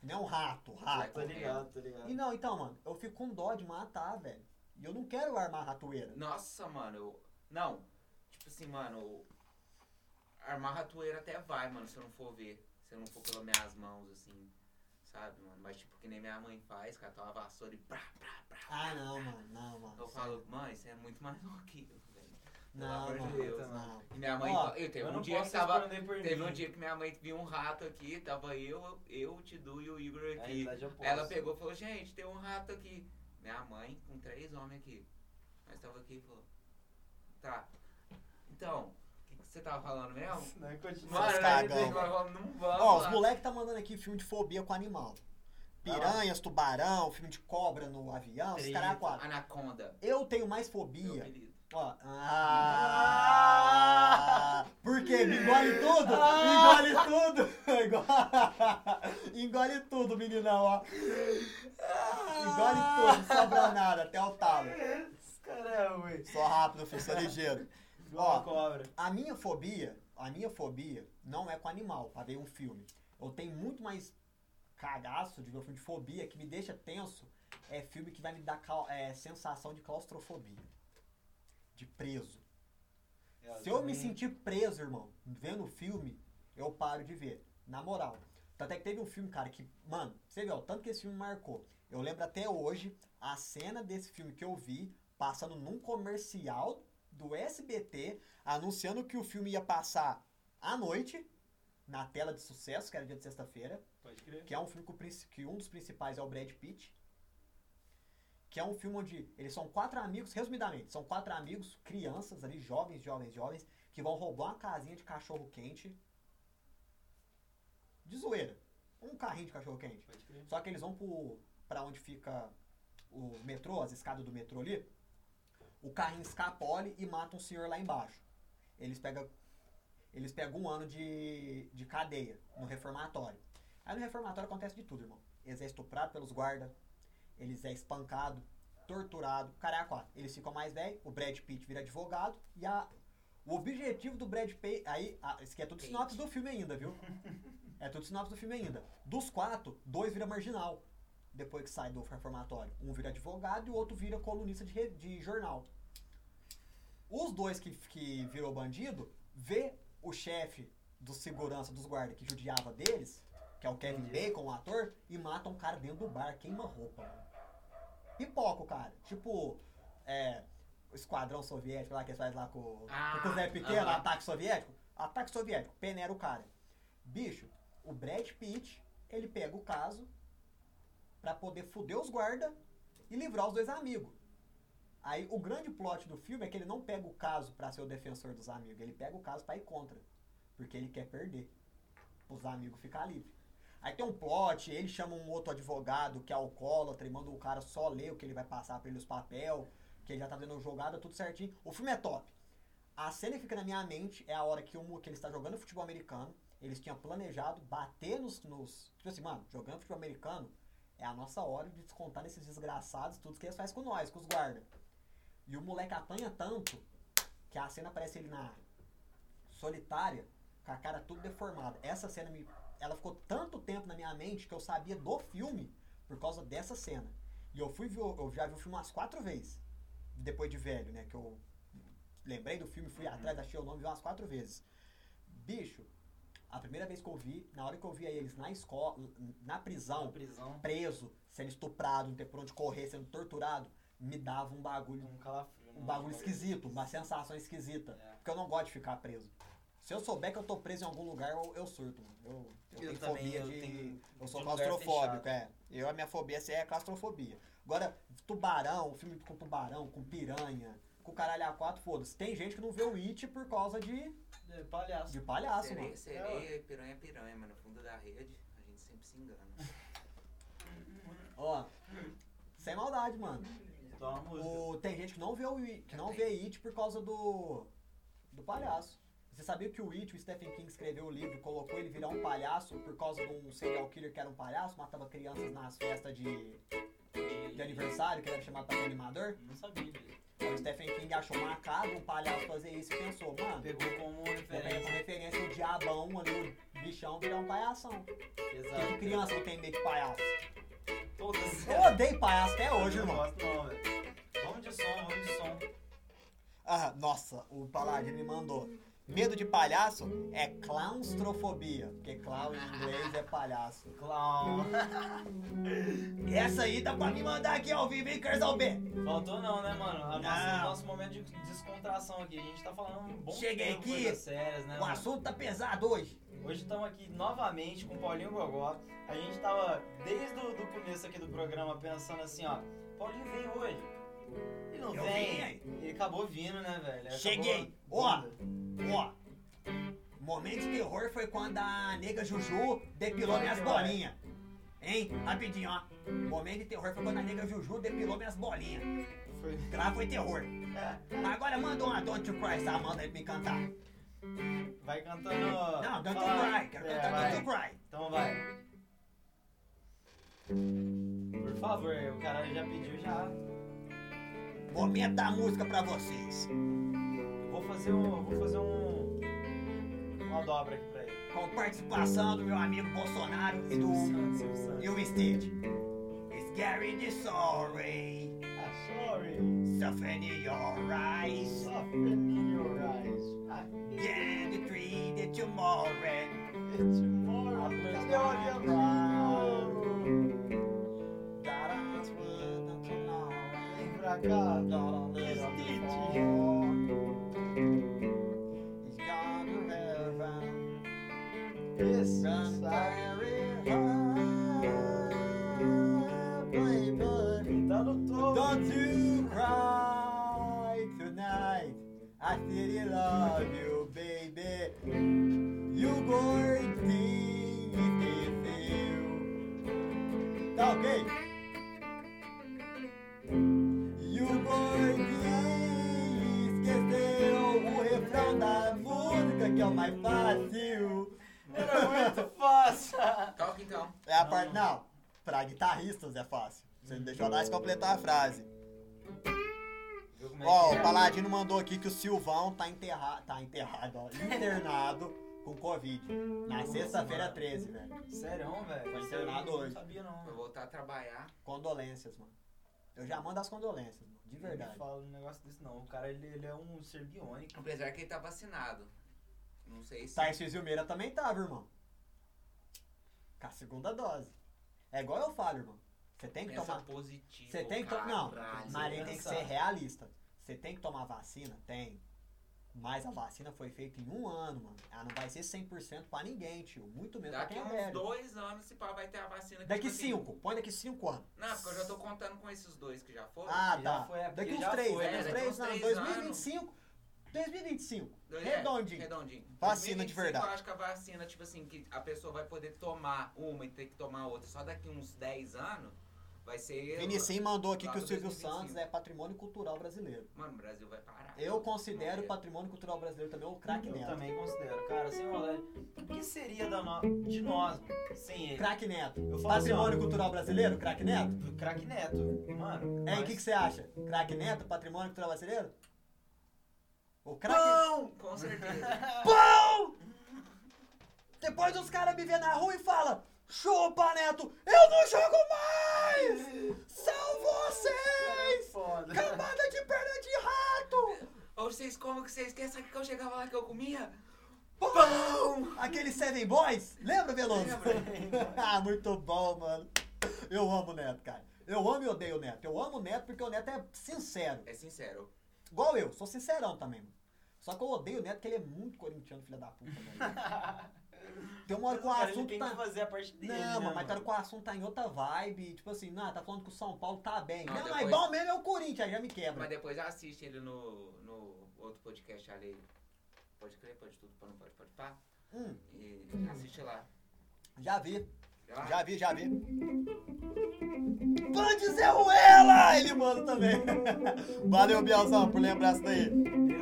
Não é um rato, rato.
Tô ligado, tô ligado.
E não, então, mano, eu fico com dó de matar, velho. E eu não quero armar ratoeira.
Nossa, mano. eu- Não. Tipo assim, mano. Armar ratoeira até vai, mano, se eu não for ver. Se eu não for pelas minhas mãos, assim. Sabe, mano? Mas tipo, que nem minha mãe faz, catar uma vassoura e pá, pá, pá.
Ah, não, mano, não, mano.
Eu falo, mãe, isso é muito mais do que eu, velho. pelo
não,
amor de
mano,
Deus,
não.
E minha mãe.
Ó,
eu teve
eu
um
não
dia que
posso
tava.
responder por
Teve
mim.
um dia que minha mãe viu um rato aqui, tava eu, eu, o Tidu e o Igor
Na
aqui.
realidade, eu tá, posso.
Ela pegou e falou, gente, tem um rato aqui. Minha mãe com três homens aqui. Nós tava aqui e falou, tá. Então, o que que você tava falando mesmo?
Não, continua. é
Mano,
nós
cagão.
falamos, não vamos.
Ó, os
lá."
moleques tá mandando aqui filme de fobia com animal. Piranhas, tubarão, filme de cobra no avião, os
Treta.
caraca.
Anaconda.
Eu tenho mais
Meu
fobia.
apelido.
Ó. Ah, por quê? Me engole tudo? Me engole tudo! Engole- engole tudo, meninão, ó. Engole tudo, sobra nada, até o talo.
Esse cara é ruim.
Sou rápido, filho, sou ligeiro. Ó.
Uma cobra.
A minha fobia, a minha fobia não é com animal, pra ver um filme. Eu tenho muito mais cagaço de ver um filme de fobia que me deixa tenso. É filme que vai me dar cau- é, sensação de claustrofobia. De preso.
É,
Se eu me sentir preso, irmão, vendo o filme, eu paro de ver. Na moral. Tanto é que teve um filme, cara, que. Mano, você vê, ó, o tanto que esse filme marcou. Eu lembro até hoje a cena desse filme que eu vi passando num comercial do SBT, anunciando que o filme ia passar à noite, na tela de sucesso, que era dia de sexta-feira.
Pode crer.
Que é um filme que, o princi- que um dos principais é o Brad Pitt. Que é um filme onde eles são quatro amigos, resumidamente, são quatro amigos, crianças ali, jovens, jovens, jovens, que vão roubar uma casinha de cachorro quente. De zoeira. Um carrinho de cachorro quente.
Pode crer.
Só que eles vão pro, pra onde fica o metrô, as escadas do metrô ali. O carrinho escapole e mata um senhor lá embaixo. Eles pegam, eles pegam um ano de, de cadeia no reformatório. Aí no reformatório acontece de tudo, irmão. Eles é estuprado pelos guardas, eles é espancado, torturado, caraca, eles ficam mais velhos, o Brad Pitt vira advogado e a, o objetivo do Brad Pitt, aí, a, isso aqui é tudo
Pitt.
sinopse do filme ainda, viu? É tudo sinopse do filme ainda. Dos quatro, dois vira marginal. Depois que sai do reformatório. Um vira advogado e o outro vira colunista de, re- de jornal. Os dois que, que virou bandido, vê o chefe do segurança dos guardas que judiava deles, que é o Kevin
Entendi.
Bacon, o ator, e mata um cara dentro do bar, queima roupa. Pipoca o cara. Tipo, é, o esquadrão soviético lá que eles fazem lá com,
Ah,
com o Zé Pequeno,
aham.
ataque soviético. Ataque soviético, peneira o cara. Bicho, o Brad Pitt, ele pega o caso pra poder fuder os guarda e livrar os dois amigos. Aí o grande plot do filme é que ele não pega o caso pra ser o defensor dos amigos, ele pega o caso pra ir contra, porque ele quer perder. Os amigos ficar livre. Aí tem um plot, ele chama um outro advogado que é alcoólatra e manda o cara só ler o que ele vai passar pra ele os papel, que ele já tá vendo jogada, tudo certinho. O filme é top. A cena que fica na minha mente é a hora que, um, que ele está jogando futebol americano, eles tinham planejado bater nos, nos. Tipo assim, mano, jogando futebol americano é a nossa hora de descontar nesses desgraçados tudo que eles fazem com nós, com os guardas. E o moleque apanha tanto que a cena aparece ele na solitária, com a cara tudo deformada. Essa cena me. Ela ficou tanto tempo na minha mente que eu sabia do filme por causa dessa cena. E eu fui ver, o- eu já vi o filme umas quatro vezes. Depois de velho, né? Que eu lembrei do filme, fui atrás, achei o nome, vi umas quatro vezes. Bicho, a primeira vez que eu vi, na hora que eu via eles na escola, na prisão,
Na prisão,
preso, sendo estuprado, não ter por onde correr, sendo torturado, me dava um bagulho,
um calafrio.
um bagulho esquisito, uma sensação esquisita.
É.
Porque eu não gosto de ficar preso. Se eu souber que eu tô preso em algum lugar, eu, eu surto, mano. Eu, eu,
Eu
tenho
também,
fobia
eu
de.
tenho-
eu sou
de lugar
claustrofóbico, é. Eu, a minha fobia assim, é claustrofobia. Agora, tubarão, filme com tubarão, com piranha, com caralho a quatro, foda-se. Tem gente que não vê o It por causa de,
É, palhaço.
de palhaço,
sereia,
mano.
sereia e piranha é piranha, mano. No fundo da rede, a gente sempre se engana.
Ó, sem maldade, mano.
Então a música.
O, tem gente que não vê o It- que não vê It por causa do do palhaço. Você sabia que o It, o Stephen King escreveu o livro, e colocou ele virar um palhaço por causa de um serial killer que era um palhaço, matava crianças nas festas de, de aniversário, que ele era chamado pra ser animador?
Não sabia disso.
O Stephen King achou macabro um palhaço fazer isso e pensou, mano,
Pegou como
eu tenho como
referência.
referência o diabão ali, o bichão virar um palhação. Por que
Exato.
que criança não tem medo de palhaço?
Todas.
Eu odeio palhaço até hoje,
Eu não
irmão.
gosto não, velho. Vamos de som, vamos de som.
Ah, nossa, o Paladino me mandou. Medo de palhaço é claustrofobia, porque clown em inglês é palhaço.
Clown.
Essa aí dá pra me mandar aqui ao vivo, hein, Kerzão B?
Faltou não, né, mano? A nossa,
Não.
nosso momento de descontração aqui. A gente tá falando um bom
Cheguei
tempo
aqui,
coisas sérias, né,
O
mano?
assunto tá pesado hoje.
Hoje estamos aqui novamente com o Paulinho Gogó. A gente tava desde o do começo aqui do programa pensando assim, ó. Paulinho vem hoje. Ele não
Eu vim,
vem.
hein?
Ele acabou vindo, né, velho? Acabou
Cheguei.
vindo.
Ó. Ó, o momento de terror foi quando a nega Juju depilou minhas bolinhas. Hein? Rapidinho, ó. O momento de terror foi quando a nega Juju depilou minhas bolinhas.
Foi.
Lá foi terror. Agora manda uma Don't You Cry, tá? Manda ele me cantar.
Vai cantando.
Não, Don't You
fala-
Cry. Quero
É,
cantar
vai.
Don't You Cry.
Então vai. Por favor, o cara já pediu já.
Momento da música pra vocês.
Eu vou fazer um. Vou fazer um. Uma dobra aqui pra ele.
Com participação do meu amigo Bolsonaro e do
Santos, Silvio Santos.
e o Stitch. Scary the sorry,
Ah, sorry.
suffering in your eyes.
Soften in your eyes. Ah,
Yeah, the tree that you more red.
it's more. Cadê o avião?
Got us with the tomorrow.
Vem pra cá.
He's gone to heaven.
Esse
Run
sai.
very hard, baby.
Tá no topo.
Don't you cry tonight. I still love you, baby. You going to feel. Tá ok? You going to esqueceu o refrão da música que é o mais fácil.
Era é muito fácil.
Toca então.
É a parte. Não, pra guitarristas é fácil. Você não deixou nós completar a frase.
Viu como é
Ó,
que
o
é?
Paladino mandou aqui que o Silvão tá enterrado, tá enterrado, ó, internado com Covid. Na
Nossa,
sexta-feira
mano.
13, velho.
Sério, velho?
Foi internado
Não
hoje.
sabia, não.
Vou voltar a trabalhar.
Condolências, mano. Eu já mando as condolências, mano, de
Não
verdade.
fala um negócio desse, não. O cara, ele, ele é um ser biônico.
Apesar que ele tá vacinado. Não sei se.
Tarcísio Meira também tava, irmão. Com a segunda dose. É igual eu falo, irmão. Você tem que
pensa
tomar.
positivo.
Você tem que tomar. Não,
caralho.
Maria tem que
Pensar.
ser realista. Você tem que tomar vacina? Tem. Mas a vacina foi feita em um ano, mano. Ela não vai ser 100% pra ninguém, tio. Muito menos
Daqui
pra quem é
uns
velho.
dois anos, se pá, vai ter a vacina. que,
É Daqui
tipo assim,
cinco, põe daqui cinco anos.
Não, porque eu já tô contando com esses dois que já foram.
Ah,
já
tá.
foi, é,
daqui
porque
uns
já
três,
foi,
daqui uns
né? Daqui
três,
uns
não,
três
2025. 2025.
Dois- é,
Redondinho.
redondinho.
Vacina de
2025,
verdade.
Eu acho que a vacina, tipo assim, que a pessoa vai poder tomar uma e ter que tomar outra só daqui uns 10 anos, vai ser.
Vinicim mandou aqui
Lá
que o
pra
Silvio
2025.
Santos é patrimônio cultural brasileiro.
Mano, o Brasil vai parar.
Eu considero
Não,
patrimônio cultural brasileiro também o craque
Eu
Neto.
também considero. Cara, sem maldade. O que seria da no... de nós sem ele?
Craque Neto.
Eu falo assim, ó.
Patrimônio cultural brasileiro, craque Neto?
Do craque Neto. Mano.
É, o
mas-
que que você acha? Craque Neto, patrimônio cultural brasileiro? O craque.
Pão! Com certeza.
Pão! Depois os caras me vêem na rua e falam: Chupa, Neto! Eu não jogo mais! São vocês!
é Foda.
Camada de perna de rato!
Ou vocês como que vocês querem? Sabe que eu chegava lá que eu comia?
Pão! Aquele Seven Boys? Lembra, Veloso?
Lembro.
ah, muito bom, mano. Eu amo o Neto, cara. Eu amo e odeio o Neto. Eu amo o Neto porque o Neto é sincero.
É sincero.
Igual eu, sou sincerão também, mano. Só que eu odeio o Neto, porque ele é muito corintiano, filha da puta, mano. Tem uma hora que o assunto
tem
tá...
que fazer a parte dele.
Não,
né,
mas tá
mano?
hora que o assunto tá em outra vibe. Tipo assim, não, tá falando que o São Paulo tá bem.
Não,
Ah,
Não, mas
depois-
bom mesmo é o Corinthians, aí já me quebra.
Mas depois assiste ele no, no outro podcast alheio. Pode crer, pode tudo, pode não pode, pode pá.
Hum,
E assiste lá.
já vi,
Já?
já vi, já vi. Bande Zé Ruela! Ele manda também. Valeu, Bielzão, por lembrar isso daí.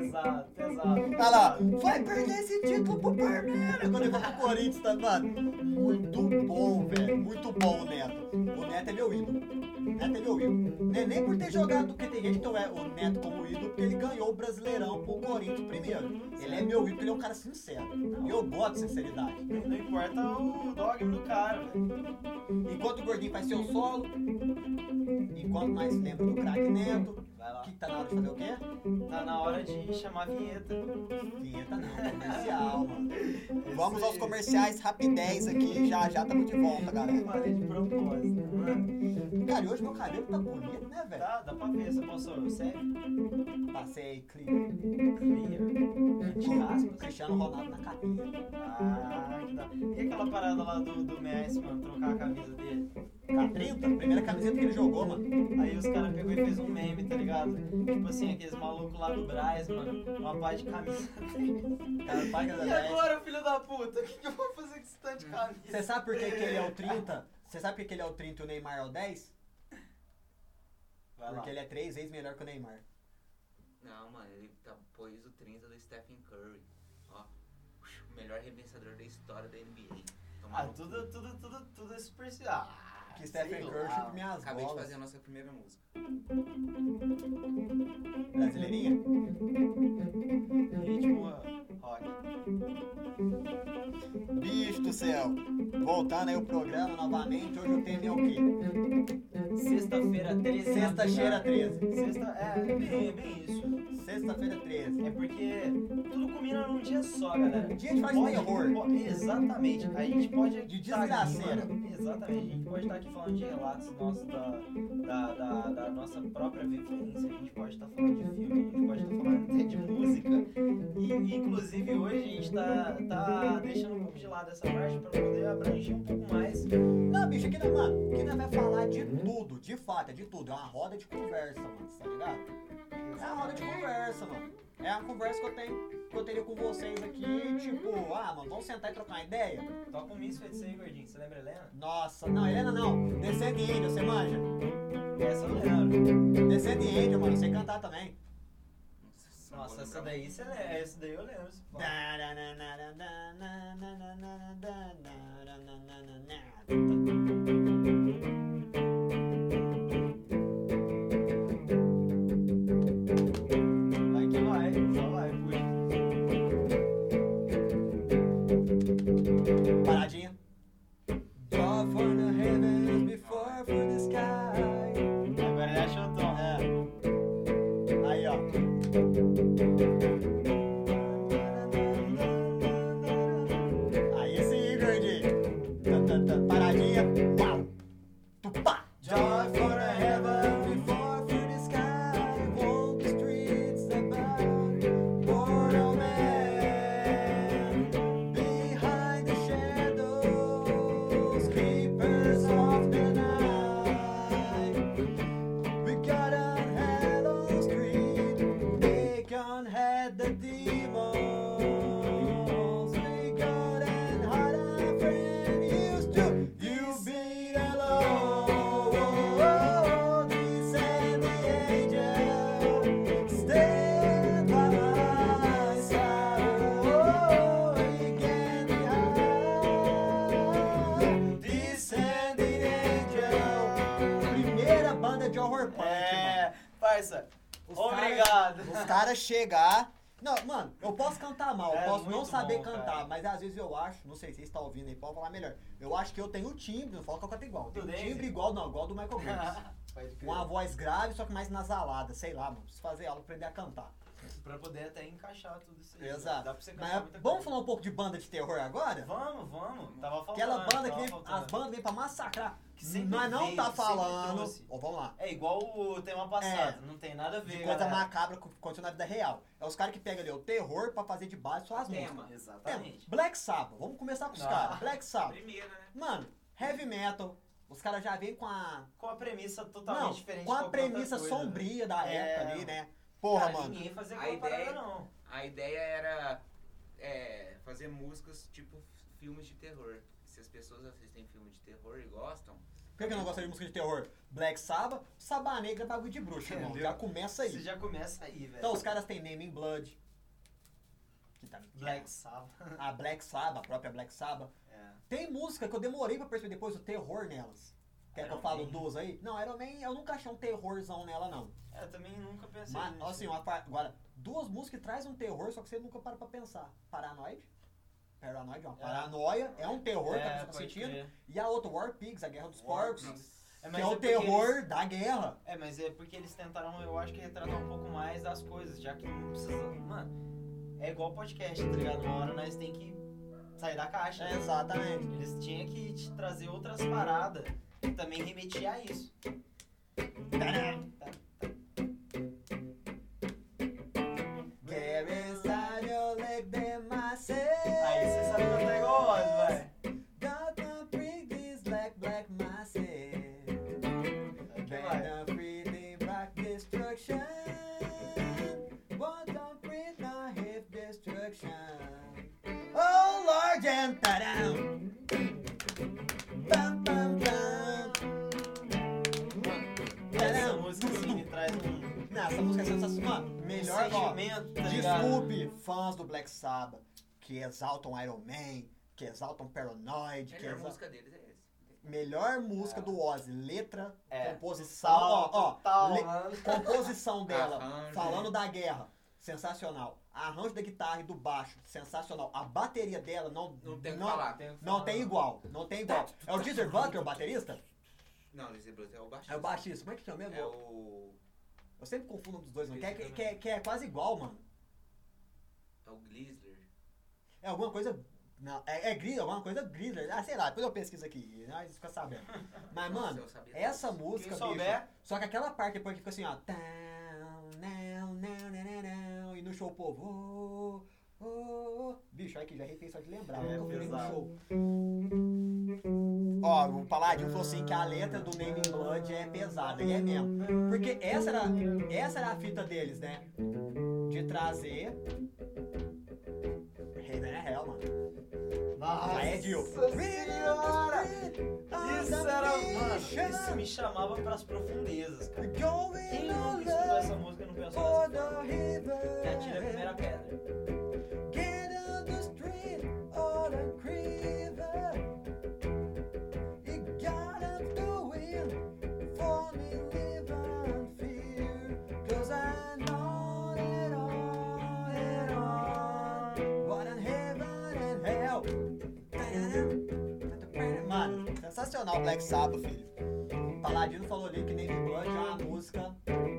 Exato, exato.
Tá lá, vai perder esse título pro Palmeiras. Quando ele vai pro Corinthians, tá, mano? Muito bom, velho. Muito bom o Neto. O Neto é meu ídolo. O Neto é meu ídolo. Não é nem por ter jogado, porque tem gente que é o Neto como ídolo, porque ele ganhou o Brasileirão pro Corinthians primeiro. Ele é meu ídolo, porque ele é um cara sincero. E eu gosto de sinceridade.
Não importa o dogma do cara, velho.
Enquanto o Gordinho faz seu solo, enquanto mais lembra do craque Neto,
Vai lá.
que tá na hora de fazer o quê?
Tá na hora de chamar a vinheta.
Vinheta não, comercial, mano. Vamos
Isso
aos
aí.
comerciais rapidez aqui, já já tamo de volta, galera.
Parei é de propósito, né?
Cara, e hoje meu cabelo tá bonito, né, velho?
Tá, dá pra ver essa poção. Você é
Passei clean.
clear. De aspas.
Cristiano Ronaldo na capinha.
Ah, que da... E aquela parada lá do, do Messi, mano, trocar a camisa dele?
K30, Tá primeira camiseta que ele jogou, mano.
Aí os caras pegou e fez um meme, tá ligado? Tipo assim, aqueles malucos lá do Braz, mano, uma pá de camisa.
Cara, paga
E agora, filho da puta, o que, que eu vou fazer com esse tanto de camisa?
Você sabe por que, que ele é o 30? Você sabe por que, que ele é o 30 e o Neymar é o 10?
Vai lá.
Porque ele é três vezes melhor que o Neymar.
Não, mano, ele tá pôs o 30 do Stephen Curry. Ó, o melhor arremessador da história da NBA. Tomar
Ah,
no cu.
tudo, tudo, tudo, tudo é superficial. Ah,
Que Stephen
sei
Curry
lá.
chupa minhas
Acabei de
bolas.
fazer a nossa primeira música.
Brasileirinha.
Ritmo tipo, rock.
Bicho do céu. Voltando aí o programa novamente, hoje o tema é o quê?
Sexta-feira 13.
Sexta-feira 13.
Sexta, é, é bem, é bem isso.
Sexta-feira 13.
É porque tudo combina num dia só, galera.
Dia de faz um
Pode-
terror.
po- Exatamente. A gente pode.
De
tá aqui,
desgraceira.
mano. Exatamente. A gente pode estar aqui falando de relatos nossos da, da, da, da nossa própria vivência. A gente pode estar falando de filme, a gente pode estar falando até de música. E, inclusive, hoje a gente tá, tá deixando um pouco de lado essa parte pra poder abranger um pouco mais.
Não, bicho, aqui não, mano. Aqui nós vai falar de tudo, de fato, é de tudo. É uma roda de conversa, mano, tá ligado? É uma roda de conversa, mano. É a conversa que eu tenho, que eu teria com vocês aqui, tipo, ah, mano, vamos sentar e trocar uma ideia?
Toca um misto feito aí, gordinho. Você lembra, Helena?
Nossa, não, Helena não. Descende índio, você manja.
Essa eu lembro.
Descende índio, mano, você cantar também.
Nossa, não vou
Nossa, essa
lembrar.
daí você lembra. Essa daí eu lembro. se pá. Vai que vai, só vai, puxa.
Paradinha. Draw for the heavens before for the sky.
Agora ele achou o tom.
É. Aí, ó. Aí sim, gordinho. Tá, tá, tá, Paradinha. Pau. Tupá. Joy for the heaven before through the sky. Walk the streets about. Mortal man. Behind the shadows. Keepers of the night. We got on Hello Street. They can head the demons. We got and had a friend used to. You be alone. Descend the angel. Stand by my side. Again, I descend the angel. Primeira banda de horror punk, mano.
É, parça,
Os
obrigado.
Os caras chegar. Não, mano, eu posso cantar mal, eu
É
posso não
muito
saber
bom,
cantar,
cara.
mas às vezes eu acho, não sei se vocês estão ouvindo aí, pode falar melhor. Eu acho que eu tenho o timbre, não falo que eu canto igual. eu Tenho um
Do Daisy?
timbre igual, não, igual do Michael Graves.
Pode crer.
Uma voz grave, só que mais nasalada, sei lá, mano. Preciso fazer aula, aprender a cantar.
Pra poder até encaixar tudo isso aí. né?
Exato.
Dá pra você
Mas
cantar muita
vamos
coisa.
falar um pouco de banda de terror agora?
Vamos, vamos. Tava faltando.
Aquela banda
tava
que vem,
faltando.
as bandas vêm pra massacrar.
que sempre
Mas não
veio,
tá
que sempre
falando.
trouxe.
Ó, vamos lá.
É igual o tema passado, não tem nada a ver.
De coisa
galera.
macabra que aconteceu na vida real. É os caras que pegam ali o terror pra fazer de base só as
Tema.
músicas. Tema.
Exatamente.
Black Sabbath, vamos começar com os
Ah.
caras. Black
A
Sabbath.
primeira, né?
Mano, heavy metal, os caras já vêm com a.
Com a premissa totalmente
Não,
diferente
com
de
a
qualquer outra
premissa
coisa,
sombria da
É,
época ali,
mano.
né? Porra,
Cara,
mano.
Ninguém fazia
A
aquela parada,
ideia- é
não.
A ideia era é, fazer músicas tipo f- filmes de terror. Se as pessoas assistem filme de terror e gostam,
Por que que eu não gosto de música de terror? Black Sabbath, Sabá Negra é bagulho de bruxa, irmão.
Entendeu?
Já começa
Você
aí.
já começa aí, velho.
Então os caras têm Name in Blood. Que tá
Black Sabbath.
A Black Sabbath, a própria Black Sabbath.
É.
Tem música que eu demorei pra perceber depois o terror nelas. Quer que
Iron
eu falo
Man.
duas aí? Não, Iron Man, eu nunca achei um terrorzão nela, não.
É, Eu também nunca pensei
Mas,
nisso.
assim, uma par- agora, duas músicas que trazem um terror, só que você nunca para pra pensar. Paranoid. Paranoid, é uma
É.
paranoia, é um terror que a
é,
pessoa tá
pode
sentindo.
crer.
E a outra, War Pigs, a Guerra dos
War
Porcos,
Pigs. É,
que
mas
é o
porque
terror
eles-
da guerra.
É, mas é porque eles tentaram, eu acho que retratar um pouco mais das coisas, já que não precisa. Mano, é igual podcast, tá ligado? Uma hora nós tem que sair da caixa. né?
Exatamente.
Eles tinham que te trazer outras paradas que também remetia a isso.
Get inside your leg, then I say,
Hum. Aí você sabe cantar igual o Oz, vai.
Don't bring this black, black myself. Tá
Aí que vai.
Band of breathing black destruction. One don't breathe no hip destruction. Oh Lord, and ta-dam. Bam, bam, bam.
Essa
Tadam.
música assim me traz um,
Não, essa música é sensacional. Mano,
um
Melhor, ó.
sentimento, tá ligado?
Desculpe, fãs do Black Sabbath que exaltam Iron Man, que exaltam Paranoid,
a
que
melhor
exaltam.
música deles é essa.
Melhor música do Ozzy, letra,
É.
composição,
Total,
ó,
total,
le-
mano.
composição dela,
Arranjo.
falando da guerra, sensacional. Arranjo da guitarra e do baixo, sensacional. A bateria dela não
Não tem o que
não,
falar.
Tem o que
não
falar.
tem igual, não tem igual. É o Deezer Butler, o baterista?
Não, Lizzy Blues é o baixista.
É o baixista, como é que chama mesmo?
É o.
Eu sempre confundo um dos dois, mano. Que, é- que, é- que é quase igual, mano.
É o Glisler.
É alguma coisa. Não, é, é Grizzly, alguma coisa Grizzly. Ah, sei lá, depois eu pesquiso aqui, nós ficamos sabendo. Mas, Ah, mano,
eu sabia
essa
disso.
música,
Quem
bicho,
souber,
Só que aquela parte depois que fica assim, ó. Tão, não, não, não, não, não, e no show o povo. Oh, oh, oh. Bicho, olha que já arrepiei só de lembrar.
É,
nunca fui nem no
pesado.
show. Ó, o Paladino falou assim que a letra do Name in Blood é pesada. E é mesmo. Porque essa era, essa era a fita deles, né? De trazer. Rei da Hell, mano.
Nossa
Já é de.
Senhora! Isso era, mano, isso me chamava pras profundezas, cara. Quem nunca escutou essa música e não pensou nessa porra? Que atira a primeira pedra.
Get on the street, all the creeper. You gotta do it for me, live and fear. Cause I know it all, it all. What in heaven and hell. Mano, sensacional Black Sabbath, filho. Paladino falou ali que nem Blood é uma música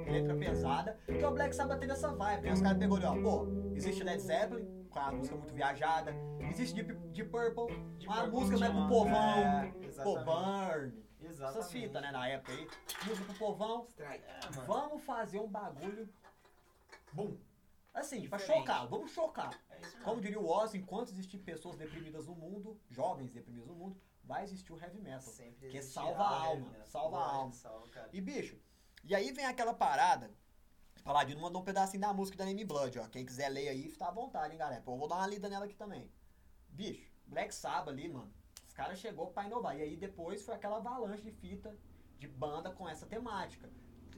letra pesada, que o Black Sabbath teve essa vibe, né? Os caras pegou ali, ó, pô, existe Led Zeppelin, com a música muito viajada, existe Deep, Deep Purple,
De
uma
Purple
música mais pro
Jam.
povão,
É,
pô,
exatamente.
Burn,
Exatamente.
essas fitas, né, na época aí, música pro povão,
Strike.
É, mano.
vamos fazer um bagulho,
Bum.
assim, pra
Diferente.
chocar, vamos chocar.
É isso mesmo.
Como diria o Oz, enquanto existir pessoas deprimidas no mundo, jovens deprimidos no mundo, vai existir o heavy
né?
metal.
Sempre né,
Que
existirá
salva a
o
alma,
Revenant.
salva a
Lógico,
alma.
Salva, cara.
E bicho, e aí vem aquela parada. Paladino mandou um pedacinho da música da Name Blood, ó. Quem quiser ler aí, tá à vontade, hein, galera. Pô, eu vou dar uma lida nela aqui também. Bicho, Black Sabbath ali, mano. Os caras chegou pra inovar. E aí depois foi aquela avalanche de fita de banda com essa temática.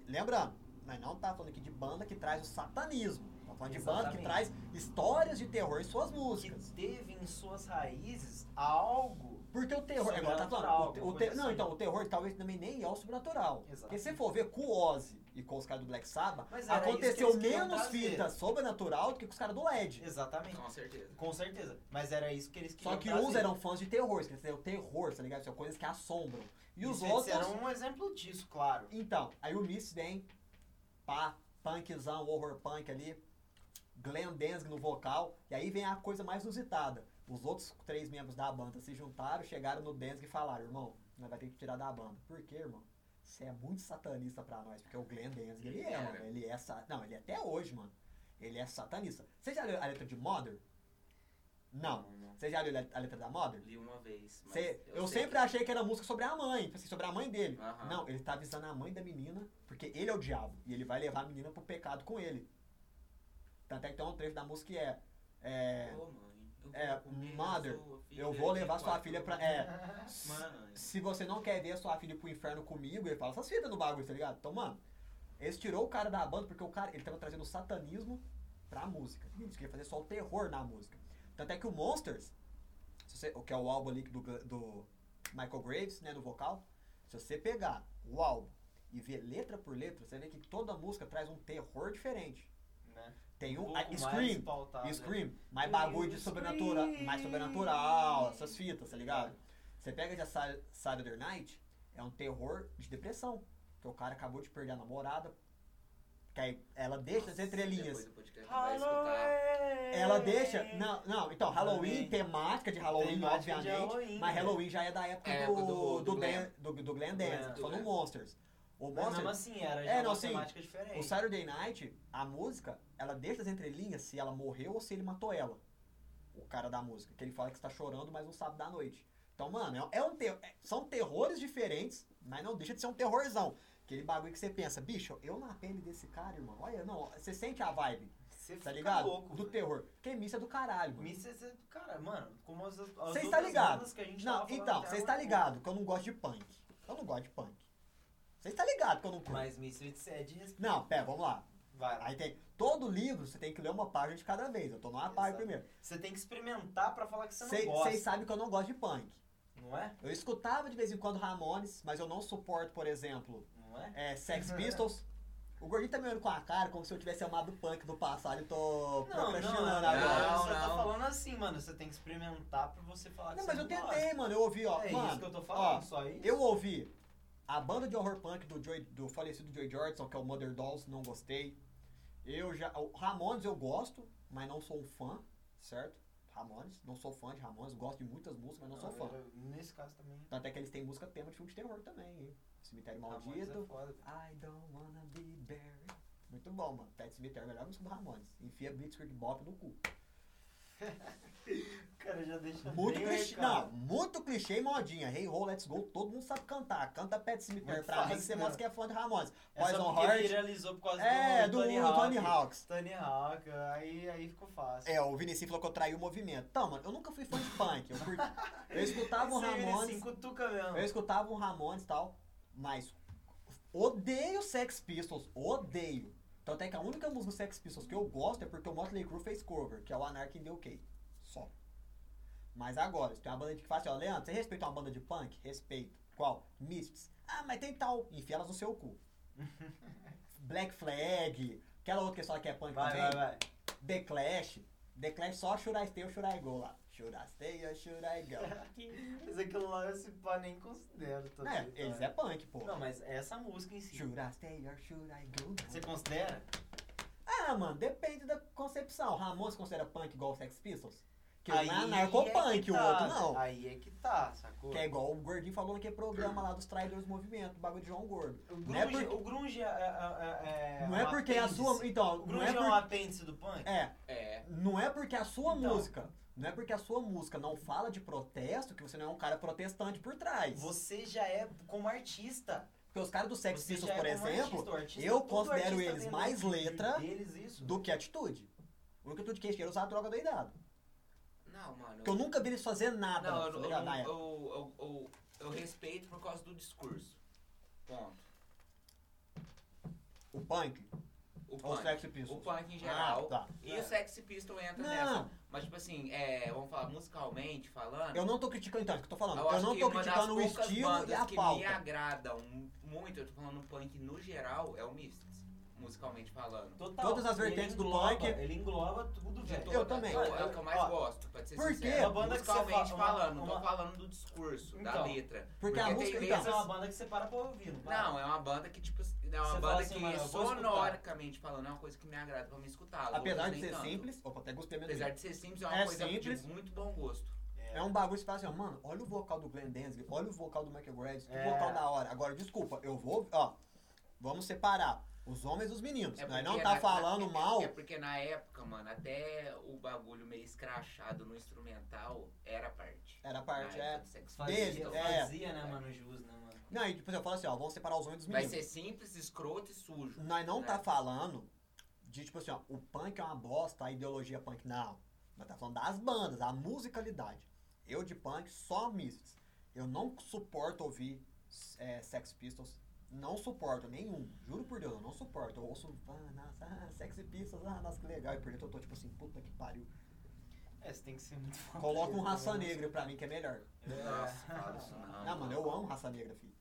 Lembrando, nós não tá falando aqui de banda que traz o satanismo. Tá falando de banda que
Exatamente.
traz histórias de terror em suas
Que
músicas.
teve em suas raízes algo.
Porque o terror. Agora tá falando. O,
Sobrenatural,
o te-
alguma coisa
não,
assim.
então, o terror talvez também nem é o sobrenatural.
Exato.
Porque se for ver com o Ozzy e com os caras do Black Sabbath,
Mas era
aconteceu
isso que eles queriam
menos
trazer.
fita sobrenatural do que com os caras do LED.
Exatamente.
Com certeza.
Com certeza. Mas era isso que eles queriam.
Só que uns
trazer.
eram fãs de terror, quer dizer, o terror, tá ligado? São coisas que assombram. E os
eles
outros.
eram um exemplo disso, claro.
Então, aí o Miss vem, pá, punkzão, horror punk ali, Glenn Danzig no vocal, e aí vem a coisa mais inusitada. Os outros três membros da banda se juntaram, chegaram no Densg e falaram, irmão, nós vai ter que tirar da banda. Por quê, irmão? Você é muito satanista pra nós, porque o Glenn Densg, ele é,
Era.
mano. Ele é sa... Não, ele é até hoje, mano. Ele é satanista. Você já leu a letra de Mother? Não. Você já leu a a letra da Mother?
Li uma vez. mas
Cê- eu,
sei
sempre
que-
achei que era música sobre a mãe, tipo assim, sobre a mãe dele.
Aham.
Não, ele tá avisando a mãe da menina, porque ele é o diabo, e ele vai levar a menina pro pecado com ele. Tanto é que tem um trecho da música que é. é,
Ô, mãe, eu
É,
vou comer
mother,
sua filha
eu vou
de
levar sua
quatro
filha pra. É.
Mas
Mãe.
Se você não quer ver sua filha pro inferno comigo, ele fala essas fitas no bagulho, tá ligado? Então, mano, eles tirou o cara da banda porque o cara, ele tava trazendo o satanismo pra música. Eles queriam fazer só o terror na música. Tanto é que o Monsters, se você- o que é o álbum ali do, do Michael Graves, né, no vocal, se você pegar o álbum e ver letra por letra, você vê que toda música traz um terror diferente.
né,
Tem
um
um,
pouco
a,
mais
Scream,
pautado, né?
Scream, mais
Scream.
bagulho de sobrenatural, mais sobrenatural, essas fitas, tá ligado? Você pega já Sa- Saturday Night, é um terror de depressão. Porque o cara acabou de perder a namorada, que aí ela deixa as
Nossa,
entrelinhas.
depois do podcast
Ah,
vai escutar.
Ela deixa. Não, não, então, Halloween,
Halloween.
temática de Halloween,
É. Temática de
obviamente.
Halloween,
mas
né?
Halloween já é da época
É,
do,
do-
do,
do
Dan-
Glenn. É,
do, do Glenn
Do
Dance,
Glenn,
que
do
só no
Glenn.
Monsters. O
Mas mesmo
Monsters.
assim, era já
É,
uma
não, sim.
temática
O
diferente.
Saturday Night, a música, ela deixa as entrelinhas se ela morreu ou se ele matou ela. O cara da música. Que ele fala que está chorando, mas não sabe da noite. Então, mano, é, é um ter- é- são terrores diferentes, mas não deixa de ser um terrorzão. Aquele bagulho que você pensa, bicho, eu na pele desse cara, irmão, olha, não, você sente a vibe,
Você
tá
fica
ligado?
louco.
do
velho.
terror. Que missa é do caralho, mano.
Missa, cê- cara, mano, como as, as
Cês
outras
tá ligado?
bandas que a gente
Não,
tava falando
então,
até
você
agora,
está ligado que eu não gosto de punk. Eu não gosto de punk. Você está ligado que eu não curto.
Mas Missa é de respeito.
Não, pera, vamos lá.
Vai lá.
Aí tem. Todo livro você tem que ler uma página de cada vez. Eu tô numa página
Exato.
primeiro.
Você tem que experimentar pra falar que você não gosta,
Vocês sabem que eu não gosto de punk.
não é?
Eu escutava de vez em quando Ramones, mas eu não suporto, por exemplo,
Não é?
é, Sex Pistols. O gordinho tá me olhando com a cara como se eu tivesse amado punk do passado e tô
Não, não,
procrastinando
não,
agora.
você tá
não.
falando assim, mano, você tem que experimentar pra você
Não,
falar que você
mas
não
eu
gosta.
tentei, mano. Eu ouvi, ó.
É isso que
mano,
eu tô falando,
ó,
só isso.
eu ouvi a banda de horror punk do, Joy, do falecido Joy Jordison, que é o Mother Dolls, não gostei. Eu já. O Ramones eu gosto, mas não sou um fã, certo? Ramones, não sou fã de Ramones, gosto de muitas músicas, mas não, sou fã.
eu- Nesse caso também.
Tanto é que eles têm música tema de filme de terror também, hein? Cemitério
Ramones é
Maldito.
foda.
I don't wanna be buried. Muito bom, mano. Pet Cemitério, é melhor música do Ramones. Enfia Blitzkrieg Bop no cu.
O cara já deixa
Muito
bem o
clichê.
um recado.
Não, muito clichê e modinha. Hey ho, let's go. Todo mundo sabe cantar. Canta Pet Cemitério
Muito
pra
fácil,
mim que você
né?
mostra que é fã de Ramones.
É só
Poison
porque
Heart.
viralizou por causa
É, do
Tony
Tony,
Hawk.
Hawks.
Tony Hawk, aí, aí ficou fácil.
É, o Vinicius falou que eu traí o movimento. Então, mano, eu nunca fui fã de punk. Eu, curti- eu escutava um
Esse aí, Assim,
Ramones.
cutuca mesmo.
Eu escutava um Ramones e tal, mas odeio Sex Pistols, odeio. Tanto é que a única música do Sex Pistols que eu gosto é porque o Motley Crue fez cover, que é o Anarchy in the UK. Só. Mas agora, se tem uma banda que fala assim, ó, Leandro, você respeita uma banda de punk? Respeito. Qual? Misfits. Ah, mas tem tal. Enfia elas no seu cu. Black Flag, aquela outra que só que é punk
Vai,
também.
vai, vai.
The Clash. The Clash só Should I Stay ou Should I Go lá. Should I Stay ou Should I Go.
Mas aquilo lá eu se pá nem considero. Tá
é, eles é punk, pô.
Não, mas essa música em si.
Should I stay or should I go?
Você considera?
Ah, mano, depende da concepção. Ramones considera punk igual Sex Pistols? Que um
Aí
é anarcopunk,
que
o
tá,
outro não.
Aí é que tá, sacou?
Que é igual o Gordinho falou naquele programa lá dos Traidores do Movimento, do bagulho de João Gordo.
O
não é
grunge,
porque-
o grunge é, é- é- é
não é
um
porque a sua.
apêndice.
Então,
O
não
grunge
é
é, um
porque.
apêndice do punk?
É,
É.
não é porque a sua
Então.
música. Não é porque a sua música não fala de protesto que você não é um cara protestante por trás.
Você já é como artista.
Porque os caras do Sex
Você
Pistols,
já é
por
como
exemplo,
artista. O artista-
eu
todo
considero
artista
eles
tem
mais
dentro de-
letra
deles isso.
do que atitude. A única atitude que eles tinham era usar a droga doidada.
Não, mano.
Porque eu nunca vi eles fazer nada.
Não, eu,
tá
eu,
ligado? Na
eu,
época.
eu, eu- eu respeito por causa do discurso. Ponto.
O punk?
O
Ou o
punk.
Sex Pistols?
O punk em geral.
Ah, tá.
E o Sexy Pistol entra nessa.
Não,
Mas, tipo assim, é, vamos falar musicalmente falando.
eu não tô criticando, então, é o que eu tô falando. Eu,
acho
não
que
tô
uma das
criticando o
poucas
estilo e
bandas
a
que me
pauta.
agradam muito, eu tô falando punk no geral, é o Misfits. musicalmente falando.
Total.
Todas as
Ele
vertentes do
engloba-
punk.
Ele engloba tudo,
De
velho.
toda.
Eu também.
É o- é o que eu mais
Ó,
gosto, pra ser
por quê?
sincero.
Uma banda que você
musicalmente
fala- uma-
falando, não tô
uma-
falando do discurso, da
Então.
letra.
Porque a
tem
música-
Essa
então,
letras-
é uma banda que você para pra ouvir, não para?
Não, é uma banda que, tipo, é uma
Você fala
banda
assim,
que
mano, eu vou escutar.
sonoricamente falando é uma coisa que me agrada pra me escutar. Loucas
Apesar de
nem
ser
tanto.
simples, opa, até gostei mesmo.
Apesar de ser simples, é uma
É
coisa
simples.
de muito bom gosto.
É um bagulho que você fala assim, ó, mano, olha o vocal do Glenn Danzig, olha o vocal do Michael Graves, que
É.
vocal da hora. Agora, desculpa, eu vou, ó, vamos separar os homens dos meninos. Nós não
É porque
tá
na-
falando
é-
mal,
É porque na época, mano, até o bagulho meio escrachado no instrumental era parte.
era a
Na
parte,
época
é...
do sexo. Então,
Fazia,
Dele, é.
fazia, né, mano, jus, né, mano?
Não, e tipo, eu falo assim, ó, vamos separar os homens dos
Vai
meninos.
ser simples, escroto e sujo.
Nós não
né?
tá falando de, tipo assim, ó, o punk é uma bosta, a ideologia punk, não. Nós tá falando das bandas, a musicalidade. Eu de punk, só Misfits. Eu não suporto ouvir é, Sex Pistols. Não suporto nenhum. Juro por Deus, eu não suporto. Eu ouço, ah, nossa, ah, Sex Pistols, ah, nossa, que legal. E por dentro eu tô tipo assim, puta que pariu.
É, você tem que ser muito foda.
Coloca um Raça
né?
Negra pra mim, que é melhor.
Nossa, fala isso não. É, assim
Não, mano, eu amo Raça Negra, filho.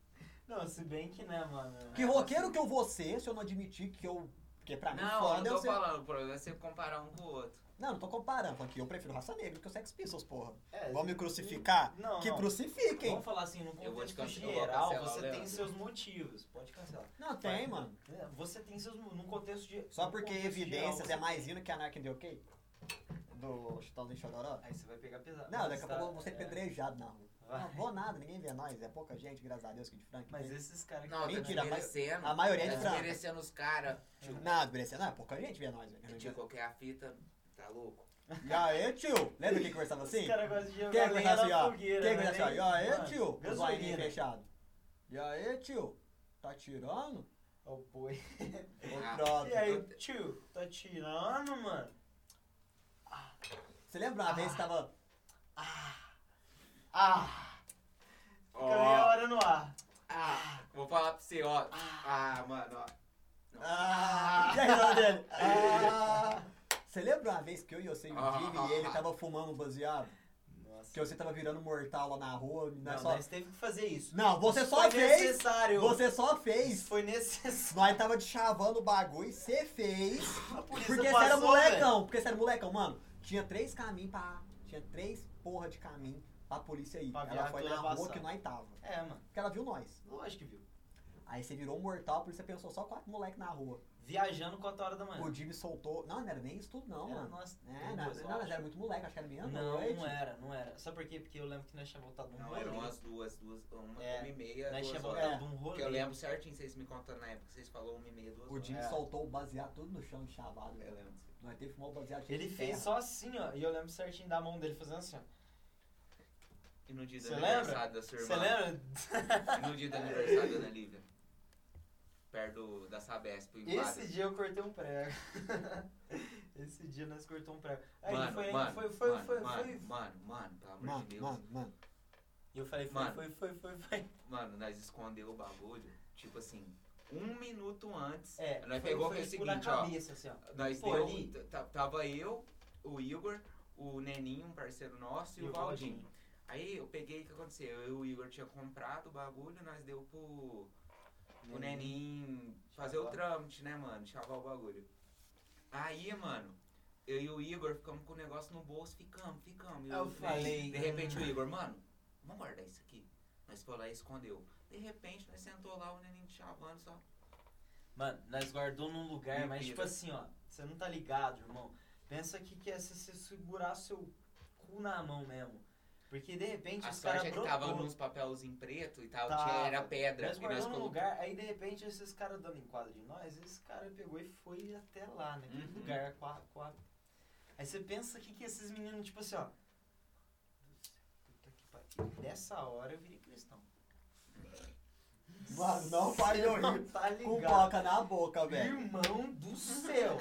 Não, se bem que, né, mano?
Que roqueiro que eu vou ser se eu não admitir que eu... Porque pra mim,
Não, eu
foda é
não
eu
tô
ser...
falando, o problema é você comparar um com o outro.
Não, não tô comparando, falando que eu prefiro raça negra que o Sex Pistols, porra.
É,
Vão me crucificar?
Não,
Que
não.
crucifiquem.
Vamos falar assim, no
Eu vou te
contexto
cancelar, eu vou
geral,
cancelar o
você
Leandro.
tem seus motivos. Pode cancelar.
Não tem, mano.
É, Você tem seus... Num contexto de...
Só
num
porque
contexto
evidências
geral,
é mais hino que Anarchy in the OK? Do Chitãozinho Chororó?
você- Aí você vai pegar pesado.
Não,
Mas
daqui a
tá-
pouco eu vou ser
é,
pedrejado na rua.
vai.
Não vou nada, ninguém vê nós. É pouca gente, graças a Deus, que de Frank.
Mas
tem.
esses caras...
Não,
Mentira, a
tá
maio-
desmerecendo.
a maioria é
tá
de branco.
desmerecendo os caras.
Não, desmerecendo, não, é pouca gente vê nós,
De
velho.
qualquer fita, tá louco?
E aí, tio? Lembra que conversava assim?
Os caras gostam de jogar
Quem
lenha
conhece assim,
na
ó?
fogueira,
Quem
né,
conhece assim,
nem-
ó? E aí,
Mano,
tio? Com o zoinho
gasolina.
fechado. E aí, tio? Tá tirando?
Ó o boi.
Ô,
Ah,
pronto.
E aí, tio? Tá tirando, mano?
Você lembra uma vez que tava...
Ah!
Ó,
Fica meia hora no ar.
ah, vou falar pra você, ó. Ah, mano, ó.
Ah, e a risada dele? Ah. Você lembra uma vez que eu e
Ah,
você vive e ele tava fumando um baseado?
Nossa.
Que você tava virando mortal lá na rua?
Não,
Nós é só...
nós teve que fazer isso.
Não, você
Isso
só
foi
fez!
necessário.
Você só
Isso
fez!
foi necessário.
Nós tava te chavando o bagulho, você fez!
A polícia
Porque você era
passou, velho.
molecão, porque você era molecão, mano. Tinha três caminhos pra. Tinha três porra de caminho pra polícia ir.
Pra
Ela
viatura
foi na rua
passar.
que nós tava.
É, mano.
Porque ela viu nós.
Lógico que viu.
Aí você virou um mortal, por isso você pensou só quatro moleque na rua.
Viajando 4 horas da manhã.
O Jimmy soltou. Não, não era nem isso tudo, não,
Era,
mano.
nossa,
É, não,
duas, eu
não, mas
acho.
era muito moleque, acho que era meia
Não,
noite.
não é. era, não era. Sabe por quê? Porque eu lembro que nós tínhamos voltado de um
Não,
rolê.
Hum.
eram as duas, duas, uma,
É,
uma e meia,
nós
duas
tínhamos
horas.
voltado
É.
de um rolê.
Porque eu lembro certinho, vocês me contando na época, que vocês falaram uma e meia, duas
O
horas.
Jimmy
É.
soltou o baseado tudo no chão de chavado.
Eu lembro.
Nós teve fumar o baseado cheio
Ele
de
fez
terra.
só assim, ó. E eu lembro certinho da mão dele fazendo assim, ó.
E no dia do
Você
aniversário da sua
Você
irmã.
lembra?
E no dia do aniversário da Ana Lívia. Perto do- da Sabesp, em
Esse
Quadras.
dia eu cortei um prego. Esse dia nós cortamos um prego. Aí
Mano,
foi,
mano,
foi, foi,
mano,
foi,
mano,
foi.
mano, mano, pelo amor
Mano,
de Deus. Mano.
mano, mano.
E eu falei, foi,
Mano.
foi, foi, foi, foi.
nós escondeu o bagulho, tipo assim, um minuto antes.
É,
nós
foi,
pegou
foi
foi o
tipo na
seguinte, ó.
cabeça, assim, ó.
Nós
Pô,
deu-
ali.
t- t- tava eu, o Igor, o Neninho, um parceiro nosso, e, o Valdinho. Aí eu peguei, o que aconteceu? Eu e o Igor tinha comprado o bagulho, nós deu pro, pro Neninho fazer o
Chavar.
trâmite, né, mano? Chavar o bagulho. Aí, mano, eu e o Igor ficamos com o negócio no bolso, ficamos, ficamos. E
Eu
o
falei,
De repente
"Hum."
o Igor, mano, vamos guardar isso aqui. Nós foi lá e escondeu. De repente, nós sentou lá, o Neninho chavando só.
Mano, nós guardou num lugar, mas
Mentira.
tipo assim, ó. Você não tá ligado, irmão. Pensa que, que é se você segurar seu cu na mão mesmo. Porque de repente
A
os caras
sorte é que
brotou.
tava nos papelzinho preto e tal,
Tava.
tinha, era pedra.
Nós
E nós
guardamos num
colocamos.
Tá um lugar, aí de repente esses caras dando enquadro de nós, esse cara pegou e foi até lá, naquele
Uhum.
lugar, com a, com a- Aí você pensa que, que esses meninos, tipo assim, ó. Puta que pariu. Nessa hora eu virei cristão.
Mano, não faz eu
Não
rir.
tá
Com
ligado.
boca na boca, velho.
Irmão do céu!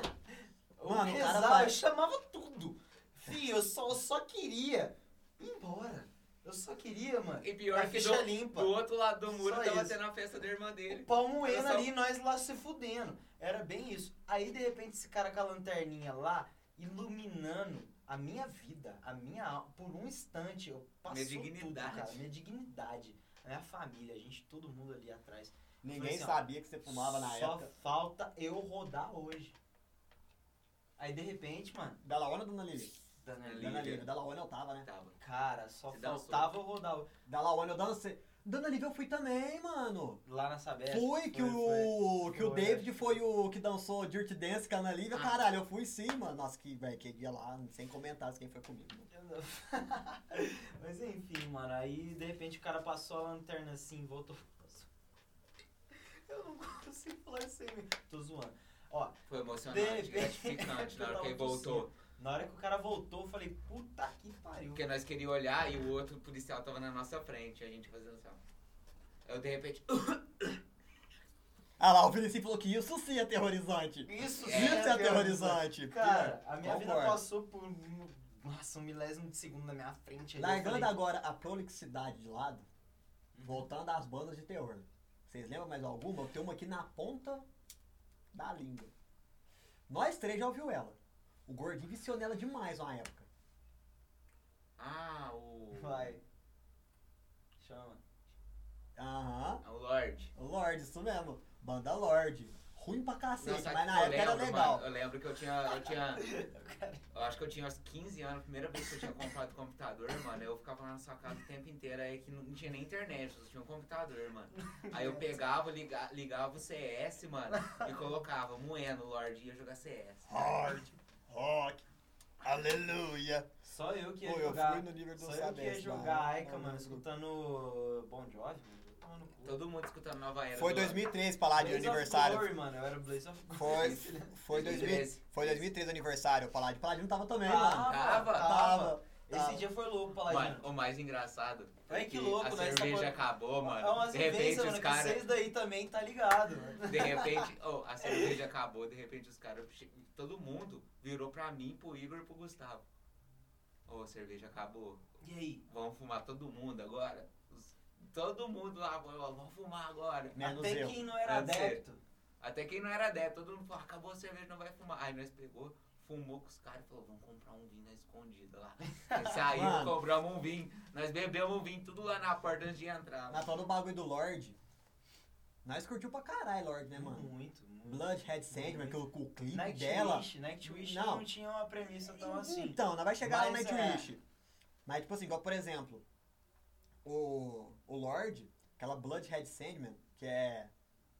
Eu
Mano, o cara
rezava,
vai-
eu chamava tudo. Fih, eu só, eu só queria ir embora. Eu só queria, mano.
E pior
a
que
ficha
do,
limpa.
do outro lado do muro
Só
tava
isso.
tendo a festa da irmã
O
dele.
pau moendo
Era só- um
ali, nós lá se fudendo. Era bem isso. Aí, de repente, esse cara com a lanterninha lá, iluminando a minha vida, a minha alma. Por um instante, eu passei
Minha dignidade.
tudo, cara. Minha dignidade. A minha família, a gente, todo mundo ali atrás.
Ninguém
assim, ó,
sabia que você fumava na
Só
época.
falta eu rodar hoje. Aí de repente, mano,
Dalaona ou Dona Lili?
dando ali,
Lívia.
Dona Lívia. Dalaona eu tava, né?
Tava.
cara, só
Você dançou?
faltava eu rodar hoje.
Dalaona eu dancei. Dona Lívia eu fui também, mano.
lá na Sabesp.
Fui que o. que o
É, Foi, é.
David foi o que dançou Dirty Dance com a Ana Lívia.
Ah.
Caralho, eu fui sim, mano. Nossa, que, velho, que dia lá, sem comentários quem foi comigo. mano.
Eu não- Mas enfim, mano, aí de repente o cara passou a lanterna assim, voltou. passou. Eu não consigo falar isso aí, meu. tô zoando.
Foi emocionante,
De-
gratificante na hora que ele voltou.
Na hora que o cara voltou, eu falei, puta que pariu.
Porque nós queríamos olhar e o outro policial tava na nossa frente, a gente fazendo assim. ó. Eu de repente.
Ah lá, o Felipe falou que isso sim é aterrorizante.
Isso
É,
isso é aterrorizante. né,
Cara, a minha vida
Concordo.
passou por um- nossa, um milésimo de segundo na minha frente. ali, eu
Largando
falei,
agora a prolixidade de lado, voltando às bandas de terror. Vocês lembram mais alguma? Eu tenho uma aqui na ponta da língua. Nós três já ouviu ela. O gordinho viciou nela demais na época.
Ah, o.
Vai. Chama.
Aham.
O Lorde.
Lorde, isso mesmo. Banda Lorde. Ruim pra cacete,
Nossa,
mas na
eu
época era
lembro,
legal.
mano, eu lembro que eu tinha. Eu tinha. Eu acho que eu tinha uns 15 anos, a primeira vez que eu tinha comprado computador, mano. Eu ficava lá na sua casa o tempo inteiro, aí que não tinha nem internet, só tinha um computador, mano. Aí eu pegava, liga, ligava o CS, mano, e colocava moendo o Lorde e ia jogar CS.
Hard, rock, aleluia.
Só eu que ia
Pô, eu
jogar.
fui no nível do
Só eu que ia
Sabesp, né?
jogar
mano.
Aika, mano, escutando Bon Jovi, mano. Tava no cu.
Todo mundo escutando Nova Era.
Foi
do Lorde.
2003, Paladino,
Blaze of
Ah, aniversário.
Glory, mano. Eu era Blaze of Glory.
Foi, foi, 2000,
2013.
foi 2003 aniversário, Paladino. Paladino tava também, mano.
Tava,
Tava,
tava. Esse
tava.
dia foi louco,
Mano,
Paladino.
o mais engraçado.
Olha que louco,
a
nós tá
cerveja
falando-
acabou,
É
mano.
umas
De repente
vivências, mano,
os
que
caras.
vocês daí também tá ligado, mano.
De repente, oh, a cerveja acabou, de repente os caras. che- Todo mundo virou pra mim, pro Igor e pro Gustavo. Ô, a cerveja acabou.
E aí?
Vamos fumar todo mundo agora? Os- Todo mundo lá, ó, vamos fumar agora.
Menos
Até
eu.
quem não era
Menos eu.
adepto.
Até quem não era adepto, todo mundo falou, acabou a cerveja, não vai fumar. Aí nós pegou, fumou com os caras e falou, vamos comprar um vinho na escondida lá. Aí saímos,
Mano.
compramos um vinho, nós bebemos um vinho, tudo lá na porta antes de entrar.
Mas falando do bagulho do Lorde, nós curtiu pra caralho Lorde, né, mano?
Muito, muito.
Bloodhead Sandman, que o, o clipe
Nightwish,
dela.
Nightwish
Não.
não. tinha uma premissa tão assim.
Então, nós vai chegar lá no
Mas, é.
Nightwish. Mas, tipo assim, igual, por exemplo, o, o Lorde, aquela Bloodhead Sandman, que é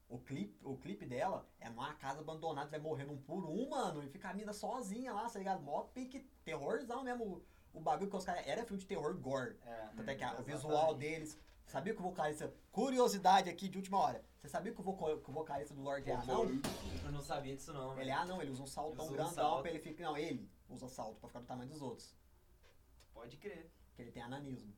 o clipe, o clipe dela, é numa casa abandonada, vai morrendo um por um, mano, e fica a mina sozinha lá, tá ligado? Mó pique, terrorzão mesmo. o- O, bagulho que os caras. Era filme de terror gore.
É.
Tanto é que a- o
Exatamente.
visual deles. Sabia que o vocalista. Curiosidade aqui de última hora. Você sabia que o, voco- que o vocalista do Lorde é anão?
Eu não sabia disso não,
Ele é
velho.
anão, ele usa um
Ele
saltão
usa um
grandão
salto.
pra ele ficar. Não, ele usa salto pra ficar do tamanho dos outros. é
Pode crer.
Porque ele tem ananismo.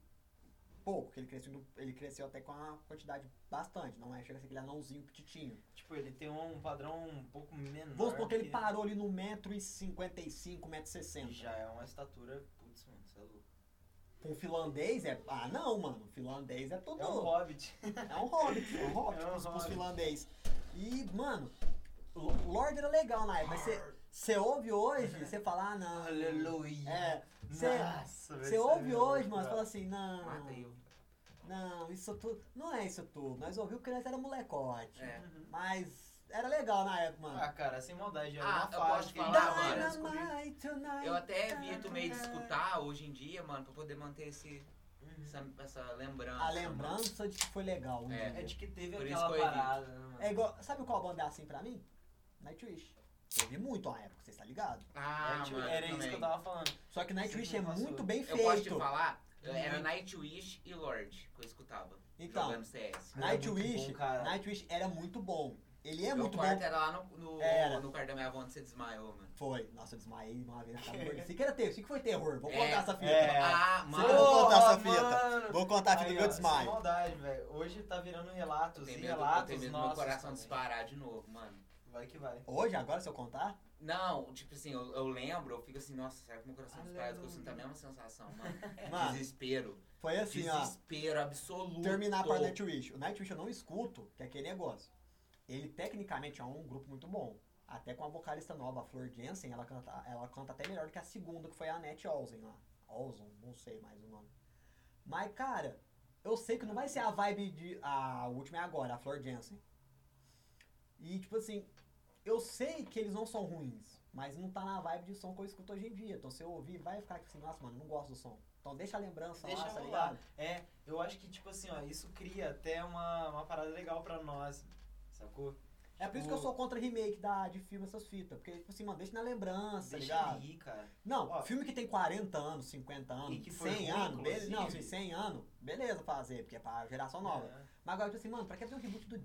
Pouco, porque ele cresceu, ele cresceu até com uma quantidade bastante. Não é chega a ser aquele anãozinho petitinho.
Tipo, ele tem um padrão um pouco menor.
Vamos supor que ele parou ali no 1,55m,
E
1,60m.
Já é uma estatura, putz, mano, você é louco.
Um finlandês é. Ah, não, mano. Finlandês é todo.
É um hobbit.
É um hobbit, é um hobbit
É um
pros, pros
hobbit.
finlandês. E, mano, L- Lorde era legal na época, mas você ouve hoje, você fala, ah, não.
Aleluia.
É,
Nossa, velho,
você
isso
ouve
é
hoje, mano,
louco,
você
velho.
fala assim, não,
Mata eu.
não, isso tudo, não é isso tudo. Nós ouvimos que nós era molecote,
É.
Uhum.
mas era legal na época, mano.
Ah, cara, sem maldade, era
Ah,
uma
eu
fase
posso
que ele
falar,
tava
mano?
descobrindo.
Dynamite tonight.
Eu até evito meio de escutar hoje em dia, mano, pra poder manter esse,
Uhum.
essa, essa lembrança.
A
mano.
lembrança de que foi legal. um
É.
dia.
É de que teve
Por isso
aquela
que eu evito.
parada, né, mano?
É igual, sabe qual banda é assim pra mim? Nightwish. Eu ouvi muito na época, vocês tá ligado?
Ah,
Era, tipo,
mano,
era
também.
isso que eu tava falando.
Só que Nightwish
Sim,
é
passou.
muito bem
Eu
feito.
posso te falar, é, era
Uhum.
Nightwish e Lorde que eu escutava.
Então,
jogando CS.
Era muito
Nightwish,
bom, cara.
Nightwish era muito bom. Ele é
Meu
muito
quarto
bom.
era lá no, no,
Era.
no quarto da minha avó onde você desmaiou, mano.
Foi. Nossa, eu desmaiei uma vez tá na casa do gordinho. Isso que era terror, isso que foi terror. Vou
É,
contar essa fita.
é.
Ah,
Você
mano.
não
Porra,
contar essa fita.
mano.
Vou contar a fita
Aí,
do
ó,
meu
Sem
desmaio.
maldade, velho. Hoje tá virando
Eu
relatos e
tenho medo, eu
relatos
tenho medo do meu
nossos.
coração
também.
disparar de novo, mano.
Vai que vai.
Hoje, agora, se eu contar?
Não, tipo assim, eu, eu lembro, eu fico assim, nossa, será que meu coração dispara? Eu
Aleluia.
sinto tá a mesma sensação, mano.
Mano,
Desespero.
foi assim, ó.
Desespero absoluto.
Terminar para Nightwish. O Nightwish eu não escuto, que é aquele negócio. Ele, tecnicamente, é um grupo muito bom. Até com a vocalista nova, a Flor Jensen, ela canta, ela canta até melhor que a segunda, que foi a Annette Olsen lá. Olsen, não sei mais o nome. Mas, cara, eu sei que não vai ser a vibe de. A última é agora, a Flor Jensen. E, tipo assim, eu sei que eles não são ruins, mas não tá na vibe de som que eu escuto hoje em dia. Então, se eu ouvir, vai ficar assim, nossa, mano, não gosto do som. Então, deixa a lembrança lá,
Deixa
tá
rolar.
ligado?
É, eu acho que, tipo assim, ó, isso cria até uma, uma parada legal pra nós, sacou?
É por isso que eu sou contra remake da, de filme, essas fitas. Porque, tipo assim, mano, deixa na lembrança, tá
Deixa
ligado?
ele ir, cara.
Não,
Ó.
filme que tem 40 anos, 50 anos,
E que foi
100
ruim,
anos, beleza. Não,
inclusive.
assim, 100 anos, beleza fazer, porque é pra geração nova.
É.
Mas agora, tipo assim, mano, pra que fazer um reboot do,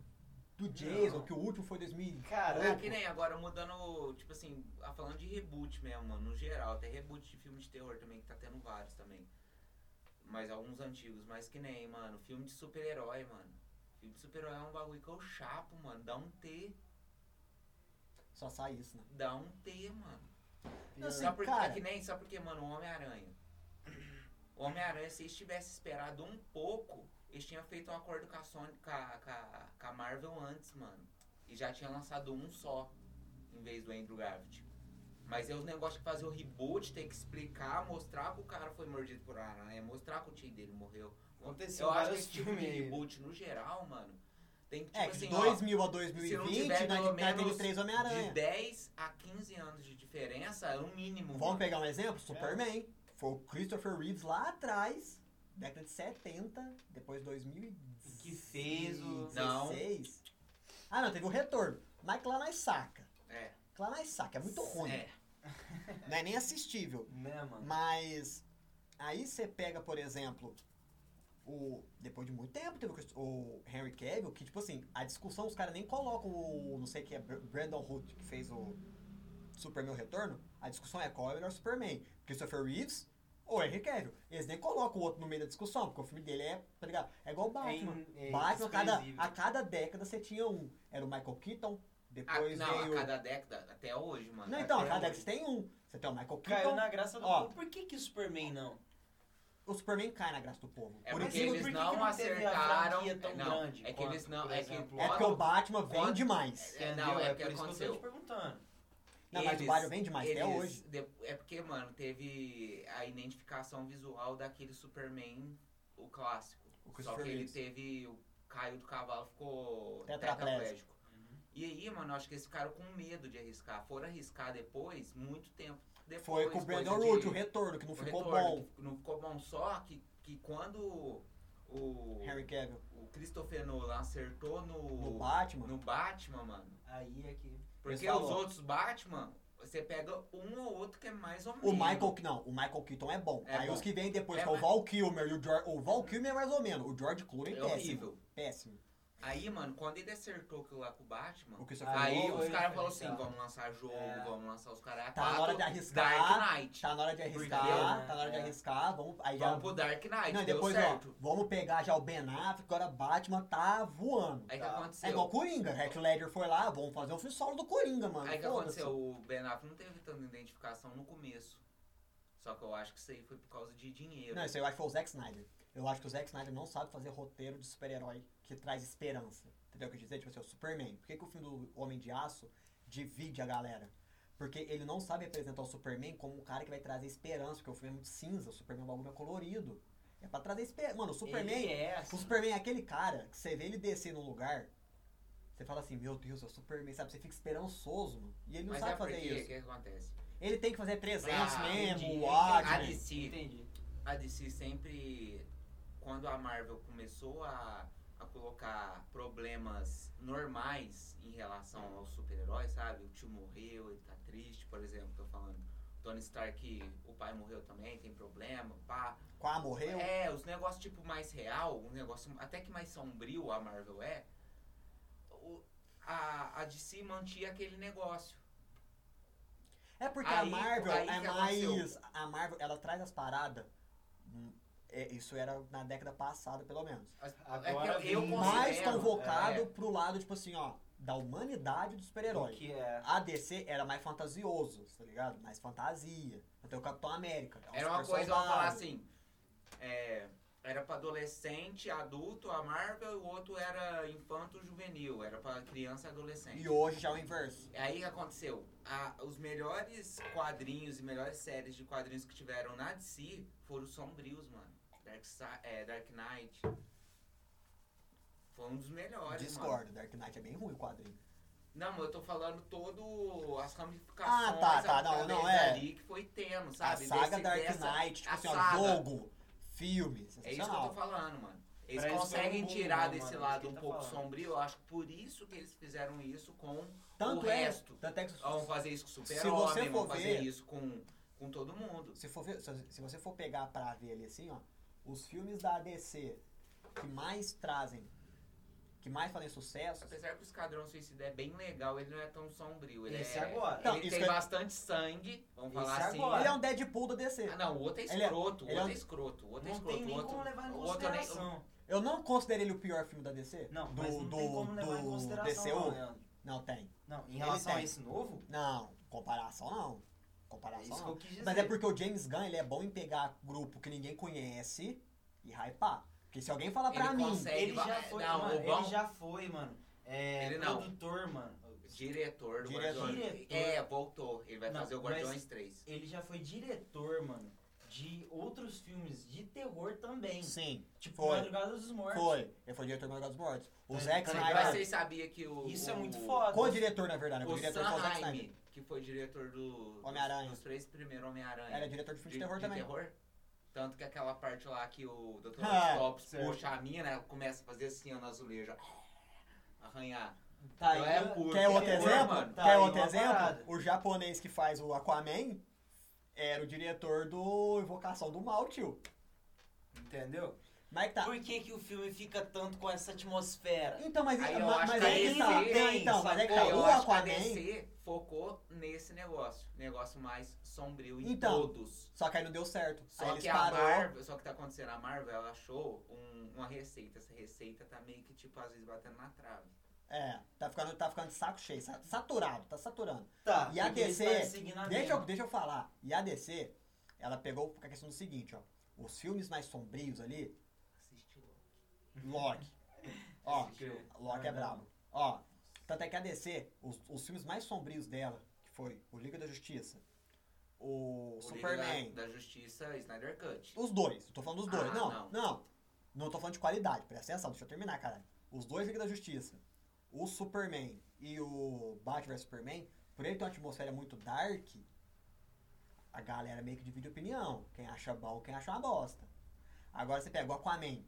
do Jason,
Não.
que o último foi 2000?
Cara,
É que nem agora mudando, tipo assim, a- falando de reboot mesmo, mano, no geral, até reboot de filme de terror também, que tá tendo vários também. Mas alguns antigos, mas que nem, mano, filme de super-herói, mano. Filme de super-herói é um bagulho que eu chapo, mano. Dá um T,
Só sai isso, né?
dá um T, mano.
Não, assim,
Só porque,
cara,
é que nem, só porque, mano, o Homem-Aranha. O Homem-Aranha, se eles tivessem esperado um pouco, eles tinham feito um acordo com a Sony, com a, com a- com a Marvel antes, mano. E já tinha lançado um só, em vez do Andrew Garfield. Mas é os negócios de fazer o reboot, tem que explicar, mostrar que o cara foi mordido por aranha, mostrar que o tio dele morreu.
Aconteceu
Eu acho que
vários
esse tipo de
filmes.
reboot, no geral, mano, tem que, tipo
é, de
assim, ó,
2000 a
se não
2020,
tiver
nós,
pelo
nós temos
menos
três
de
Homem-Aranha.
10 a 15 anos de diferença, é o mínimo.
Vamos
mano.
pegar um exemplo?
É.
Superman. Foi o Christopher Reeves lá atrás, década de 70, depois 2016.
Que fez o-
Não.
Ah, não, teve o retorno. Mas que lá nós saca.
É.
Que lá nós saca, é muito ruim.
É.
Não é nem assistível.
Né, mano?
Mas aí você pega, por exemplo, o depois de muito tempo teve o Christ- o Henry Cavill, que tipo assim, a discussão os caras nem colocam o não sei que é Br- Brandon Root que fez o Superman Retorno, a discussão é qual é o melhor Superman, Christopher Reeves ou Henry Cavill. Eles nem colocam o outro no meio da discussão, porque o filme dele é, tá ligado? É igual Batman.
É in- é
Batman a cada
desprezível.
a cada década você tinha um. Era o Michael Keaton,
Ah,
depois
não,
veio
a cada década, até hoje, mano.
Não, então, a
até
cada década
hoje.
você tem um. Você tem o Michael
Caiu
Então,
Keaton,
na graça do
ó.
povo. Por que que o Superman não?
o Superman cai na graça do povo.
É
Por
porque
isso
mas
eles
por que
não,
que não teve a
acertaram.
franquia tão
é, não,
grande
é que
quanto,
eles não.
por
É que,
exemplo?
É porque o Batman
Quando-
vende
É,
demais.
Entendeu?
não, é
é
porque
por isso que eu tô
aconteceu.
te perguntando.
Não, mas É o
eles-
Batman vende demais até
eles-
hoje.
de- é porque, mano, teve a identificação visual daquele Superman, o clássico.
O
Só que
Christopher
ele
Reeves.
teve. o- Caiu do cavalo, ficou
Tetraplégico.
tetraplégico. E aí, mano, eu acho que eles ficaram com medo de arriscar. Foram arriscar depois, muito tempo depois.
Foi com o
coisa
Brandon
de-
Root, o retorno, que não
o
ficou
retorno,
bom.
que Não ficou bom só que, que quando o.
Harry Cavill.
o Christopher Nolan acertou
No
no,
Batman.
no Batman, mano.
Aí é que...
Porque
Ele falou.
os outros Batman, você pega um ou outro que é mais ou menos.
O Michael, não, o Michael Keaton é bom.
É
Aí
bom.
os que vêm depois,
É,
que é o
mas-
Val Kilmer e o George... O Val Kilmer é mais ou menos. O George Clooney é
é
péssimo.
horrível.
Péssimo.
Aí, mano, quando ele acertou aquilo lá com o Batman,
O Christopher
Ah,
aí
Nolan.
eu-
os
foi
caras falaram assim,
diferencial.
vamos lançar jogo,
É.
vamos lançar os caras.
Tá na hora de
Dark
arriscar.
Knight.
Tá na hora de
Porque,
arriscar.
né,
Tá na hora de
é.
arriscar. Vamos... Aí já...
Vamos pro Dark Knight,
Não, e
deu
depois, ó,
certo.
vamos pegar já o Ben Affleck, agora Batman tá voando.
Aí que
Tá.
É
aconteceu.
igual Coringa, Heath Ledger foi lá, vamos fazer um filme solo do Coringa, mano.
Aí que
Foda-se.
aconteceu, o Ben Affleck não teve tanta identificação no começo. Só que eu acho que isso aí foi por causa de dinheiro.
Não, isso aí eu acho que foi o Zack Snyder. Eu acho que o Zack Snyder não sabe fazer roteiro de super-herói que traz esperança. Entendeu o que eu quis dizer? Tipo assim, o Superman. Por que, que o filme do Homem de Aço divide a galera? Porque ele não sabe representar o Superman como um cara que vai trazer esperança, porque o filme é muito cinza, o Superman é um bagulho meio colorido. É pra trazer esperança. Mano, o Superman.
Ele é
O
assim.
Superman é aquele cara que você vê ele descer num lugar, você fala assim, meu Deus, é o Superman, sabe? Você fica esperançoso, mano. E ele não
Mas
sabe
é
fazer
porque,
isso.
o que acontece?
Ele tem que fazer 300
Ah,
mesmo,
entendi.
o
A
Watchmen.
DC
Entendi.
a DC sempre, quando a Marvel começou a, a colocar problemas normais em relação aos super-heróis, sabe? O tio morreu, ele tá triste, por exemplo, tô falando. Tony Stark, o pai morreu também, tem problema, pá.
Quá morreu.
É, os negócios tipo mais real, um negócio até que mais sombrio a Marvel é, o- a, a DC mantinha aquele negócio.
É porque a
Aí-
Marvel
aí
é
que aconteceu.
mais. A Marvel, ela traz as paradas. hum, é, isso era na década passada, pelo menos.
As-
Agora
é que eu, eu
vem
Mais
considero-
convocado
é,
pro lado, tipo assim, ó, da humanidade do
O
super-herói.
que é...
A DC era mais fantasioso, tá ligado? Mais fantasia. Até o Capitão América. é um
Era uma
super
coisa, vamos falar
soldado.
assim, é, era pra adolescente, adulto, a Marvel, e o outro era infanto juvenil, era pra criança e adolescente.
E hoje já é o inverso.
Aí que aconteceu, A- os melhores quadrinhos e melhores séries de quadrinhos que tiveram na DC foram sombrios, mano. Dark, Sa- é, Dark Knight foi um dos melhores, mano.
Discordo, Dark Knight é bem ruim o quadrinho.
Não, mas eu tô falando todo as ramificações
Ah, tá, tá, não,
através
não, é.
ali que foi tendo, sabe?
a saga
Desse-
Dark
dessa-
Knight,
a
tipo assim, ó,
saga.
jogo, filme,
É isso que eu tô
sensacional.
falando, mano. Eles
Pra eles foi
conseguem
um boom,
tirar
né,
desse
mano? Isso que
lado um
ele tá
pouco
falando.
sombrio. Eu acho que por isso que eles fizeram isso com
Tanto
o
é,
resto.
tanto é que
Vão fazer isso com
você
Super-Homem, vão
for
fazer
ver-
isso com, com todo mundo.
se, for ver- se- se você for pegar pra ver ali assim, ó, os filmes da DC que mais trazem, que mais fazem sucesso,
Apesar que o Esquadrão Suicida é bem legal, ele não é tão sombrio. Ele
Esse
é...
agora.
Então,
ele
isso
tem
que eu-
bastante sangue, vamos
Esse
falar assim.
agora.
ele é um Deadpool da DC.
Ah, não, o outro é
Ele é-
escroto, o
ele é
outro
um-
é escroto, o outro é
Não
escroto.
tem
o
nem
outro-
como levar em
o outro é nem-
consideração.
Eu não considero ele o pior filme da DC.
Não,
do,
mas não
do,
tem como levar em
do
consideração,
DCU.
não, Leandro.
Não tem.
Não, em
Ele tá
relação a
tem.
esse novo,
Não, comparação não.
é
Comparação
isso que
não.
eu quis dizer.
Mas é porque o James Gunn, ele é bom em pegar grupo que ninguém conhece e hypar. Porque se alguém falar pra
Ele
mim,
consegue.
Ele
Ele
já
vai-
foi,
não,
mano,
o bom-
ele já foi, mano. É,
Ele não.
produtor, mano.
Diretor do
Diretor.
Guardiões.
Diretor.
É, voltou. Ele vai
Não,
fazer o
mas-
Guardiões 3.
Ele já foi diretor, mano, de outros filmes de terror também.
sim,
Tipo,
Foi.
Madrugada dos Mortos.
foi. Ele foi diretor do Madrugada dos Mortos. O
Tá,
Zack
tá
Mas
ligado?
Snyder...
vocês sabiam que o.
Isso é
o-
muito foda.
Co-diretor, na verdade. né?
O
Co-diretor foi o Zack Snyder.
Sanheim, que foi diretor do.
Homem-Aranha.
Dos três primeiros Homem-Aranha.
Era é diretor de filme de, terror também.
Tanto que aquela parte lá que o Dr.
Ah,
Stops
certo.
puxa a mina, ela começa a fazer assim ó, no azulejo. ó, Arranhar.
Tá
Então
aí,
é puro.
Quer outro
terror,
exemplo?
mano.
Tá
Quer
aí
outro
uma
exemplo?
parada.
O japonês que faz o Aquaman era o diretor do Invocação do Mal, tio.
Entendeu?
Mas tá.
Por que, que o filme fica tanto com essa atmosfera?
Então, mas,
Aí eu
ma-
acho
mas
que
é que
ele
tá.
tem,
Tem, então, mas é que tá.
eu
O
acho que a
Aquaman.
DC focou nesse negócio. Negócio mais sombrio em
Então,
todos.
Só que aí não deu certo. aí
Só
eles
que, é a
parou.
Marvel, só que tá acontecendo, a Marvel ela achou um- uma receita. Essa receita tá meio que, tipo, às vezes batendo na trave.
É, tá ficando, tá ficando de saco cheio, sa- saturado, tá saturando.
Tá.
E a
porque eles
DC,
tá seguindo a
Deixa eu,
mesma.
deixa eu falar. E a DC, ela pegou a questão do seguinte, ó. Os filmes mais sombrios ali,
Assiste logo.
Loki. Ó,
Assiste logo.
Loki é
Não, não.
brabo. Ó, tanto é que a DC, os, os filmes mais sombrios dela, que foi o Liga da Justiça, o,
O
Superman,
Liga Da, da Justiça, Snyder Cut.
Os dois, eu tô falando dos dois.
Ah,
não, não,
não.
não. tô falando de qualidade, presta atenção, deixa eu terminar, caralho. Os dois Liga da Justiça, o Superman e o Batman vs Superman, por ele ter uma atmosfera muito dark, a galera meio que divide opinião. Quem acha bom, quem acha uma bosta. Agora você pega o Aquaman,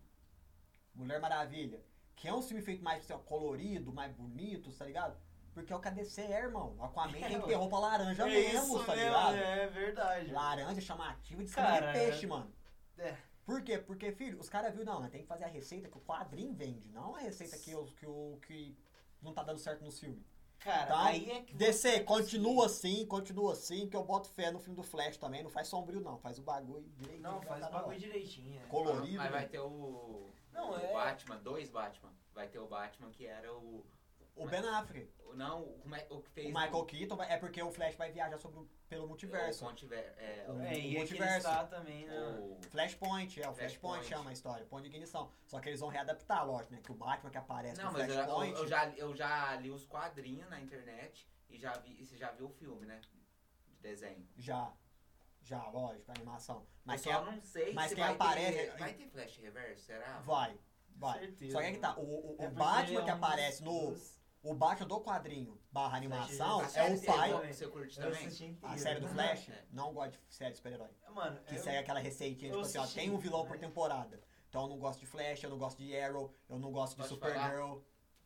Mulher Maravilha, que é um filme feito mais assim, ó, colorido, mais bonito, tá ligado? Porque é o KDC, é, irmão. O Aquaman
É,
tem que
ué.
ter roupa laranja
É
mesmo,
isso
tá
mesmo,
ligado?
É verdade.
Laranja chamativa de sangue
Cara,
de peixe, mano.
é.
Por quê? Porque, filho, os caras viram, não, né, tem que fazer a receita que o quadrinho vende, não a receita que, os- que, o, que não tá dando certo nos filmes.
Cara,
Então,
aí é que.
DC, continua assim, continua assim, que eu boto fé no filme do Flash também, não faz sombrio não, faz o bagulho direito.
Não, faz o bagulho direitinho. é.
Colorido,
Mas vai
né?
ter o.
Não,
o
é-
Batman, dois Batman. Vai ter o Batman que era o.
O Ben Affleck,
o- Não, o- como é- o que
o
fez.
Michael Keaton, vai- é porque o Flash vai viajar sobre o- pelo multiverso.
O, Contiver- é,
O-
o,
É, e é que ele
multiverso.
está também, né?
o-
Flashpoint, é, o Flashpoint,
Flashpoint.
chama a história, ponto de ignição. Só que eles vão readaptar, lógico, né, que o Batman que aparece
Não,
no
mas eu, já-
Flashpoint...
eu- eu já, eu já li os quadrinhos na internet e já vi. E você já viu o filme, né? De desenho.
Já. Já, lógico, a animação. Mas
eu
quem,
só não sei
mas
se
quem
vai
aparece-
ter. Vai ter flash reverso, será?
vai, vai.
Certeza,
Só que é que
mano.
tá, o, o- o
É porque é
Batman que
um
aparece no.
dos-
O Batman do quadrinho barra animação
Flash
é
série
o
você-
pai.
Exato.
Você curte
Eu
também?
assisti inteiro.
A série do
Uhum.
Flash
É.
não gosta de série de super-herói.
Mano,
Que
um né? eu-
segue aquela receitinha,
eu
tipo assim, ó,
assisti,
tem um vilão por
né?
temporada. Então eu não gosto de Flash, eu não gosto de Arrow, eu não gosto de
Posso
Supergirl.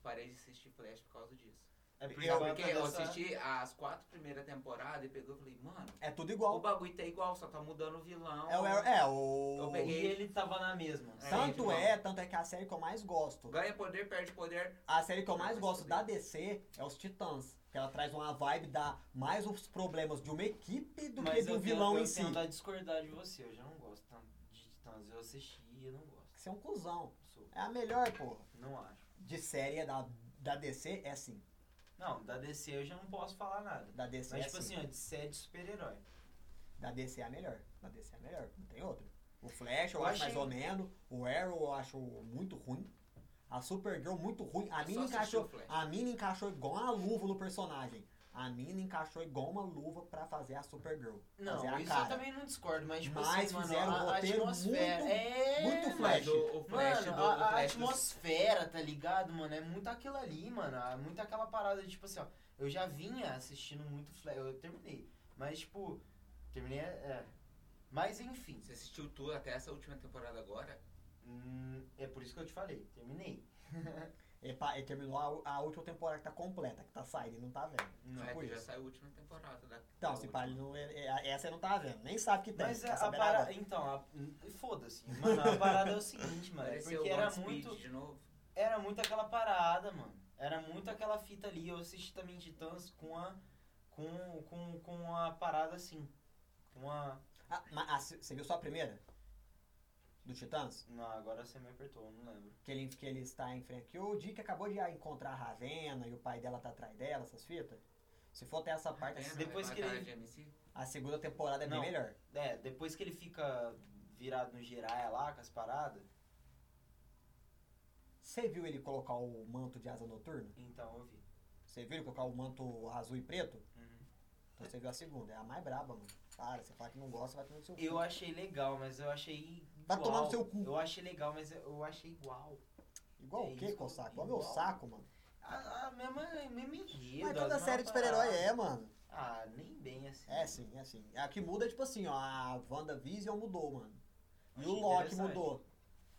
Parei de assistir Flash por causa disso.
É por
Eu-
conta
Porque eu
dessa-
assisti as quatro primeiras temporadas e pegou e falei, mano,
É tudo
o
igual.
bagulho tá igual, só tá mudando o vilão.
É o Arrow. É, o.
Eu
E
peguei-
ele tava na mesma.
É,
Tanto
tipo,
é, tanto é que a série que eu mais gosto.
Ganha poder, perde poder.
A série que eu mais
Mas
gosto
tudo
da DC é os Titãs. Que ela traz uma vibe, dá mais os problemas de uma equipe do que
Mas
de
eu
um
tenho-
vilão em
Eu
si.
tenho vontade de discordar de você, eu já não gosto tanto de Titãs. Eu assisti e eu não gosto.
Você é um cuzão.
Sou.
É a melhor, porra.
Não acho.
De série é da, da DC é sim.
Não, da DC eu já não posso falar nada.
Da DC
Mas
é
tipo
assim.
assim, ó, de série de super-herói.
Da DC é a melhor. Da DC é a melhor. Não tem outra. O Flash eu,
Eu
acho
achei-
mais ou menos. O Arrow eu acho muito ruim. A Supergirl muito ruim. A
Eu
mina
só assisti
encaixou.
o Flash.
A mina encaixou igual uma luva no personagem. A mina encaixou igual uma luva pra fazer a Supergirl.
Não,
fazer a
isso
cara.
eu também não discordo, mas tipo
Mas
assim, mano,
fizeram
a,
um
a
roteiro
atmosfera
muito-
é...
muito
mano.
Flash.
Mas o, o Flash
Mano,
do.
a,
o
a
Flash do-
atmosfera, tá ligado, mano? É muito aquilo ali, mano. É muito aquela parada de, tipo assim, ó. Eu já vinha assistindo muito Flash. Eu terminei. Mas, tipo, terminei. É. Mas, enfim.
Você assistiu tudo até essa última temporada agora?
Hum, é por isso que eu te falei. Terminei.
E, É pa- e terminou a, a última temporada que tá completa, que tá saindo, ele não tá vendo.
Não.
é,
tipo
que já
isso.
saiu a última temporada da.
Então,
da
se
última.
pá, ele não, é- é- essa ele não tá vendo, nem sabe que tem.
Tá Mas
quer
a, a
saber agora.
parada. Então, a- hum, foda-se. Mano, a parada é o seguinte, mano. É
Pareceu
porque era
Godspeed
muito.
de novo.
Era muito aquela parada, mano. Era muito aquela fita ali. Eu assisti também Titãs com a. Com, com, com a parada assim. Com a.
Ah, mas ah, c- você viu só a primeira? Do Titãs?
Não, agora você me apertou, eu não lembro.
Que ele, que ele está em frente. Que o Dick acabou de ah, encontrar a Ravena e o pai dela tá atrás dela, essas fitas. Se for até essa parte, a
Pena,
se-
depois
vai
que
matar
ele-
a GMC?
a segunda temporada é bem
Não.
melhor.
É, depois que ele fica virado no giraia lá com as paradas,
Você viu ele colocar o manto de asa noturna?
então eu vi.
Você viu ele colocar o manto azul e preto?
Uhum.
Então você viu a segunda, é a mais braba, mano. Para, você fala que não gosta, vai tomar no seu cu.
Eu achei legal, mas eu achei igual.
Vai tomar no seu cu.
Eu achei legal, mas eu achei igual.
Igual
É
o que,
isso,
Cossaco?
igual.
Olha o meu saco, mano.
A, a mesma, mesma enredo.
Mas
as
toda
mesmas
série de super-herói
paradas.
é, mano.
Ah, nem bem assim.
É, sim, é sim. A que muda é tipo assim, ó, a WandaVision mudou, mano. E
Achei
o Loki
interessante.
mudou.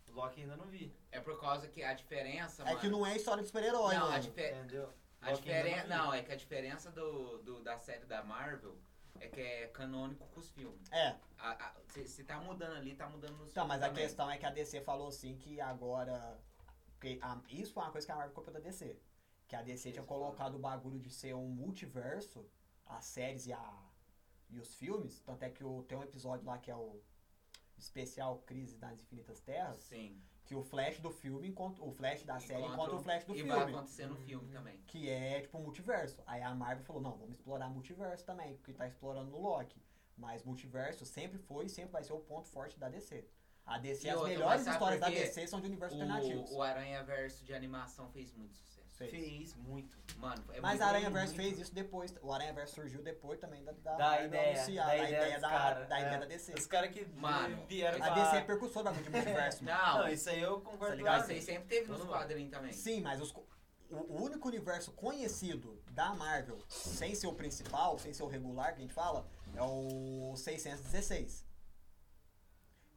O Loki ainda não vi,
É por causa que a diferença.
É
mano,
que não é história de super-herói,
Não, a,
mano.
É,
dife-
entendeu?
a
Loki ainda
diferença.
não
Não, é que a diferença do, do- da série da Marvel é que é canônico com os filmes.
É,
A- a- Se se tá mudando ali, tá mudando nos
tá,
filmes
mas a
também.
questão é que a DC falou assim que agora. Porque a- isso foi uma coisa que a Marvel copiou da DC. Que a DC tinha
Isso,
colocado o bagulho de ser um multiverso, as séries e, a, e os filmes. Tanto é que o, tem um episódio lá que é o especial Crise das Infinitas Terras,
Sim.
que o Flash do filme encontra. O Flash da série
Encontra um
encontra o Flash do
e
filme. Uhum.
vai acontecer no filme
Hum.
também.
que é tipo um multiverso. Aí a Marvel falou, não, vamos explorar multiverso também, porque tá explorando no Loki. Mas multiverso sempre foi e sempre vai ser o ponto forte da DC. A DC,
E
as
outra,
melhores
mas sabe
histórias da
por quê?
DC são de universos alternativos.
O, o Aranha Verso de animação fez muito sucesso.
Fez.
Fez muito.
Mano, é
Mas
muito
a Aranha Verso
muito.
fez isso depois. O Aranha Verso surgiu depois também da, da,
Da
Marvel
ideia,
anunciar,
da
da
ideia
ideia
dos
da,
cara,
da ideia
é.
da DC.
Os caras que
Mano,
vieram
A
pra...
DC é precursor da de multiverso. mano.
Não,
Não, isso aí eu
Tá
concordo
ligado?
mas
plenamente.
isso aí sempre teve nos
Todo mundo.
quadrinhos também.
Sim, mas os co- o, o único universo conhecido da Marvel, sem ser o principal, sem ser o regular que a gente fala, é o 616.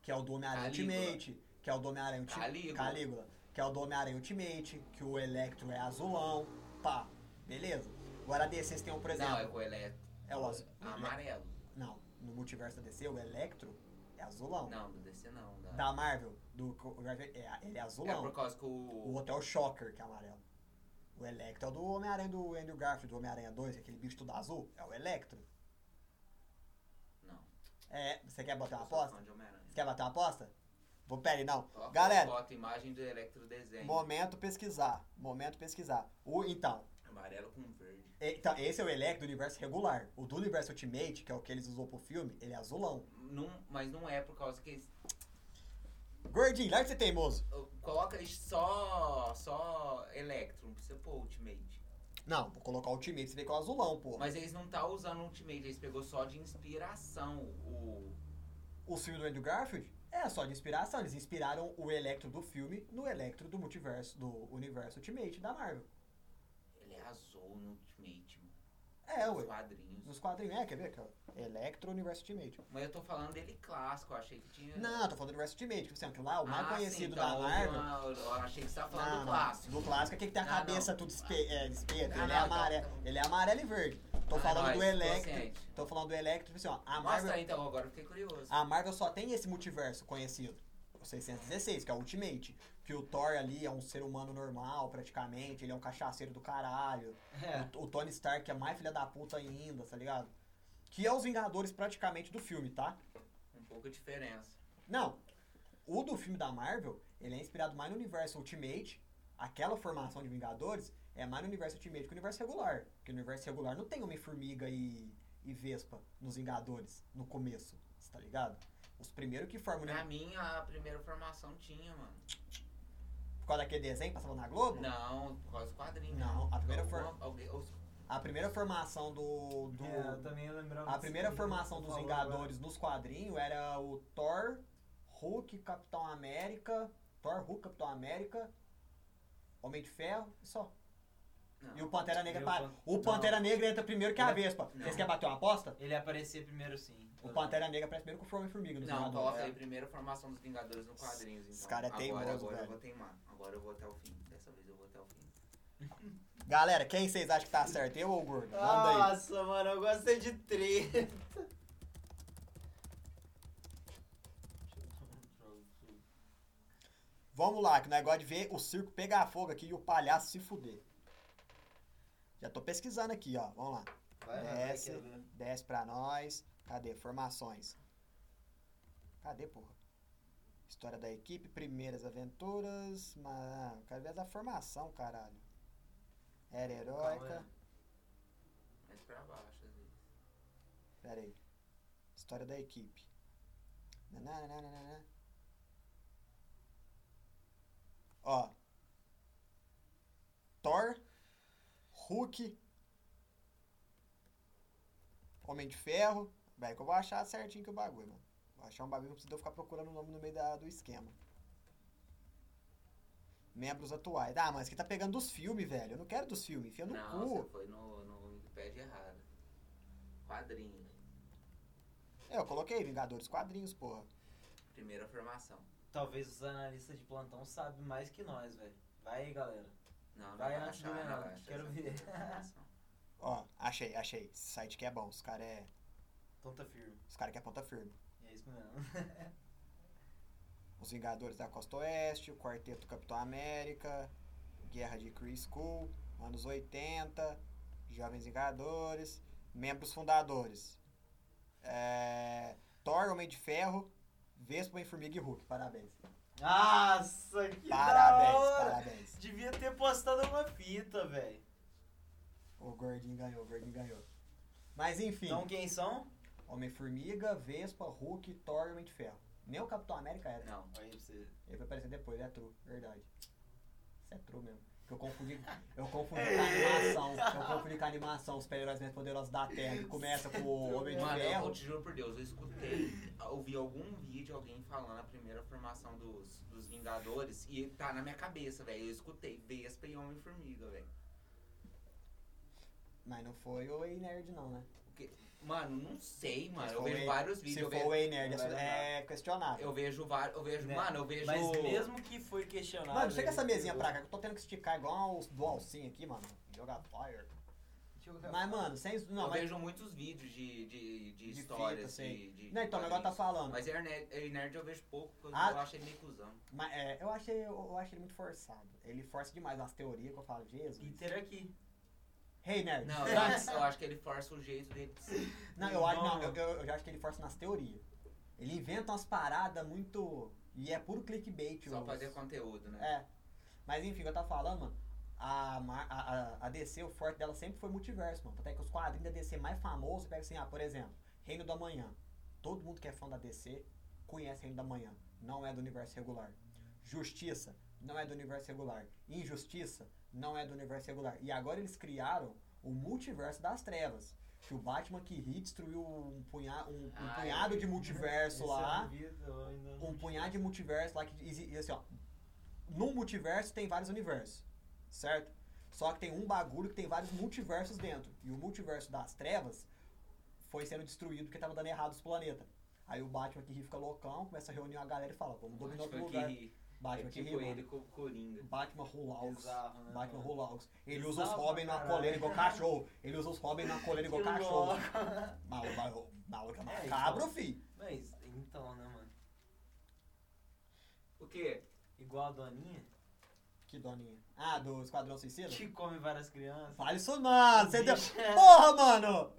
Que é o do Homem-Aranha
Calígula.
Ultimate, que é o do Homem-Aranha Ulti-
Calígula.
Calígula, que é o do Homem-Aranha Ultimate, que o Electro é azulão, pá, beleza. Agora a DC tem um, por exemplo,
Não, é com o elétrico.
é o azul.
Amarelo.
Não, no multiverso da DC, o Electro é azulão.
Não, do DC não. da-
Da Marvel, do, é- ele é
É
azulão.
por causa que
O
o.
Hotel Shocker, que é amarelo. O Electro é o do Homem-Aranha do Andrew Garfield, do Homem-Aranha 2, aquele bicho tudo azul. É o Electro.
Não.
É, você quer
eu
bater uma
sou
aposta?
fã de Homem-Aranha.
Você quer bater uma aposta? Vou, pera aí, não.
Ó,
Galera.
Foto, imagem do Electro desenho.
Momento pesquisar. Momento pesquisar. O, então,
Amarelo com verde.
e- então, esse é o Electro do universo regular. O do universo Ultimate, que é o que eles usou pro filme, ele é azulão.
Não, mas não é por causa que eles-
Gordinho, larga de ser teimoso.
Coloca eles só. só Electro, não precisa pôr Ultimate.
Não, vou colocar o Ultimate, você vê que é o azulão, pô.
Mas eles não tá usando Ultimate, eles pegou só de inspiração o.
O filme do Andrew Garfield é só de inspiração. Eles inspiraram o Electro do filme no Electro do multiverso, do universo Ultimate da Marvel.
Ele é azul no Ultimate, mano.
É,
Os
ué.
quadrinhos.
Nos quadrinhos, é, quer ver aqui, ó. Electro Universo Ultimate.
Mas eu tô falando dele clássico, eu achei que tinha.
Não, eu tô falando do Universo Ultimate, tipo assim, aquilo lá, o mais
Ah,
conhecido
sim, então,
da Marvel.
não, eu achei que você tava falando
Não,
do
não,
clássico.
Do clássico é aquele que tem a
Ah,
cabeça
não.
tudo espe é, espeta,
Ah,
ele, é
não, então,
amarelo,
então.
ele é amarelo e verde. Tô
Ah,
falando
nós,
do Electro.
consciente.
Tô falando do Electro, tipo assim, ó. A
Mostra
Marvel, Ah.
aí, então, agora eu fiquei curioso.
a Marvel só tem esse multiverso conhecido. O 616, que é o Ultimate. Que o Thor ali é um ser humano normal, praticamente. Ele é um cachaceiro do caralho.
É.
O, o Tony Stark é mais filha da puta ainda, tá ligado? Que é os Vingadores praticamente do filme, tá?
Um pouco de diferença.
Não. O do filme da Marvel, ele é inspirado mais no universo Ultimate. Aquela formação de Vingadores é mais no universo Ultimate que no universo regular. Porque no universo regular não tem Homem-Formiga e, e Vespa nos Vingadores no começo. Você tá ligado? Os primeiros que formam.
Pra
Né?
mim, a primeira formação tinha, mano.
Por causa daquele desenho que passava na Globo?
Não, por causa do quadrinho.
Não, a primeira
Alguma-
forma-
alguém- os-
A primeira formação do. do
É, eu também lembrava
a
disso
primeira
aí,
formação
tu
dos
falou
Vingadores nos quadrinhos era o Thor, Hulk, Capitão América. Thor, Hulk, Capitão América. Homem de Ferro e só.
Não.
E o Pantera Negra.
E o
pa-
Pan-
O Pantera Negra entra primeiro que a
Não. é-
Vespa.
Não.
Vocês querem bater uma aposta?
agora. Ele aparecia primeiro sim.
O
Eu
Pantera Negra aparece primeiro com o Homem-Formiga nos
Não,
Vingadores.
coloca aí primeiro a formação dos Vingadores no quadrinhos.
Os
Então.
cara é
agora,
teimoso,
agora eu
velho.
vou teimar. Agora eu vou até o fim. Dessa vez eu vou até o fim.
Galera, quem vocês acham que tá certo? Eu ou o Gordo?
lembro.
Manda aí.
Nossa, mano, eu gostei de treta.
Vamos lá, que o negócio de ver o circo pegar fogo aqui e o palhaço se fuder. Já tô pesquisando aqui, ó. Vamos lá.
Vai, lá, vai,
Desce.
quer ver.
Desce pra nós. Cadê? Formações. Cadê, porra? História da equipe, primeiras aventuras. Mas, ah, quero ver da formação, caralho. Era heróica.
Calma
Mas pra baixo, às vezes.
Pera aí. História da equipe. Nananana. Ó. Thor, Hulk, Homem de Ferro. Vai que eu vou achar certinho que o bagulho, mano. Vou achar um bagulho que não precisa eu ficar procurando o nome no meio da- do esquema. Membros atuais. Ah, mas que tá pegando dos filmes, velho. Eu não quero dos filmes. Enfia É no
Não,
cu.
você foi no, no Wikipedia errado. Quadrinho.
É, eu coloquei Vingadores Quadrinhos, porra.
Primeira formação.
Talvez os analistas de plantão sabem mais que nós, velho. Vai aí, galera.
Não, não
Vai
vai
antes do
achar, não
Leonardo,
vai achar
quero
essa
ver.
primeira formação.
Ó, achei, achei. Esse site que é bom. Os caras é,
Ponta Então tá firme.
os cara que é ponta firme.
É isso mesmo.
Os Vingadores da Costa Oeste, o Quarteto Capitão América, Guerra de Kree School, anos 80, Jovens Vingadores, membros fundadores. É, Thor, Homem de Ferro, Vespa, Homem, Formiga e Hulk. Parabéns.
Nossa, que da
Parabéns,
hora.
parabéns.
Devia ter postado uma fita, velho.
O Gordinho ganhou, o Gordinho ganhou. Mas enfim,
Então quem são?
Homem-Formiga, Vespa, Hulk, Thor e Homem de Ferro. Nem o Capitão América é era.
Não,
Aí pra você.
Ele vai aparecer depois, ele é true, verdade. Isso é true mesmo. Que eu confundi, eu confundi com a animação. Eu confundi com a animação, os super-heróis mais poderosos da Terra, que começa com o Homem de
mano, eu
Ferro.
vou- te juro por Deus, eu escutei, ouvi algum vídeo, alguém falando a primeira formação dos, dos Vingadores e tá na minha cabeça, velho. Eu escutei Vespa e Homem-Formiga, velho.
Mas não foi o Ei Nerd, não, né?
Mano, não sei, mano.
Se
Eu
for
vejo
Ei-
vários
Se
vídeos. Eu
for o
vejo,
Ei Nerd,
Vai
é questionável.
eu vejo vários. Eu vejo,
Né?
mano, eu vejo.
Mas mesmo que foi questionado.
Mano, chega
ele
essa mesinha
pegou.
pra cá, que eu tô tendo que esticar igual um os do Alcinho aqui, mano. Jogar fire. Mas, mano, sem. Não,
eu
mas.
vejo muitos vídeos de, de, de,
fita,
histórias.
sei.
de, de,
Não, então, o negócio tá
quadrinhos.
falando.
Mas é nerd, é nerd eu vejo pouco, porque
Ah.
eu achei meio cuzão.
Mas, é, eu, achei, eu, eu achei ele muito forçado. Ele força demais nas teorias que eu falo, Jesus.
Peter aqui.
Hey, nerd.
Não, eu acho, eu acho que ele força o jeito dele de ser.
Não, eu acho, não,
Não.
eu, eu- eu já acho que ele força nas teorias. Ele inventa umas paradas muito. E é puro clickbait.
Só
os-
fazer conteúdo, né?
É. Mas enfim, o que eu tava falando, mano. A, Mar- a, a- a DC, o forte dela sempre foi multiverso, mano. Até que os quadrinhos da DC mais famosos, você pega assim, ah, por exemplo, Reino do Amanhã. Todo mundo que é fã da DC conhece Reino do Amanhã. Não é do universo regular. Justiça não é do universo regular. Injustiça não é do universo regular. E agora eles criaram o multiverso das trevas. Que o Batman que ri destruiu um, punha, um, um
Ah,
punhado
eu-
de multiverso
Esse é um
lá
eu não vi, eu ainda não
um
tinha.
punhado de multiverso lá que exi- e assim, ó. Num multiverso tem vários universos, certo? Só que tem um bagulho que tem vários multiversos dentro. E o multiverso das trevas foi sendo destruído porque tava dando errado os planetas. Aí o Batman que ri fica loucão, começa a reunir a galera e fala, vamos dominar outro
Batman
lugar.
que ri.
Batman
é
que
tipo
ri,
ele
mano.
com o Coringa.
Batman Rolaux.
Bizarro, né,
Batman
mano?
Rolaux. Ele usa os
Bizarro,
Robin na
caralho.
coleira igual cachorro. Ele usa os Robin na coleira igual
Que
cachorro.
louco.
Maluco, maluco, maluco, é
É, então.
macabro, fi.
Mas, então, né, mano?
O quê?
Igual a Doninha,
Que doninha. Ah, do Esquadrão Suicida?
que come várias crianças.
Fala isso não, Ah, você deu...
Bicho, é.
Porra, mano!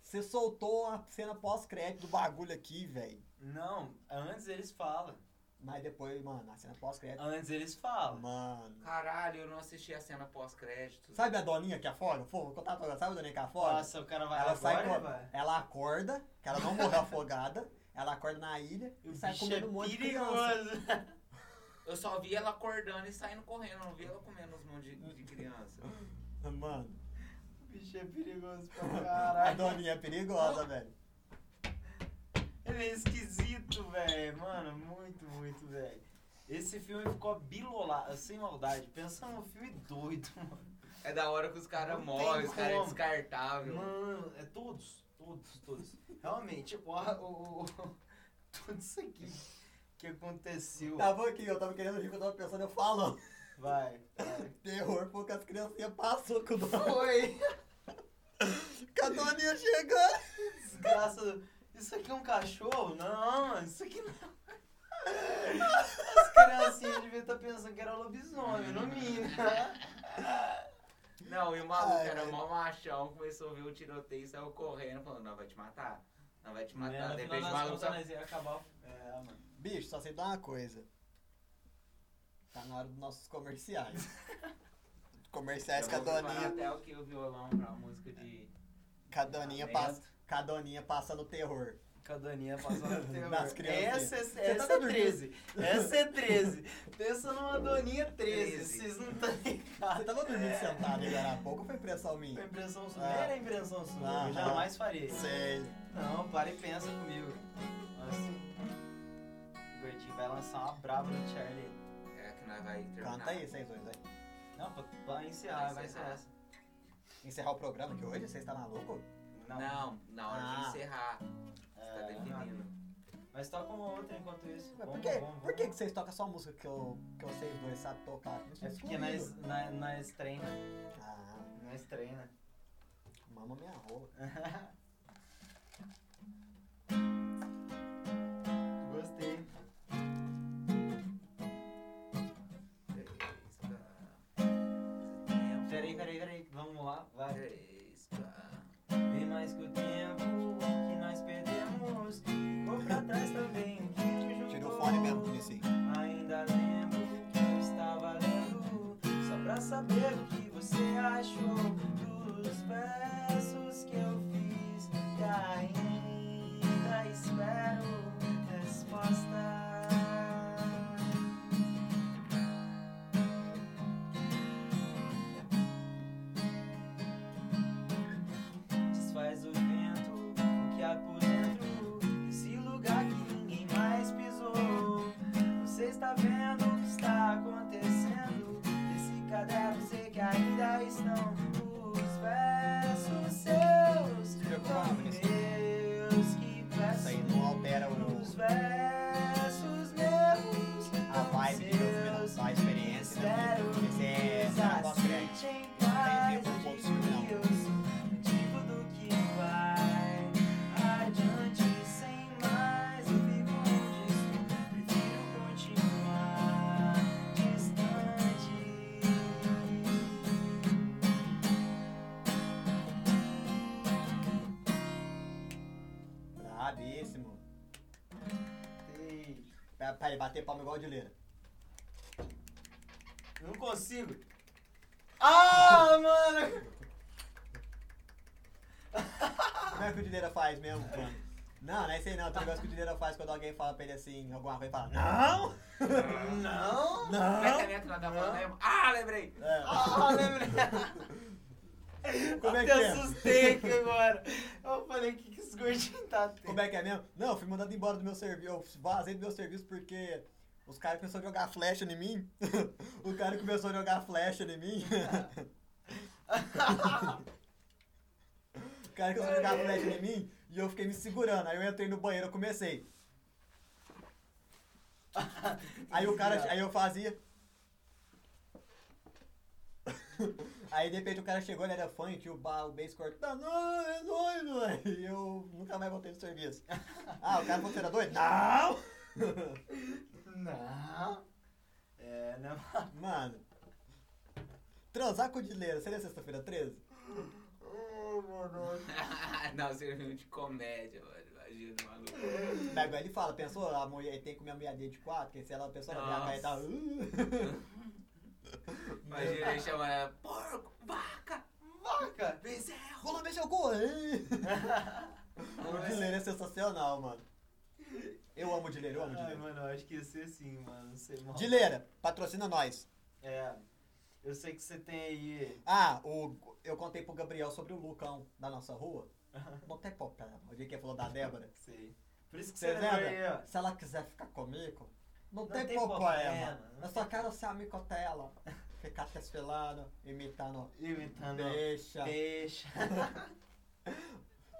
Você soltou a cena pós-crédito do bagulho aqui, velho.
Não, antes eles falam.
Mas depois, mano, a cena pós-crédito...
Antes eles falam.
Mano...
Caralho, eu não assisti a cena pós-crédito.
Sabe a doninha que afoga? Pô, vou contar pra você. Sabe a doninha que afoga?
Nossa, o cara vai
ela
agora,
sai com...
vai.
Ela acorda, que ela não morreu afogada. Ela acorda na ilha e
O
sai
bicho
comendo
é
um monte de criança.
perigoso.
Eu só vi ela acordando e saindo correndo, eu não vi ela comendo uns monte de, de criança.
Mano,
Bicho é perigoso pra
A
caralho.
doninha é perigosa, velho.
Ele é esquisito, velho. Mano, muito, muito, velho. Esse filme ficou bilolado, sem maldade. Pensa num filme doido, mano.
É da hora que os caras
Não
morrem,
tem
os caras é
como.
descartável.
Mano, é todos, todos, todos. Realmente, tipo, ó, o, o- o- tudo isso aqui que aconteceu.
Tava Tá aqui, eu tava querendo rir, eu tava pensando, eu falo.
Vai, vai.
Terror, foi o que as criancinhas passou com o dono.
Foi!
Com a doninha chegando.
Desgraça. do- Isso aqui é um cachorro? Não, mano, isso aqui não. As criancinhas deviam estar pensando que era lobisomem, no mínimo.
Não, e o maluco
Ai,
era
velho.
mó machão, começou a ver o tiroteio e saiu correndo, falando, não, vai te matar. Não, vai te
é
matar. De repente o maluco só...
ia acabar. o- É, mano.
Bicho, só sei dar uma coisa. Tá na hora dos nossos comerciais. comerciais
Tá
com a
Eu vou preparar
doninha.
até o que o violão pra música de...
Com a doninha,
Tá
passa, com a doninha passando terror.
Com a Doninha passando o terror.
Nas crianças.
Essa, é-
Você
essa
tá
é
dormindo?
13. Essa é 13. Pensa numa Doninha 13.
13.
Vocês não estão
Ah, Você
ligados.
tava dormindo sentado agora há pouco ou foi impressão minha?
É. Foi impressão sua.
Ah.
Não era impressão sua.
Aham.
Eu jamais faria.
Sei.
Não, para e pensa comigo. Assim. O Bertinho vai lançar uma brava no Charlie.
É que nós vai terminar.
Canta aí, vocês dois. Aí.
Não, pra, pra encerrar, vai ser essa.
Encerrar o programa que hoje? Vocês tá maluco?
Não.
Não, na hora de
Ah.
encerrar. Você tá
É,
definindo.
Mas toca uma outra enquanto isso.
Mas por
Vamos,
que,
vamos,
por que, que
vamos.
vocês tocam só música que, eu, que vocês dois sabem tocar? Não
É
tinha
porque
excluído.
nós, nós, nós treina.
Ah,
Nós treina.
mama minha rola.
Gostei.
Três, quatro.
Peraí, peraí, peraí. Vamos lá, vai.
Três, quatro.
Vem mais que o tempo que nós perdemos. Ficou pra trás também o que nos juntou.
Tirei o fone mesmo, Vinicius.
Ainda lembro que eu estava lendo. Só pra saber o que você achou dos versos que eu fiz. E ainda espero resposta. Desfaz o vento, o que há por dentro. Esse lugar que ninguém mais pisou. Você está vendo o que está acontecendo. Esse caderno, sei que ainda estão os versos seus.
Se preocupa não, Vinícius.
Meus que
Isso aí
peço.
não altera
Os
o,
versos meus.
a vibe de
seus.
você, a experiência. né? Esse é esse é a voz grande. Brabíssimo. Pera- Peraí, bater palma igual de leira.
Não consigo. Ah, mano!
Não é o que o de leira faz mesmo, mano. Não, não é isso aí não. Tem um negócio que o de leira faz quando alguém fala pra ele assim, alguma coisa, ele fala, não,
Não!
Como é que
não.
é né, que nós tá falando mesmo? Ah, lembrei!
É.
Ah, lembrei.
Como é que
Até
é?
assustei aqui agora. Eu falei, o que, que esse gordinho tá tendo?
Como é que é mesmo? Não, eu fui mandado embora do meu serviço. Eu vazei do meu serviço porque os caras começaram a jogar flecha em mim. o cara começou a jogar flecha em mim. o cara começou a jogar flecha em mim e eu fiquei me segurando. Aí eu entrei no banheiro eu comecei. Aí o cara. Aí eu fazia. Aí de repente o cara chegou, ele era fã e tinha o, ba, o bass cortando. Não, é doido! E eu nunca mais voltei pro serviço. Ah, o cara falou que era doido? Não!
Não. É, não.
Mano. Transar com o Dileira, seria sexta-feira 13?
Oh, meu Deus.
não, você viu de comédia, mano. Imagina, maluco.
Daí agora ele fala, pensou, a mulher ele tem que comer a mulher dele de quatro, que se ela pensou na minha
Nossa.
cara tá. "Uh".
Imagina ele chamando ela, porco, vaca,
Vaca!
bezerro.
Vou lá mexer o cu! hein?" O
Mas-
Dileira é sensacional, mano. Eu amo o Dileira, eu amo o
Ai,
Dileira.
mano, eu acho que ia ser assim, mano. Não sei mal.
Dileira, patrocina nós.
É. Eu sei que você tem aí.
Ah, o, eu contei pro Gabriel sobre o Lucão da nossa rua. Não tem problema. O dia é que ele falou da Débora.
Sei. Por isso que
Você
você lembra aí,
lembra?
ó.
Se ela quiser ficar comigo, não,
Não
tem,
tem
problema.
problema, né? não
Eu só quero ser amigo dela. Ficar testelando, imitando.
Imitando.
Deixa.
Deixa.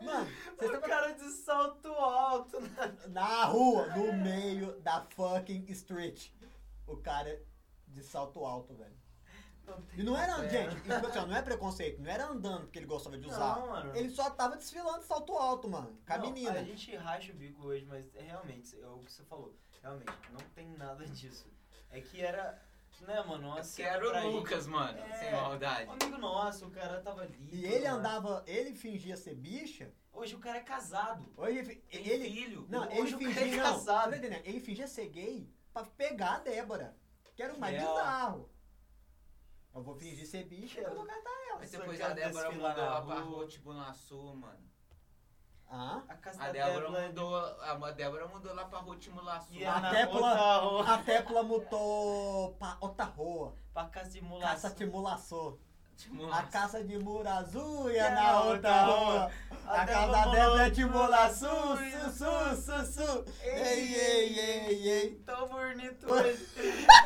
Mano, vocês
O cara de salto alto. né?
estão na rua, no meio da fucking street. O cara é de salto alto, velho.
tem
E não era,
como,
gente, e, tipo assim, ó, não é preconceito, não era andando porque ele gostava de usar.
Não, mano.
Ele só tava desfilando de salto alto, mano. Com a
Não,
menina.
A gente racha o bico hoje, mas é realmente, é o que você falou. Realmente, não tem nada disso. É que era, né, mano, uma
Que
cena
era
pra
o Lucas, mano,
É.
sem maldade.
gente. Um amigo nosso, o cara tava ali.
E
tudo né?
ele
mais.
andava, ele fingia ser bicha.
Hoje o cara é casado.
Hoje ele,
Tem
ele
filho.
não,
Hoje
ele
o cara é
fingia não. Você
casado.
tá entendendo? Ele fingia ser gay pra pegar a Débora. Que era o mais
É, ó.
bizarro. Eu vou fingir ser bicha né? e eu vou catar.
É, Mas
Essa
depois
cara
a Débora
desfilar
mudou
na
a
rua.
barro, tipo, na sul, mano.
Ah.
A casa
A
da
Débora
Débora
mudou, a Débora mudou lá pra Rútimo Laço.
E a
A
na
Débora-
outra rua,
A Tecla mutou pra outra rua.
pra casa de mulaço.
Caça de mulaçou. A
Laço.
caça de mura azul e
E
a na é outra rua. A casa da Débora é de mulaçu, su, su, su, su. Ei, ei, ei, ei.
Tão bonito hoje.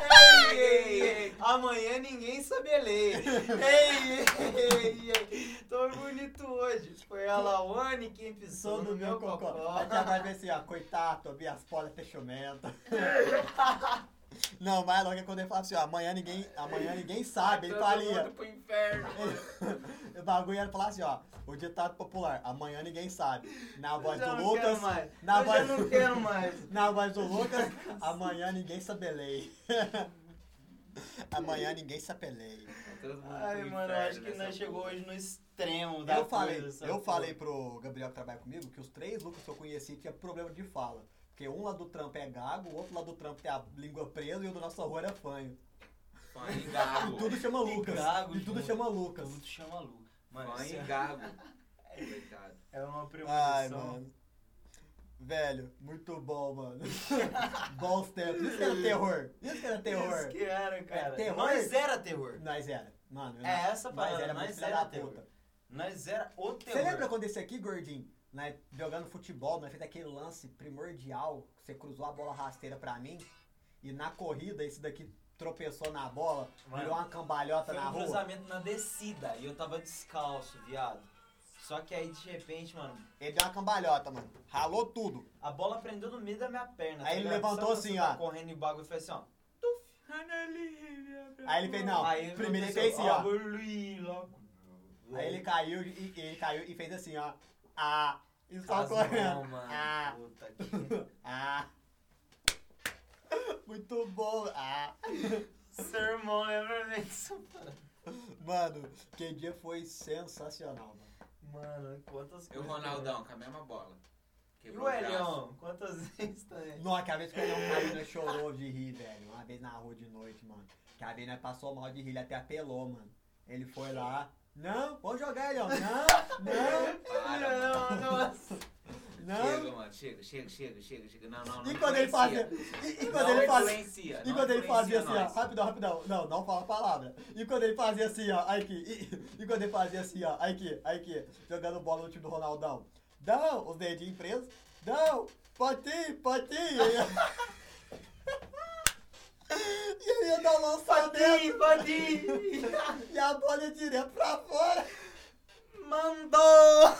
ei, ei, ei. Amanhã ninguém sabe a lei. Ei, ei, ei. Tão bonito hoje. Foi a Lawane quem pisou
Sou
no meu cocô.
A tia vai ver assim, ó, coitado, vi as polas até chumenta. Não, mas logo é quando ele fala assim, ó, amanhã ninguém, amanhã ninguém sabe, ele
tá
tá
Todo
falia.
mundo pro inferno.
O bagulho era falar assim, ó, o ditado popular, amanhã ninguém sabe. Na voz
Eu já
do
não quero
Lucas,
mais.
na
Eu já
voz-
não quero mais.
na voz do Lucas, amanhã ninguém sabelei. amanhã ninguém sapelei.
Tá Todo mundo
Ai,
pro
mano, eu
inferno
acho que
nessa
nós chegou
porra.
hoje no extremo da
Eu falei,
coisa, sabe?
eu falei pro Gabriel que trabalha comigo que os três Lucas que eu conheci tinha problema de fala. Porque um lá do trampo é gago, o outro lá do trampo tem a língua presa e o do nosso rua era fanho.
Fã e gago.
Tudo chama
E
Lucas.
gago,
e tudo
junto.
chama Lucas.
Tudo chama Lu. Mano,
Fã
isso
e
é-
gago. Coitado.
é uma premonição.
Ai, mano. Velho, muito bom, mano. Bons tempos. Isso que era terror. Isso que era
Isso
terror.
que era, cara.
É terror?
Nós era terror.
Nós era. Mano,
É essa a
nós
parada,
era
nós
muito filha
era
da
terror.
puta.
Nós era o terror.
Você lembra quando esse aqui, gordinho, né, jogando futebol, nós fez aquele lance primordial, que você cruzou a bola rasteira pra mim, e na corrida esse daqui tropeçou na bola,
Mano,
virou uma cambalhota
Foi
na
um
rua.
cruzamento na descida e eu tava descalço, viado. Só que aí, de repente, mano,
Ele deu uma cambalhota, mano. Ralou tudo.
a bola prendeu no meio da minha perna.
Aí ele
ligado? Sabe
levantou
quando
assim,
você tá
ó.
Correndo e bagulho e fez assim, ó.
Aí ele fez, não,
aí
primeiro ele
aconteceu,
fez assim, ó.
"Abre-lhe logo."
Aí ele caiu e e ele caiu e fez assim, ó. Ah, e só
Casou,
correndo.
mano.
Ah,
Puta que...
ah. Muito bom. Ah.
Seu irmão lembra disso,
Mano, que dia foi sensacional, mano.
Mano, quantas
E o
coisas
Ronaldão, com a mesma bola.
que eu- E
Quebrou
o
braço.
Elião, quantas vezes também.
Nossa, que a vez que eu não caí, nós chorou de rir, velho. Uma vez na rua de noite, mano. Que a vez nós passou mal de rir, ele até apelou, mano. Ele foi lá. Não, vou jogar ele, ó. Não,
Para, mano.
nossa.
não, não.
Chega, mano. Chega, chega, chega, chega, chega. Não, não, não.
E quando ele fazia.
influencia.
E, e quando
Não
ele fazia.
influencia,
E
É, não
quando ele fazia assim,
influencia nós.
ó, rapidão, rapidão, não, não fala a palavra. E quando ele fazia assim, ó, aí aqui, e, e quando ele fazia assim, ó, aí aqui, aí aqui, jogando bola no time do Ronaldão. Não, os dedinhos presos, não, pode ir, pode ir. E ele- E ele ia dar um lançamento
Padim, Padim.
e a bola ia direto pra fora.
Mandou.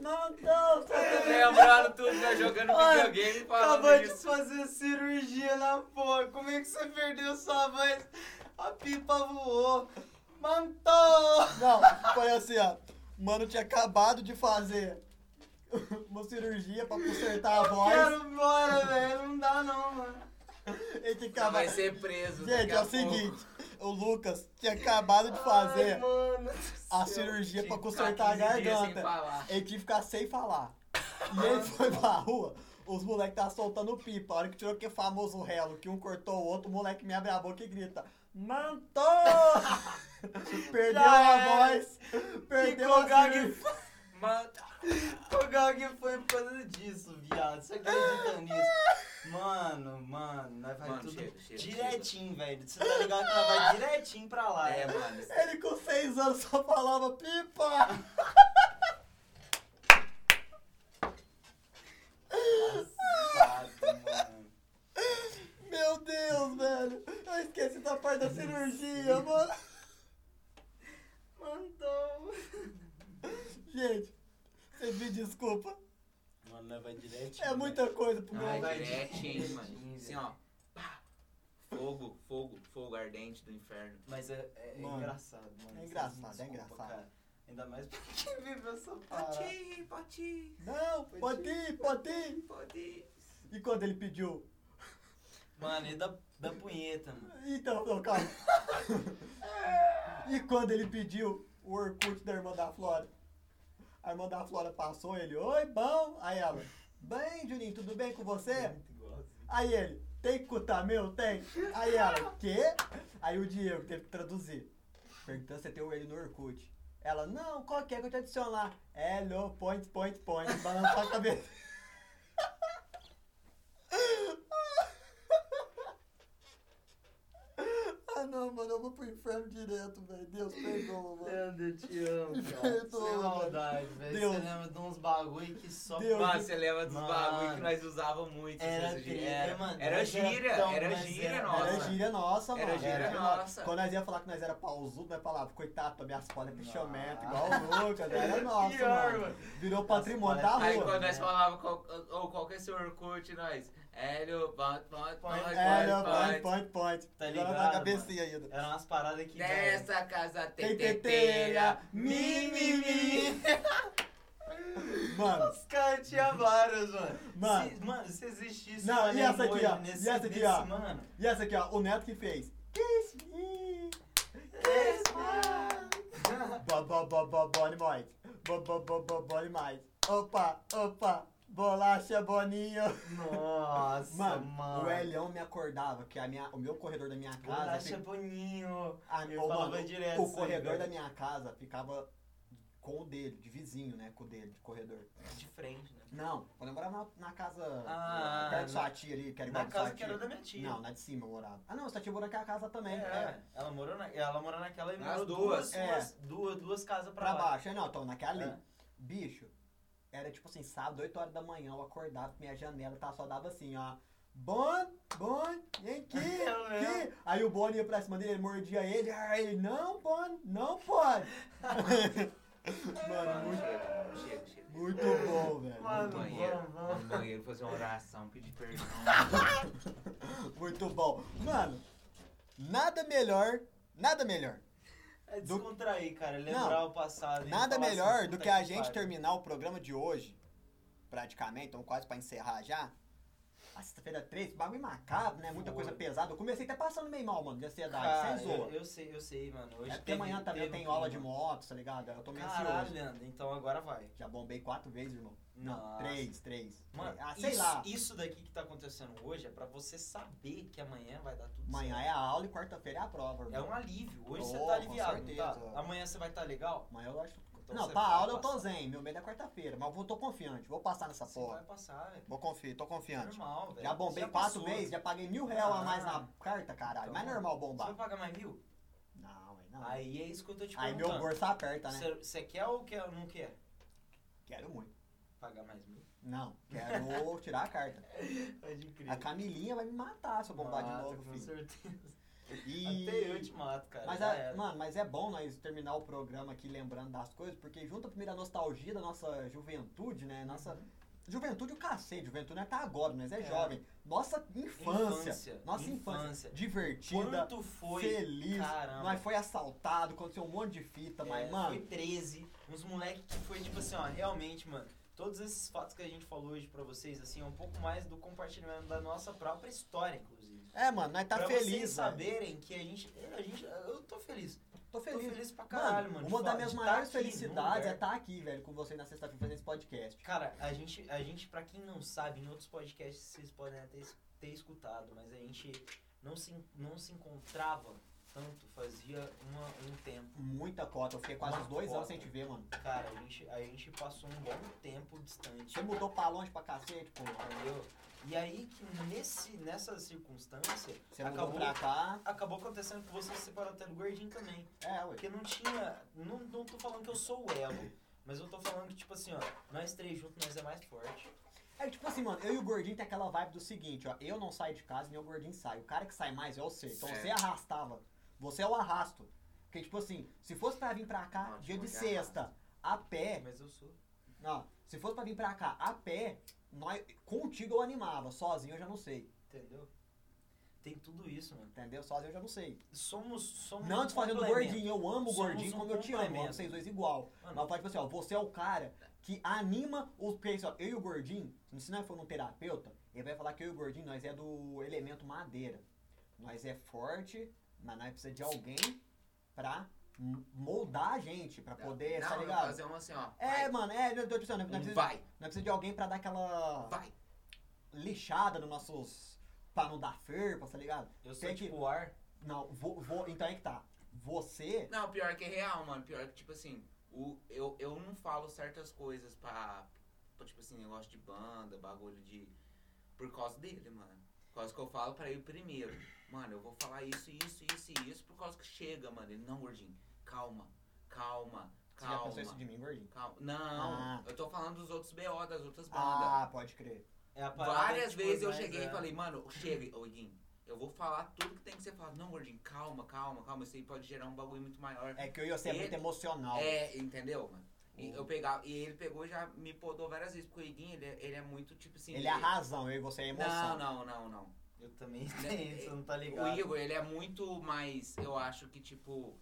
Mandou,
Lembraram tudo, né? Jogando
Olha,
videogame e
Acabou
falando
tá de
isso.
fazer cirurgia na porra. Como é que você perdeu sua voz? A pipa voou. Mandou.
Não, foi assim, ó. O Mano tinha acabado de fazer uma cirurgia pra consertar a voz.
Quero embora, velho. Não dá não, mano.
Ele tinha
Você
acabado.
vai ser preso.
Gente,
daqui a
é o
pouco.
seguinte, o Lucas tinha acabado de
Ai,
fazer
mano.
a cirurgia pra
Tinha que
consertar a
ficar 15 dias sem
garganta.
falar.
Ele tinha que ficar sem falar. E ele foi pra rua, os moleques tá soltando pipa. A hora que tirou aquele famoso relo, que um cortou o outro, o moleque me abre a boca e grita, Mantou! Perdeu
Já
a
era.
voz, perdeu
Ficou
a
gago
cirurgia.
Manda.
Kogal que foi por causa disso, viado. Você acredita nisso? Mano, mano, nós vai
Mano,
tudo
chega, chega,
direitinho, velho. Você tá ligado que nós vai direitinho pra
Ah,
lá.
É,
né?
mano. isso-
Ele com seis anos só falava pipa.
Passado, mano.
Meu Deus, velho. Eu esqueci da parte da cirurgia, mano.
Mandou.
Gente, vocês me desculpa.
Mano, nós vai direitinho.
É muita coisa pro
Ai,
meu.
vai
direitinho,
direitinho,
mano. Assim,
velho.
ó. Pá. Fogo, fogo, fogo ardente do inferno.
Mas é, é
Mano,
engraçado, mano.
é engraçado,
Vocês me
é engraçado.
cara. Ainda mais pra quem viveu essa
Ah.
parada.
Poti, poti,
Não, pode ir, pode ir.
poti.
E quando ele pediu?
Mano, e da, da punheta, mano.
Então, não, calma. E quando ele pediu o Orkut da irmã da Flora? A irmã da Flora passou ele, oi, bom. Aí ela, bem, Juninho, tudo bem com você?
É Muito igualzinho.
Aí ele, tem que cutar meu? Tem. Aí ela, quê? Aí o Diego teve que traduzir. Perguntando se tem o ele no Orkut. Ela, não, qual que é que eu te adiciono lá? Hello, point, point, point. Balançar a cabeça. ah, não, mano, eu vou pro inferno direto, velho. Deus, perdoa, mano.
Leandro, eu te amo, cara.
Perdoa,
Sem
velho.
maldade, velho.
Deus.
Você lembra de uns bagulho que só...
Deus.
Mano, você lembra dos
Mano.
bagulho que nós usávamos muito.
Era
essas gírias.
tri-
era,
mano,
era
mas era
gíria,
tão-
era
mas
gíria
era-
nossa.
Era gíria nossa,
Era
mano.
gíria nossa.
Quando nós ia falar que nós era pausudo, nós falava, coitado, pra minhas folhas é pichomento,
Nossa.
igual o Lucas, era É nossa, mano. Virou patrimônio da
Nossa,
Aí
Boa,
quando
rua.
nós
né?
falávamos qual- ou qual que é seu Orkut, nós. Hélio, bot, bot, bot,
Point,
Era
bot, bot.
point, point, point.
Tá
Agora
ligado,
na cabecinha ainda.
Eram umas paradas que... velho,
Nessa casa tem
Tem teteia,
teteia,
mi,
mimimi.
mi, Mano,
Os caras tinham vários, mano.
Mano.
Se, mano, se existisse
Não,
uma
e essa
Game
aqui,
Boy
ó?
nesse,
E essa aqui,
nesse,
ó?
mano...
e essa aqui, ó, o Neto que fez. Kiss me. Bo, bo, bo, bo, boni mais. Bo, bo, bo, bo, boni mais. Opa, opa, bolacha boninho.
Nossa,
Mano,
mano.
o Elhão me acordava, que a minha, o meu corredor da minha casa...
Bolacha Boninho.
A-
Eu
ô,
falava
mano,
direto
O
isso aí,
corredor
velho.
da minha casa ficava com o dele, de vizinho, né? Com o dele, de corredor.
De frente, né?
Não, quando eu morava na, na casa
Ah,
perto de
na-
sua tia ali, que era
Na
igual de
casa
sua
que
tia.
era da minha tia.
Não, na de cima eu morava. Ah não, sua tia morou naquela casa também.
É,
É.
Ela morou, na, ela morou naquela e
Nas
morou
duas.
duas, duas, duas, duas casas pra,
Pra
lá.
baixo. É, não, então naquela ali.
É.
Bicho, era tipo assim, sábado, 8 horas da manhã, eu acordava minha janela, tá, só dava assim, ó. Bon, bon, vem aqui,
Eu
aqui. Aí o Bon ia pra cima dele, ele mordia ele. Aí ele, não, Bon, não pode. Mano,
Mano,
muito,
chega, chega, chega.
muito bom, velho.
No
É, Mano,
muito bom.
banheiro,
vamos.
no banheiro, fazer uma oração, pedir perdão.
Muito bom. Mano, nada melhor, nada melhor,
É
Do-
descontrair, cara. Lembrar o passado. e
nada
falar assim,
melhor
puta
do que a
que
gente
pariu.
terminar o programa de hoje, praticamente, então quase pra encerrar já. A sexta-feira 13, bagulho macabro, né? Muita coisa
Foi.
pesada. Eu comecei até passando meio mal, mano, de ansiedade,
Cara,
sem
eu,
zoa.
eu sei, eu sei, mano. Hoje
É porque
teve-
amanhã também eu
teve
tenho
um
aula de
clima.
moto, tá ligado? Eu tô meio
Caralho,
ansioso.
Leandro, então agora vai.
Já bombei quatro vezes, irmão. Não,
Nossa.
três, três.
Mano,
ah, sei
isso,
lá.
isso daqui que tá acontecendo hoje é pra você saber que amanhã vai dar tudo
Amanhã é a aula e quarta-feira é a prova,
certo.
irmão.
É um alívio. Hoje
Oh,
você
com
tá aliviado, não
certeza.
tá? Amanhã você vai estar tá legal?
Amanhã eu acho.
Então
não,
você
pra
vai
aula eu tô
passar.
zen. Meu medo é quarta-feira. Mas eu tô confiante. Vou passar nessa
Você
porra.
vai passar, é. velho.
Vou confiar, tô confiante.
Normal, velho.
Já bombei
Já
quatro
passou.
vezes, já paguei mil real a mais na
Ah.
carta, caralho.
Então,
Mas é normal
Você vai
bombar.
pagar mais mil?
Não, aí não. Aí,
Aí é isso que eu tô te
meu
perguntando.
bolso aperta, né?
Você quer ou quer, não quer
Quero muito.
pagar mais mil?
Não, quero tirar a carta.
Pode crer.
A Camilinha vai me matar se eu bombar de novo,
com
filho.
certeza.
E...
Até eu te mato, cara.
Mas,
já
a-
era.
mano, mas é bom nós terminar o programa aqui lembrando das coisas, porque junta primeiro a nostalgia da nossa juventude, né? Nossa. Juventude o cacete, juventude não é tá agora, mas é,
Uhum. É.
jovem. Nossa infância, nossa infância, divertida,
Quanto foi?
feliz.
Caramba.
Nós foi assaltado, aconteceu um monte de fita, mas,
É,
mano,
Foi 13. Uns moleque que foi, tipo assim, ó, realmente, mano. Todos esses fatos que a gente falou hoje pra vocês, assim, é um pouco mais do compartilhamento da nossa própria história, inclusive.
é, mano, nós tá
pra
feliz,
vocês
velho.
saberem que a gente, a gente. Eu tô feliz.
Tô
Tô
feliz.
feliz pra caralho, mano. de
uma das
fa-
minhas
de tá
maiores
aqui num
felicidades é
lugar.
estar aqui, velho, com vocês na sexta-feira fazendo esse podcast.
é- Cara, a gente, a gente, pra quem não sabe, em outros podcasts vocês podem até es- ter escutado, mas a gente não se, en- não se encontrava tanto, fazia uma, um tempo.
Muita cota. Eu fiquei quase
Uma
uns dois
cota.
anos sem te ver, mano.
Cara, a gente, a gente passou um bom tempo distante.
Você mudou pra longe pra cacete, pô.
Entendeu? E aí que nesse, nessa circunstância,
Você
Acabou.
mudou pra cá.
acabou acontecendo que você se separou até do gordinho também.
É, ué.
Porque não tinha. Não, não tô falando que eu sou o elo. Mas eu tô falando que, tipo assim, ó, nós três juntos, nós é mais forte.
É tipo assim, mano, eu e o gordinho tem aquela vibe do seguinte, ó. Eu não saio de casa, nem o gordinho sai. O cara que sai mais é você. Então
Certo.
você arrastava. Você é o arrasto. Porque, tipo assim, se fosse pra vir pra cá,
Não,
dia
tipo,
de
que arrasto.
sexta, a pé.
Mas eu sou.
Não, se fosse pra vir pra cá, a pé, nós, contigo eu animava. Sozinho eu já não sei.
Entendeu? Tem tudo isso, mano.
Entendeu? Sozinho eu já não sei.
Somos. somos
Não
um
desfazendo o
complemento.
gordinho. Eu amo o
Somos
gordinho
um
como eu te amo. Eu amo
complemento.
vocês dois igual. Mas
Mano,
pode tipo assim, ó, você é o cara que anima os porque assim, ó, eu e o Gordinho, se não for um terapeuta, ele vai falar que eu e o Gordinho, nós é do elemento madeira. Nós é forte, mas nós precisa de alguém pra m- moldar a gente, pra poder,
não,
tá
não,
ligado?
fazer uma assim, ó.
É, mano, é, eu tô dizendo, nós, nós
vai, um
precisa,
vai,
nós precisa de alguém pra dar aquela
vai.
lixada nos nossos. pra não dar ferpa, tá ligado?
eu sou
tem que-
tipo o ar.
Não, vou, vou, então é que tá. Você.
Não, pior que é real, mano. Pior que, tipo assim, o, eu, eu não falo certas coisas pra, pra, tipo assim, negócio de banda, bagulho de. Por causa dele, mano. Por causa que eu falo pra ele primeiro. Mano, eu vou falar isso, isso, isso e isso, por causa que chega, mano. Ele, não, gordinho, calma, calma,
Você já pensou
calma.
isso de mim, Gordinho?
calma. Não,
Ah.
eu tô falando dos outros BO, das outras bandas.
Ah, pode crer.
É a parada
Várias
que, tipo,
vezes eu
nós
cheguei
é-
e falei, mano, chega, ô Guim, eu vou falar tudo que tem que ser falado. Não, gordinho, calma, calma, calma, isso aí pode gerar um bagulho muito maior.
É que eu e você é
Ele-
muito emocional.
É, entendeu, mano? E,
O-
eu pegava, e ele pegou e já me podou várias vezes, porque o Iguinho, ele, é- ele é muito, tipo assim...
Ele é a razão, eu e você é a
Não,
emoção.
não, não, não.
Eu também tenho, você não tá
né, O
ligado.
Igor, ele é muito mais, eu acho que, tipo,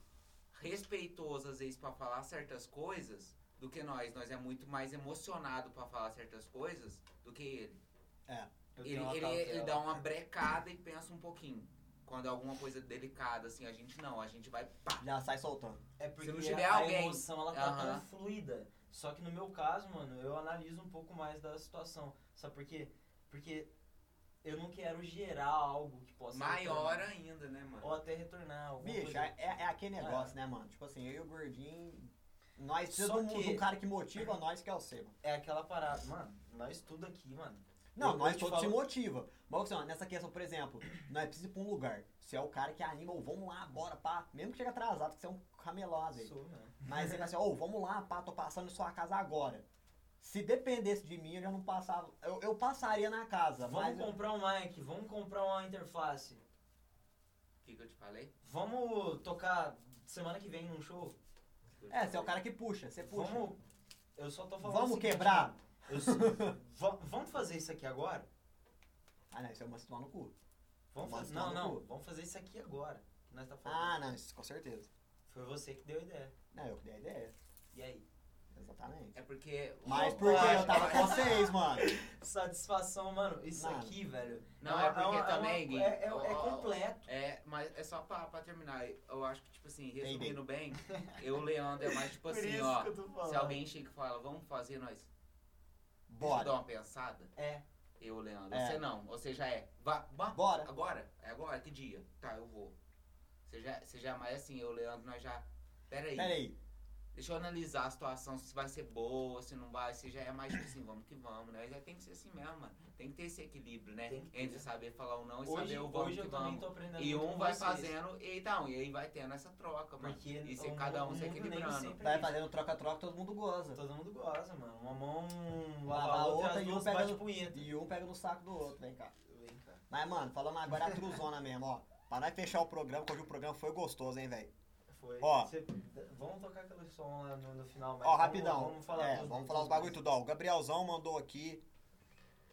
respeitoso, às vezes, pra falar certas coisas, do que nós. Nós é muito mais emocionado pra falar certas coisas do que ele.
Eu
Ele,
tenho uma
ele, ele
cautela.
dá um, uma brecada e pensa um pouquinho. Quando é alguma coisa delicada, assim, a gente não, a gente vai pá.
Já sai soltando.
É porque
Se não tiver
a
alguém-
emoção ela tá tão
Aham.
fluida. Só que no meu caso, mano, eu analiso um pouco mais da situação. Sabe por quê? Porque eu não quero gerar algo que possa
Maior
retornar.
ainda, né, mano?
ou até retornar alguma
Bicho,
coisa.
é, é aquele negócio, né, mano? Tipo assim, eu e o Gordinho. Nós
Só
precisamos de um- de
que-
um cara que motiva nós, que é o Seba.
É aquela parada, mano, nós tudo aqui, mano.
Não,
Eu- eu
nós
te
todos se
falo-
motiva. Mas assim, ó, nessa questão, por exemplo, nós precisamos ir pra um lugar. Você é o cara que anima, ou vamos lá, bora, pá. Mesmo que chegue atrasado, porque você é um camelão às vezes.
Sou, né?
Mas você fala assim, ô, vamos lá, pá, tô passando em sua casa agora. Se dependesse de mim, eu já não passava. Eu, eu passaria na casa,
Vamos
mas. eu-
comprar um mic, vamos comprar uma interface.
O que, que eu te falei?
Vamos tocar semana que vem num show.
O que que eu te
É, você é o
falei?
cara que puxa, você puxa.
Vamos. Eu só tô falando.
Vamos
o seguinte,
quebrar?
mano. Eu sou- Va- vamos fazer isso aqui agora?
Ah, não, isso é uma se tomar no cu.
Vamos
Mas
fazer,
tá
não,
no
não,
cu.
vamos fazer isso aqui agora. que Nós tá falando.
Ah, não, isso com certeza.
Foi você que deu a ideia.
Não, eu que dei a ideia.
E aí?
Exatamente.
É porque.
Mas
Não,
porque
pode.
eu tava com vocês, mano.
Satisfação, mano. Isso
Mano.
aqui, velho.
Não, é porque
uma-
também,
uma-
Gui,
é, é- é
ó,
completo.
É, mas é só pra, pra terminar. Eu acho que, tipo assim,
Tem,
resumindo bem, eu, Leandro, é mais tipo assim, ó.
eu tô
Se alguém chega e fala, vamos fazer nós. Deixa eu dar
Bora.
uma pensada.
É.
Eu, Leandro.
É.
Você não. Você já é. Vá, vá,
Bora.
Agora? É agora? Que dia? Tá, eu vou. Você já, você já é mais assim, eu, Leandro, nós já. Pera aí.
Pera aí.
Deixa eu analisar a situação, se vai ser boa, se não vai, se já é mais tipo assim, vamos que vamos, né? Já tem que ser assim mesmo, mano. Tem que ter esse equilíbrio, né?
Tem que ter.
Entre saber falar ou não e
Hoje,
saber o vamos
hoje
que
eu também
vamos.
tô aprendendo
E
muito
um
com
vai
vocês.
fazendo, e então, e aí vai tendo essa troca, mano.
Porque
E se
o
cada um
mundo
se
nem
equilibrando.
sempre é
Vai
isso.
fazendo troca-troca, todo mundo goza.
Todo mundo goza, um mano. Uma mão
Lava
lava a outra,
outra
as
e um
duas
pega
bate
no-
punheta.
E um pega no saco do outro, vem cá.
Vem cá.
Mas, mano, falando agora é a truzona mesmo, ó. Pra nós fechar o programa, que hoje o programa foi gostoso, hein, velho.
Foi.
Ó.
Cê- vamos tocar aquele som lá no, no final, mas
Ó,
vamos-
rapidão.
Vamos falar,
é,
dos-
vamos falar os
dos-
bagulho tudo, ó. O Gabrielzão mandou aqui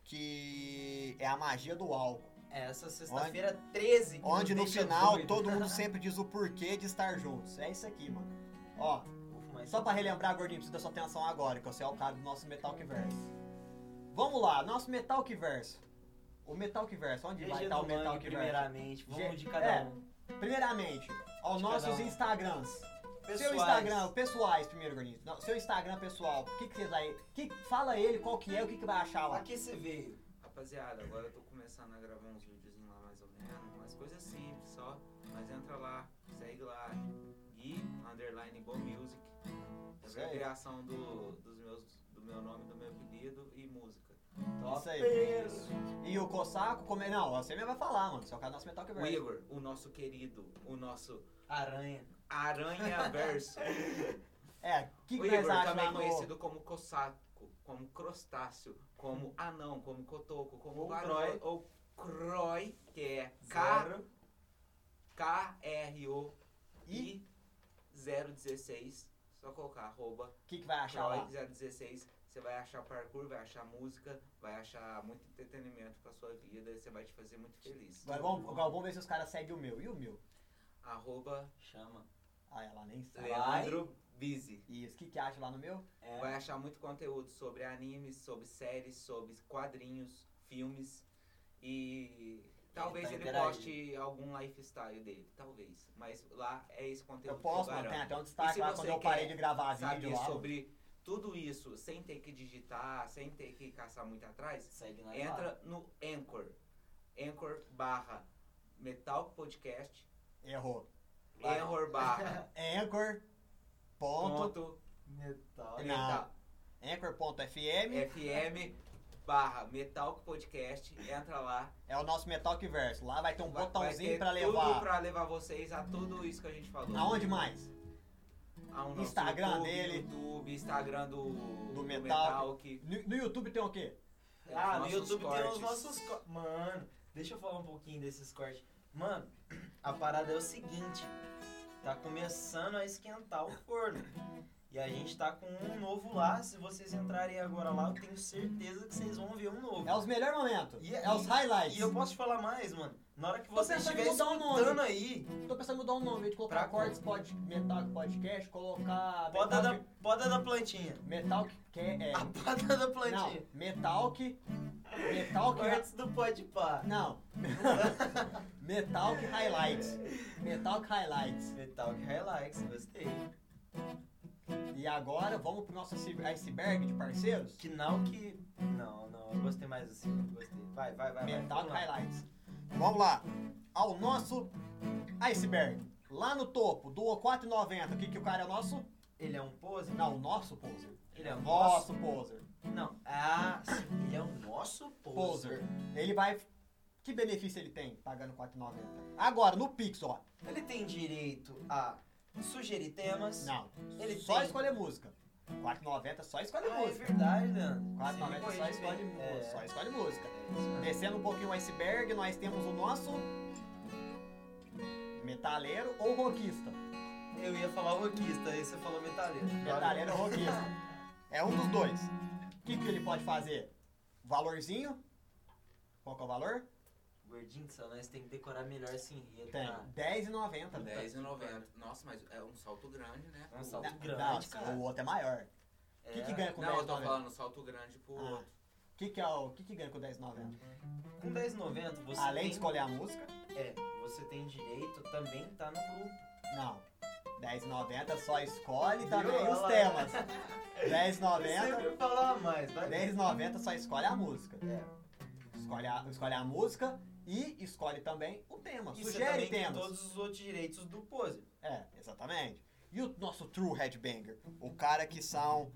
que é a magia do álcool.
É, essa sexta-feira 13. que
Onde
nos
no
deixa
final
doido.
todo mundo sempre diz o porquê de estar juntos. É isso aqui, mano. Ó,
Ufa, mas-
Só pra relembrar, gordinho, precisa da sua atenção agora, que você é o cara do nosso Metalquiverso. Vamos lá, nosso Metalquiverso. O Metalquiverso, onde vai
G
estar
do
o
Mangue,
Metalquiverso?
tá primeiramente,
G-
vamos de cada
é,
um.
Primeiramente, aos
De cada
nossos
um.
Instagrams. Seu
Pessoais,
Instagram, pessoais primeiro, gordinho. Não, seu Instagram pessoal, o que que vocês vai... Que, fala ele qual que é, o que que vai achar
Pra
lá.
que você veio?
Rapaziada, agora eu tô começando a gravar uns videozinhos lá mais ou menos, umas coisas simples só. Mas entra lá, underline Bo Music.
Isso
É a
aí.
criação do, dos meus, do meu nome, do meu apelido e música.
Isso aí. E o Cossaco, come... não, você é mesmo vai falar, mano. Seu canal Metal que
O
vai.
Igor, o nosso querido, o nosso
Aranha.
Aranha Verso.
É, o que,
o
que nós
Igor,
achamos
também
lá no...
conhecido como Cossaco, como Crostáceo, como Anão, como Cotoco, como
Ou
Croy,
Croy.
ou Croy, que é K-
Caro.
E
K-R-O-I 016. Só colocar arroba
o que, que vai achar lá?
Troy 016, você vai achar parkour, vai achar música, vai achar muito entretenimento pra sua vida e você vai te fazer muito feliz.
Agora vamos, agora vamos ver se os caras seguem o meu. E o meu?
Arroba
Chama.
Ah, ela nem
É.
sabe.
Leandro Bizzi.
Isso, o que, que acha lá no meu?
É.
Vai achar muito conteúdo sobre animes, sobre séries, sobre quadrinhos, filmes e talvez
tá
ele
interagindo.
poste algum lifestyle dele, talvez. Mas lá é esse conteúdo.
Eu posso,
que eu
mano. Tem
garanto.
até um
E
destaque
se
lá
você
quando eu
quer
parei de gravar
Sabe
vídeo lá. mano.
sobre tudo isso, sem ter que digitar, sem ter que caçar muito atrás,
Segue nós lá.
Entra no Anchor. Anchor barra Metal Podcast.
Errou.
Vai.
Anchor barra
Anchor. Ponto.
ponto
Metal.
Não.
metal, É.
Anchor.fm
FM barra Metal Podcast. Entra lá.
é o nosso Metal que Verso. Lá vai ter um
Vai- vai ter
botãozinho pra
Tudo
levar.
pra levar vocês a tudo isso que a gente falou.
Aonde mais?
Ao nosso
Instagram
YouTube,
dele.
YouTube, Instagram do,
Do Metal.
que
No, no YouTube tem o quê?
tem
Ah,
os
no
nossos
YouTube tem os
cortes.
nossos cortes. Mano, deixa eu falar um pouquinho desses cortes. Mano, a parada é o seguinte: tá começando a esquentar o forno. E a gente tá com um novo lá. Se vocês entrarem agora lá, eu tenho certeza que vocês vão ver um novo.
É os melhores momentos.
E-
é os highlights.
E eu posso te falar mais, mano. Na hora que
Tô
você
pensando em
estiver
mudar o nome.
escutando aí,
Tô pensando em mudar o nome, em vez de colocar
Pra
cortes pod, metal podcast, colocar. metal,
poda da, poda da plantinha.
que- metal que quer. É,
A poda da plantinha.
não, metal que. Metal que.
Cortes do pode pá.
Não. metal que highlights. Metal que highlights.
Metal que relax, gostei.
E agora vamos pro nosso ice- iceberg de parceiros?
Que não que. Não, não, eu gostei mais assim, eu gostei. Vai, vai, vai.
Metal
vai,
que
vai.
highlights. Vamos lá. Ao nosso iceberg. Lá no topo do 490, o que, que o cara é o nosso?
Ele é um pose?
Não, o nosso poser.
Ele é um
Nosso
nosso.
poser.
Não. Ah, sim, ele é um nosso pose.
Poser. Ele vai. Que benefício ele tem pagando 4,90? Agora, no Pix, ó.
Ele tem direito a sugerir temas.
Não.
Ele
só
tem-
escolher música. 4,90 só escolhe
Ah, é
música.
verdade, Leandro.
4,90
Você me
só
corrige
escolhe,
bem.
mu-
É.
só escolhe música.
É isso mesmo.
Descendo um pouquinho o iceberg, nós temos o nosso. Metaleiro ou roquista?
Eu ia falar roquista, aí você falou metaleiro.
Metaleiro ou roquista? É um dos dois. O que, que ele pode fazer? Valorzinho? Qual que é o valor?
Gordinho, só nós tem que decorar melhor esse enredo.
Tem
cara.
R$10,90.
10,90. Nossa, mas é um salto grande, né?
É um salto
Não,
grande,
não,
cara.
O outro é maior. O
É.
que, que ganha com
Não, eu tô
10,90?
falando salto grande pro
Ah.
outro.
O que, que é o que, que ganha com 10,90?
Com 10,90 você
Além
tem...
de escolher a música?
É, você tem direito também tá no grupo.
Não. 10,90 só escolhe também
Viu?
os
Olha lá.
temas.
Eu
10,90
sempre falar mais, vai.
10,90 só escolhe a música.
É.
Escolhe a, escolhe a música e escolhe também o tema.
E você
Sugere
também tem
temas.
todos os outros direitos do pose.
É, exatamente. E o nosso True Headbanger? O cara que são.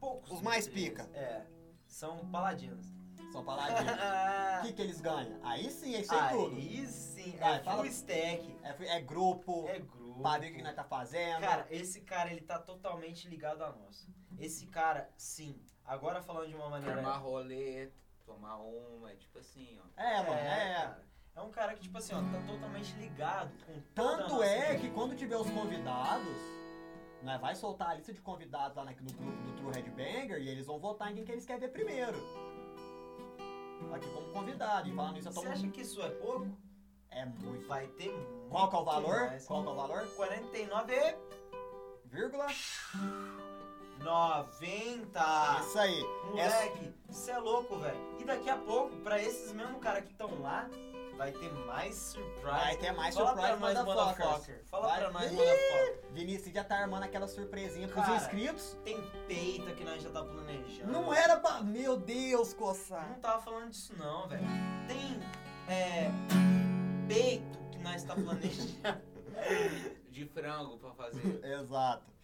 Poucos.
Os mais
direitos.
pica.
É. São paladinos.
São paladinhos. O que, que eles ganham? Aí sim, aí sei tudo.
Aí sim,
Vai,
é
fala.
full stack.
É, é grupo,
É grupo.
pra ver o que nós tá fazendo.
Cara, esse cara, ele tá totalmente ligado a nós. Esse cara, sim. Agora falando de uma maneira...
Armar rolê, tomar uma, é tipo assim, ó.
é, mano, é.
cara. É um cara que, tipo assim, ó, tá totalmente ligado com toda a
Tanto
nossa
é
vida.
que quando tiver os convidados, nós vai soltar a lista de convidados lá na- no grupo do True Headbanger e eles vão votar em quem que eles querem ver primeiro. Aqui como convidado. E falando isso, eu tô...
Você acha que isso é pouco?
É muito.
Vai ter
Qual que é o
muito
valor?
mais.
Qual que é o valor?
49
Vírgula?
90.
Ah, Isso aí.
Moleque, você é louco, velho. E daqui a pouco, pra esses mesmo cara que estão lá, vai ter mais surprise.
Vai ter mais
Fala
surprise
pra nós,
motherfuckers.
motherfucker. Fala
Vai-
pra nós,
Ih!
motherfucker.
Vinícius já tá armando aquela surpresinha pros
Cara.
inscritos.
Tem peita que nós já tá planejando.
Não é, era pra. Meu Deus, coçar.
Não tava falando disso não, velho. Tem, é... Peito que nós tá planejando.
De de frango pra fazer.
Exato.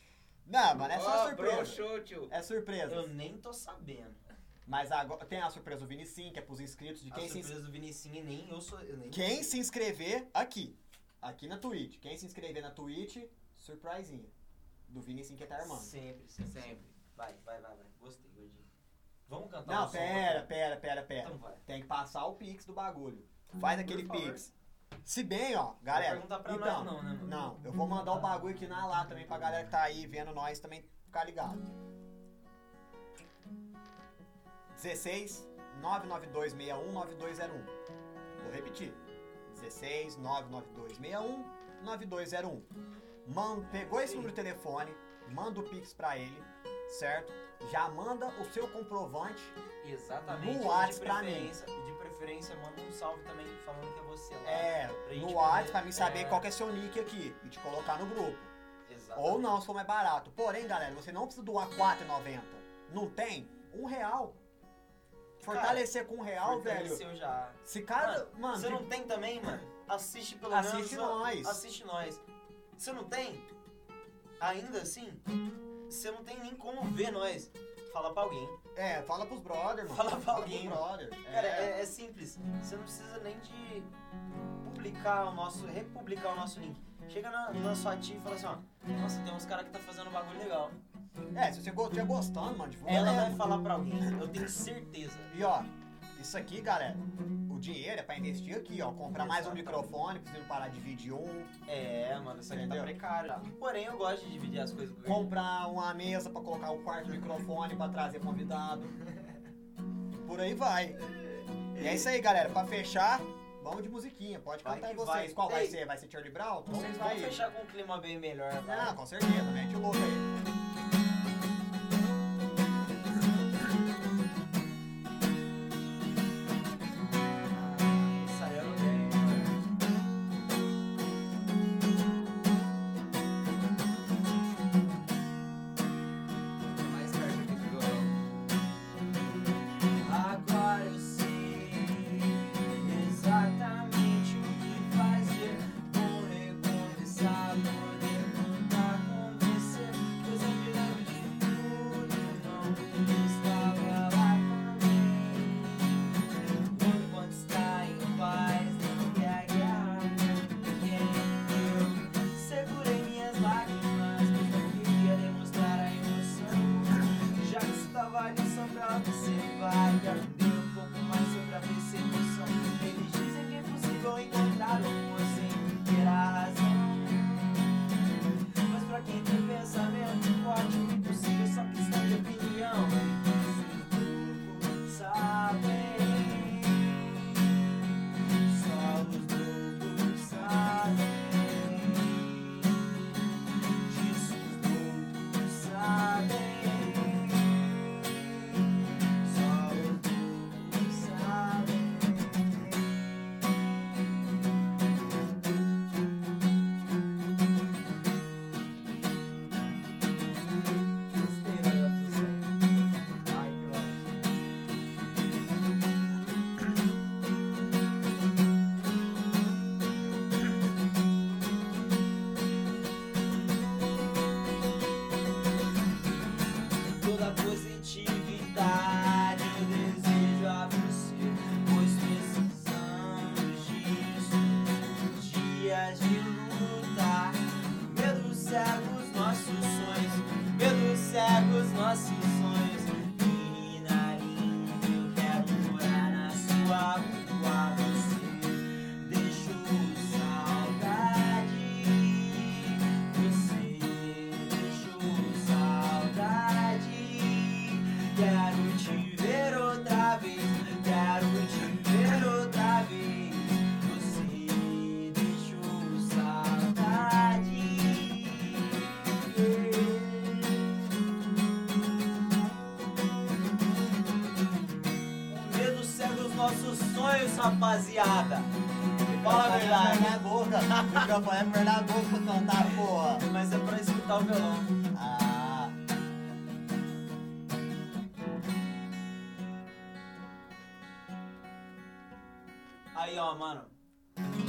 Não, mas é só
Ó,
surpresa.
broxou, tio.
É surpresa.
Eu nem tô sabendo.
Mas agora tem a surpresa do Vinicinho, que é pros inscritos de
A
quem se, ins-
surpresa do Vinicinho e nem eu sou. Eu nem
quem se inscrever aqui. Aqui na Twitch. Quem se inscrever na Twitch, surpresinha. Do Vinicinho que tá armando.
Sempre, sempre,
Sempre.
Vai, vai, vai, vai. Gostei, gordinho. Vamos cantar um
Não,
som,
pera, pera, pera, pera.
Então vai.
Tem que passar o Pix do bagulho. Faz aquele
favor.
Pix. Se bem, ó, galera.
Não vai perguntar pra
então,
nós não, né, mano?
Não, eu vou mandar o bagulho aqui na lá também pra galera que tá aí vendo nós também ficar ligado. 16 992619201. Vou repetir. 16 992619201. Man, pegou esse número de telefone, manda o Pix pra ele, certo? Já manda o seu comprovante.
Exatamente.
No
e de
Whats pra mim.
preferência- E de preferência, manda um salve também falando que é você lá.
É,
pra gente
no WhatsApp
poder-
pra mim saber
é,
qual que é seu nick aqui e te colocar no grupo.
Exatamente.
Ou não, se for mais barato. Porém, galera, você não precisa doar R$4,90. Não tem? Um real. Fortalecer com um real, velho.
Fortaleceu já.
Se cada. Mano,
Você
de-
não tem também, mano? Assiste pelo
Assiste
menos. ó, assim-
nós.
Assiste nós. Você não tem? Ainda assim, você não tem nem como ver nós. Fala pra alguém.
é, fala pros brother, mano.
Fala pra
pros
alguém,
brother.
Cara,
é,
é, é simples. Você não precisa nem de publicar o nosso, republicar o nosso link. Chega na, na sua tia e fala assim, ó, nossa, tem uns caras que tá fazendo um bagulho legal.
é, se você go- tiver gostando, mano, divulga.
Ela é
né?
vai falar pra alguém, eu tenho certeza.
E ó, isso aqui, galera, o dinheiro é pra investir aqui, ó. Comprar mais um
Exatamente.
microfone, pra você não parar de dividir um.
É, mano, isso aqui
Entendeu?
tá precário. tá? Porém, eu gosto de dividir as coisas com o Guilherme.
Comprar uma mesa pra colocar o quarto microfone pra trazer convidado. Por aí vai. E é isso aí, galera. Pra fechar, vamos de musiquinha. Pode
Vai
cantar
que
aí vocês.
vai.
Qual vai
Ei.
ser? Vai ser Charlie Brown? Então
Vamos,
vocês vai.
vamos fechar com um clima bem melhor.
Ah,
Tá?
com certeza. Mete o louco aí.
Saiu bem. Tá
Mais perto aqui do violão.
Agora eu sei exatamente o que fazer. Vou recomeçar, poder contar com você. Pois eu me lembro de tudo, não estava lá também. Quando, quando está em paz, não me agarra ninguém. Eu segurei minhas lágrimas, pois não queria demonstrar a emoção. Já que estava ali só pra observar E aprender um pouco mais sobre a persecução Eles dizem que é possível encontrar o amor sem ter a razão Mas pra quem tem pensamento forte O impossível é só questão de opinião Os loucos sabem Só os loucos sabem Disso os loucos um sabem só um os loucos sabem. um Gostei da tua Ai, que ótimo. toda positividade eu desejo a você, pois precisamos disso. Dias de luta, medo cega os nossos sonhos, medo cega os nossos sonhos. Menina linda, eu quero morar na sua rua, você deixou saudade. Você deixou saudade. Quero te ver outra vez. Quero te ver outra vez. Você deixou saudade. O medo cega os nossos sonhos, rapaziada. Fala a verdade.
Microfone é perna boca. Microfone é perna boca pra cantar, porra.
Mas é pra escutar o violão.
Ah.
Aí, ó, mano.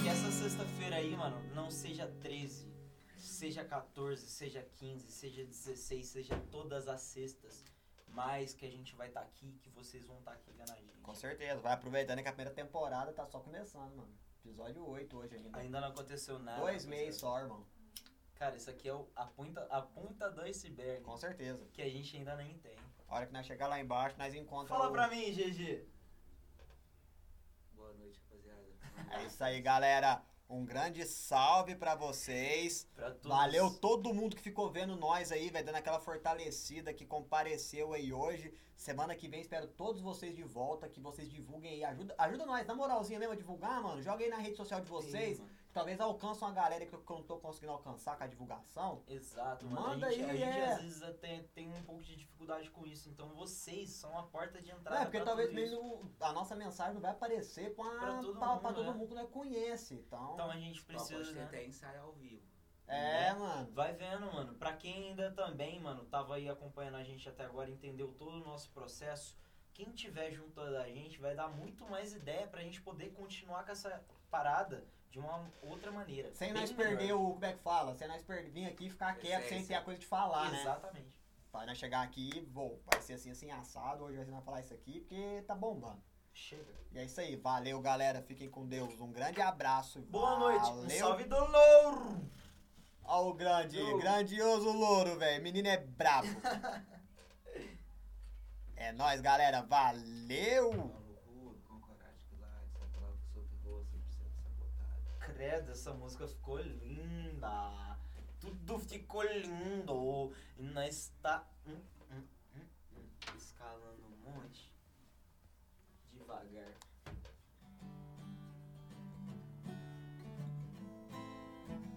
Que essa sexta-feira aí, mano, não seja 13. seja 14, seja 15, seja 16, seja todas as sextas, mais que a gente vai estar aqui, que vocês vão estar aqui vendo a gente.
Com certeza, vai aproveitando que a primeira temporada tá só começando, mano. Episódio 8 hoje ainda.
Ainda não aconteceu nada.
Dois
rapaziada.
meses só, irmão.
Cara, isso aqui é o- a ponta, a ponta do iceberg
Com certeza.
que a gente ainda nem tem.
A hora que nós chegar lá embaixo, nós encontramos.
Fala pra mim, GG.
Boa noite, rapaziada.
É isso aí, galera. Um grande salve pra vocês.
Pra todos.
Valeu todo mundo que ficou vendo nós aí, vai dando aquela fortalecida que compareceu aí hoje. Semana que vem espero todos vocês de volta, que vocês divulguem aí. Ajuda, ajuda nós, na moralzinha mesmo, a divulgar, mano. Joga aí na rede social de vocês.
Sim, mano.
Talvez alcançam a galera que eu que eu não tô conseguindo alcançar com a divulgação.
Exato, mano.
Manda
a gente,
aí,
a gente
é.
às vezes até tem um pouco de dificuldade com isso. Então vocês são a porta de entrada.
É, porque
pra
talvez
tudo isso.
mesmo a nossa mensagem não vai aparecer pra,
Pra todo
pra- pra
mundo,
todo
né?
mundo que nós conhece. Então,
Então né? a gente
Precisa,
precisa.
pode
né?
tentar ensaiar ao vivo.
é, mano.
Vai vendo, mano. Pra quem ainda também, mano, tava aí acompanhando a gente até agora, entendeu todo o nosso processo. Quem tiver junto da gente vai dar muito mais ideia pra gente poder continuar com essa parada de uma outra maneira.
Sem
Bem
nós
melhor.
perder o. Como é que fala? Sem nós perder, vir aqui e ficar quieto, sem
Essência.
ter a coisa de falar, né?
Exatamente.
Pra nós chegar aqui e vou. Vai ser assim, assim, assado. Hoje nós vamos falar isso aqui porque tá bombando.
Chega.
E é isso aí. Valeu, galera. Fiquem com Deus. Um grande abraço.
Boa noite. Um
Valeu.
salve do louro!
Ó, o grande,
Louro.
grandioso louro, velho. Menino é brabo. é nóis, galera. Valeu.
Paulo Rua, com coragem que lá, essa palavra que soube rosto, precisa ser sabotada.
Credo, essa música ficou linda. Tudo ficou lindo. E nós tá hum, hum, hum, hum, escalando um monte. Devagar.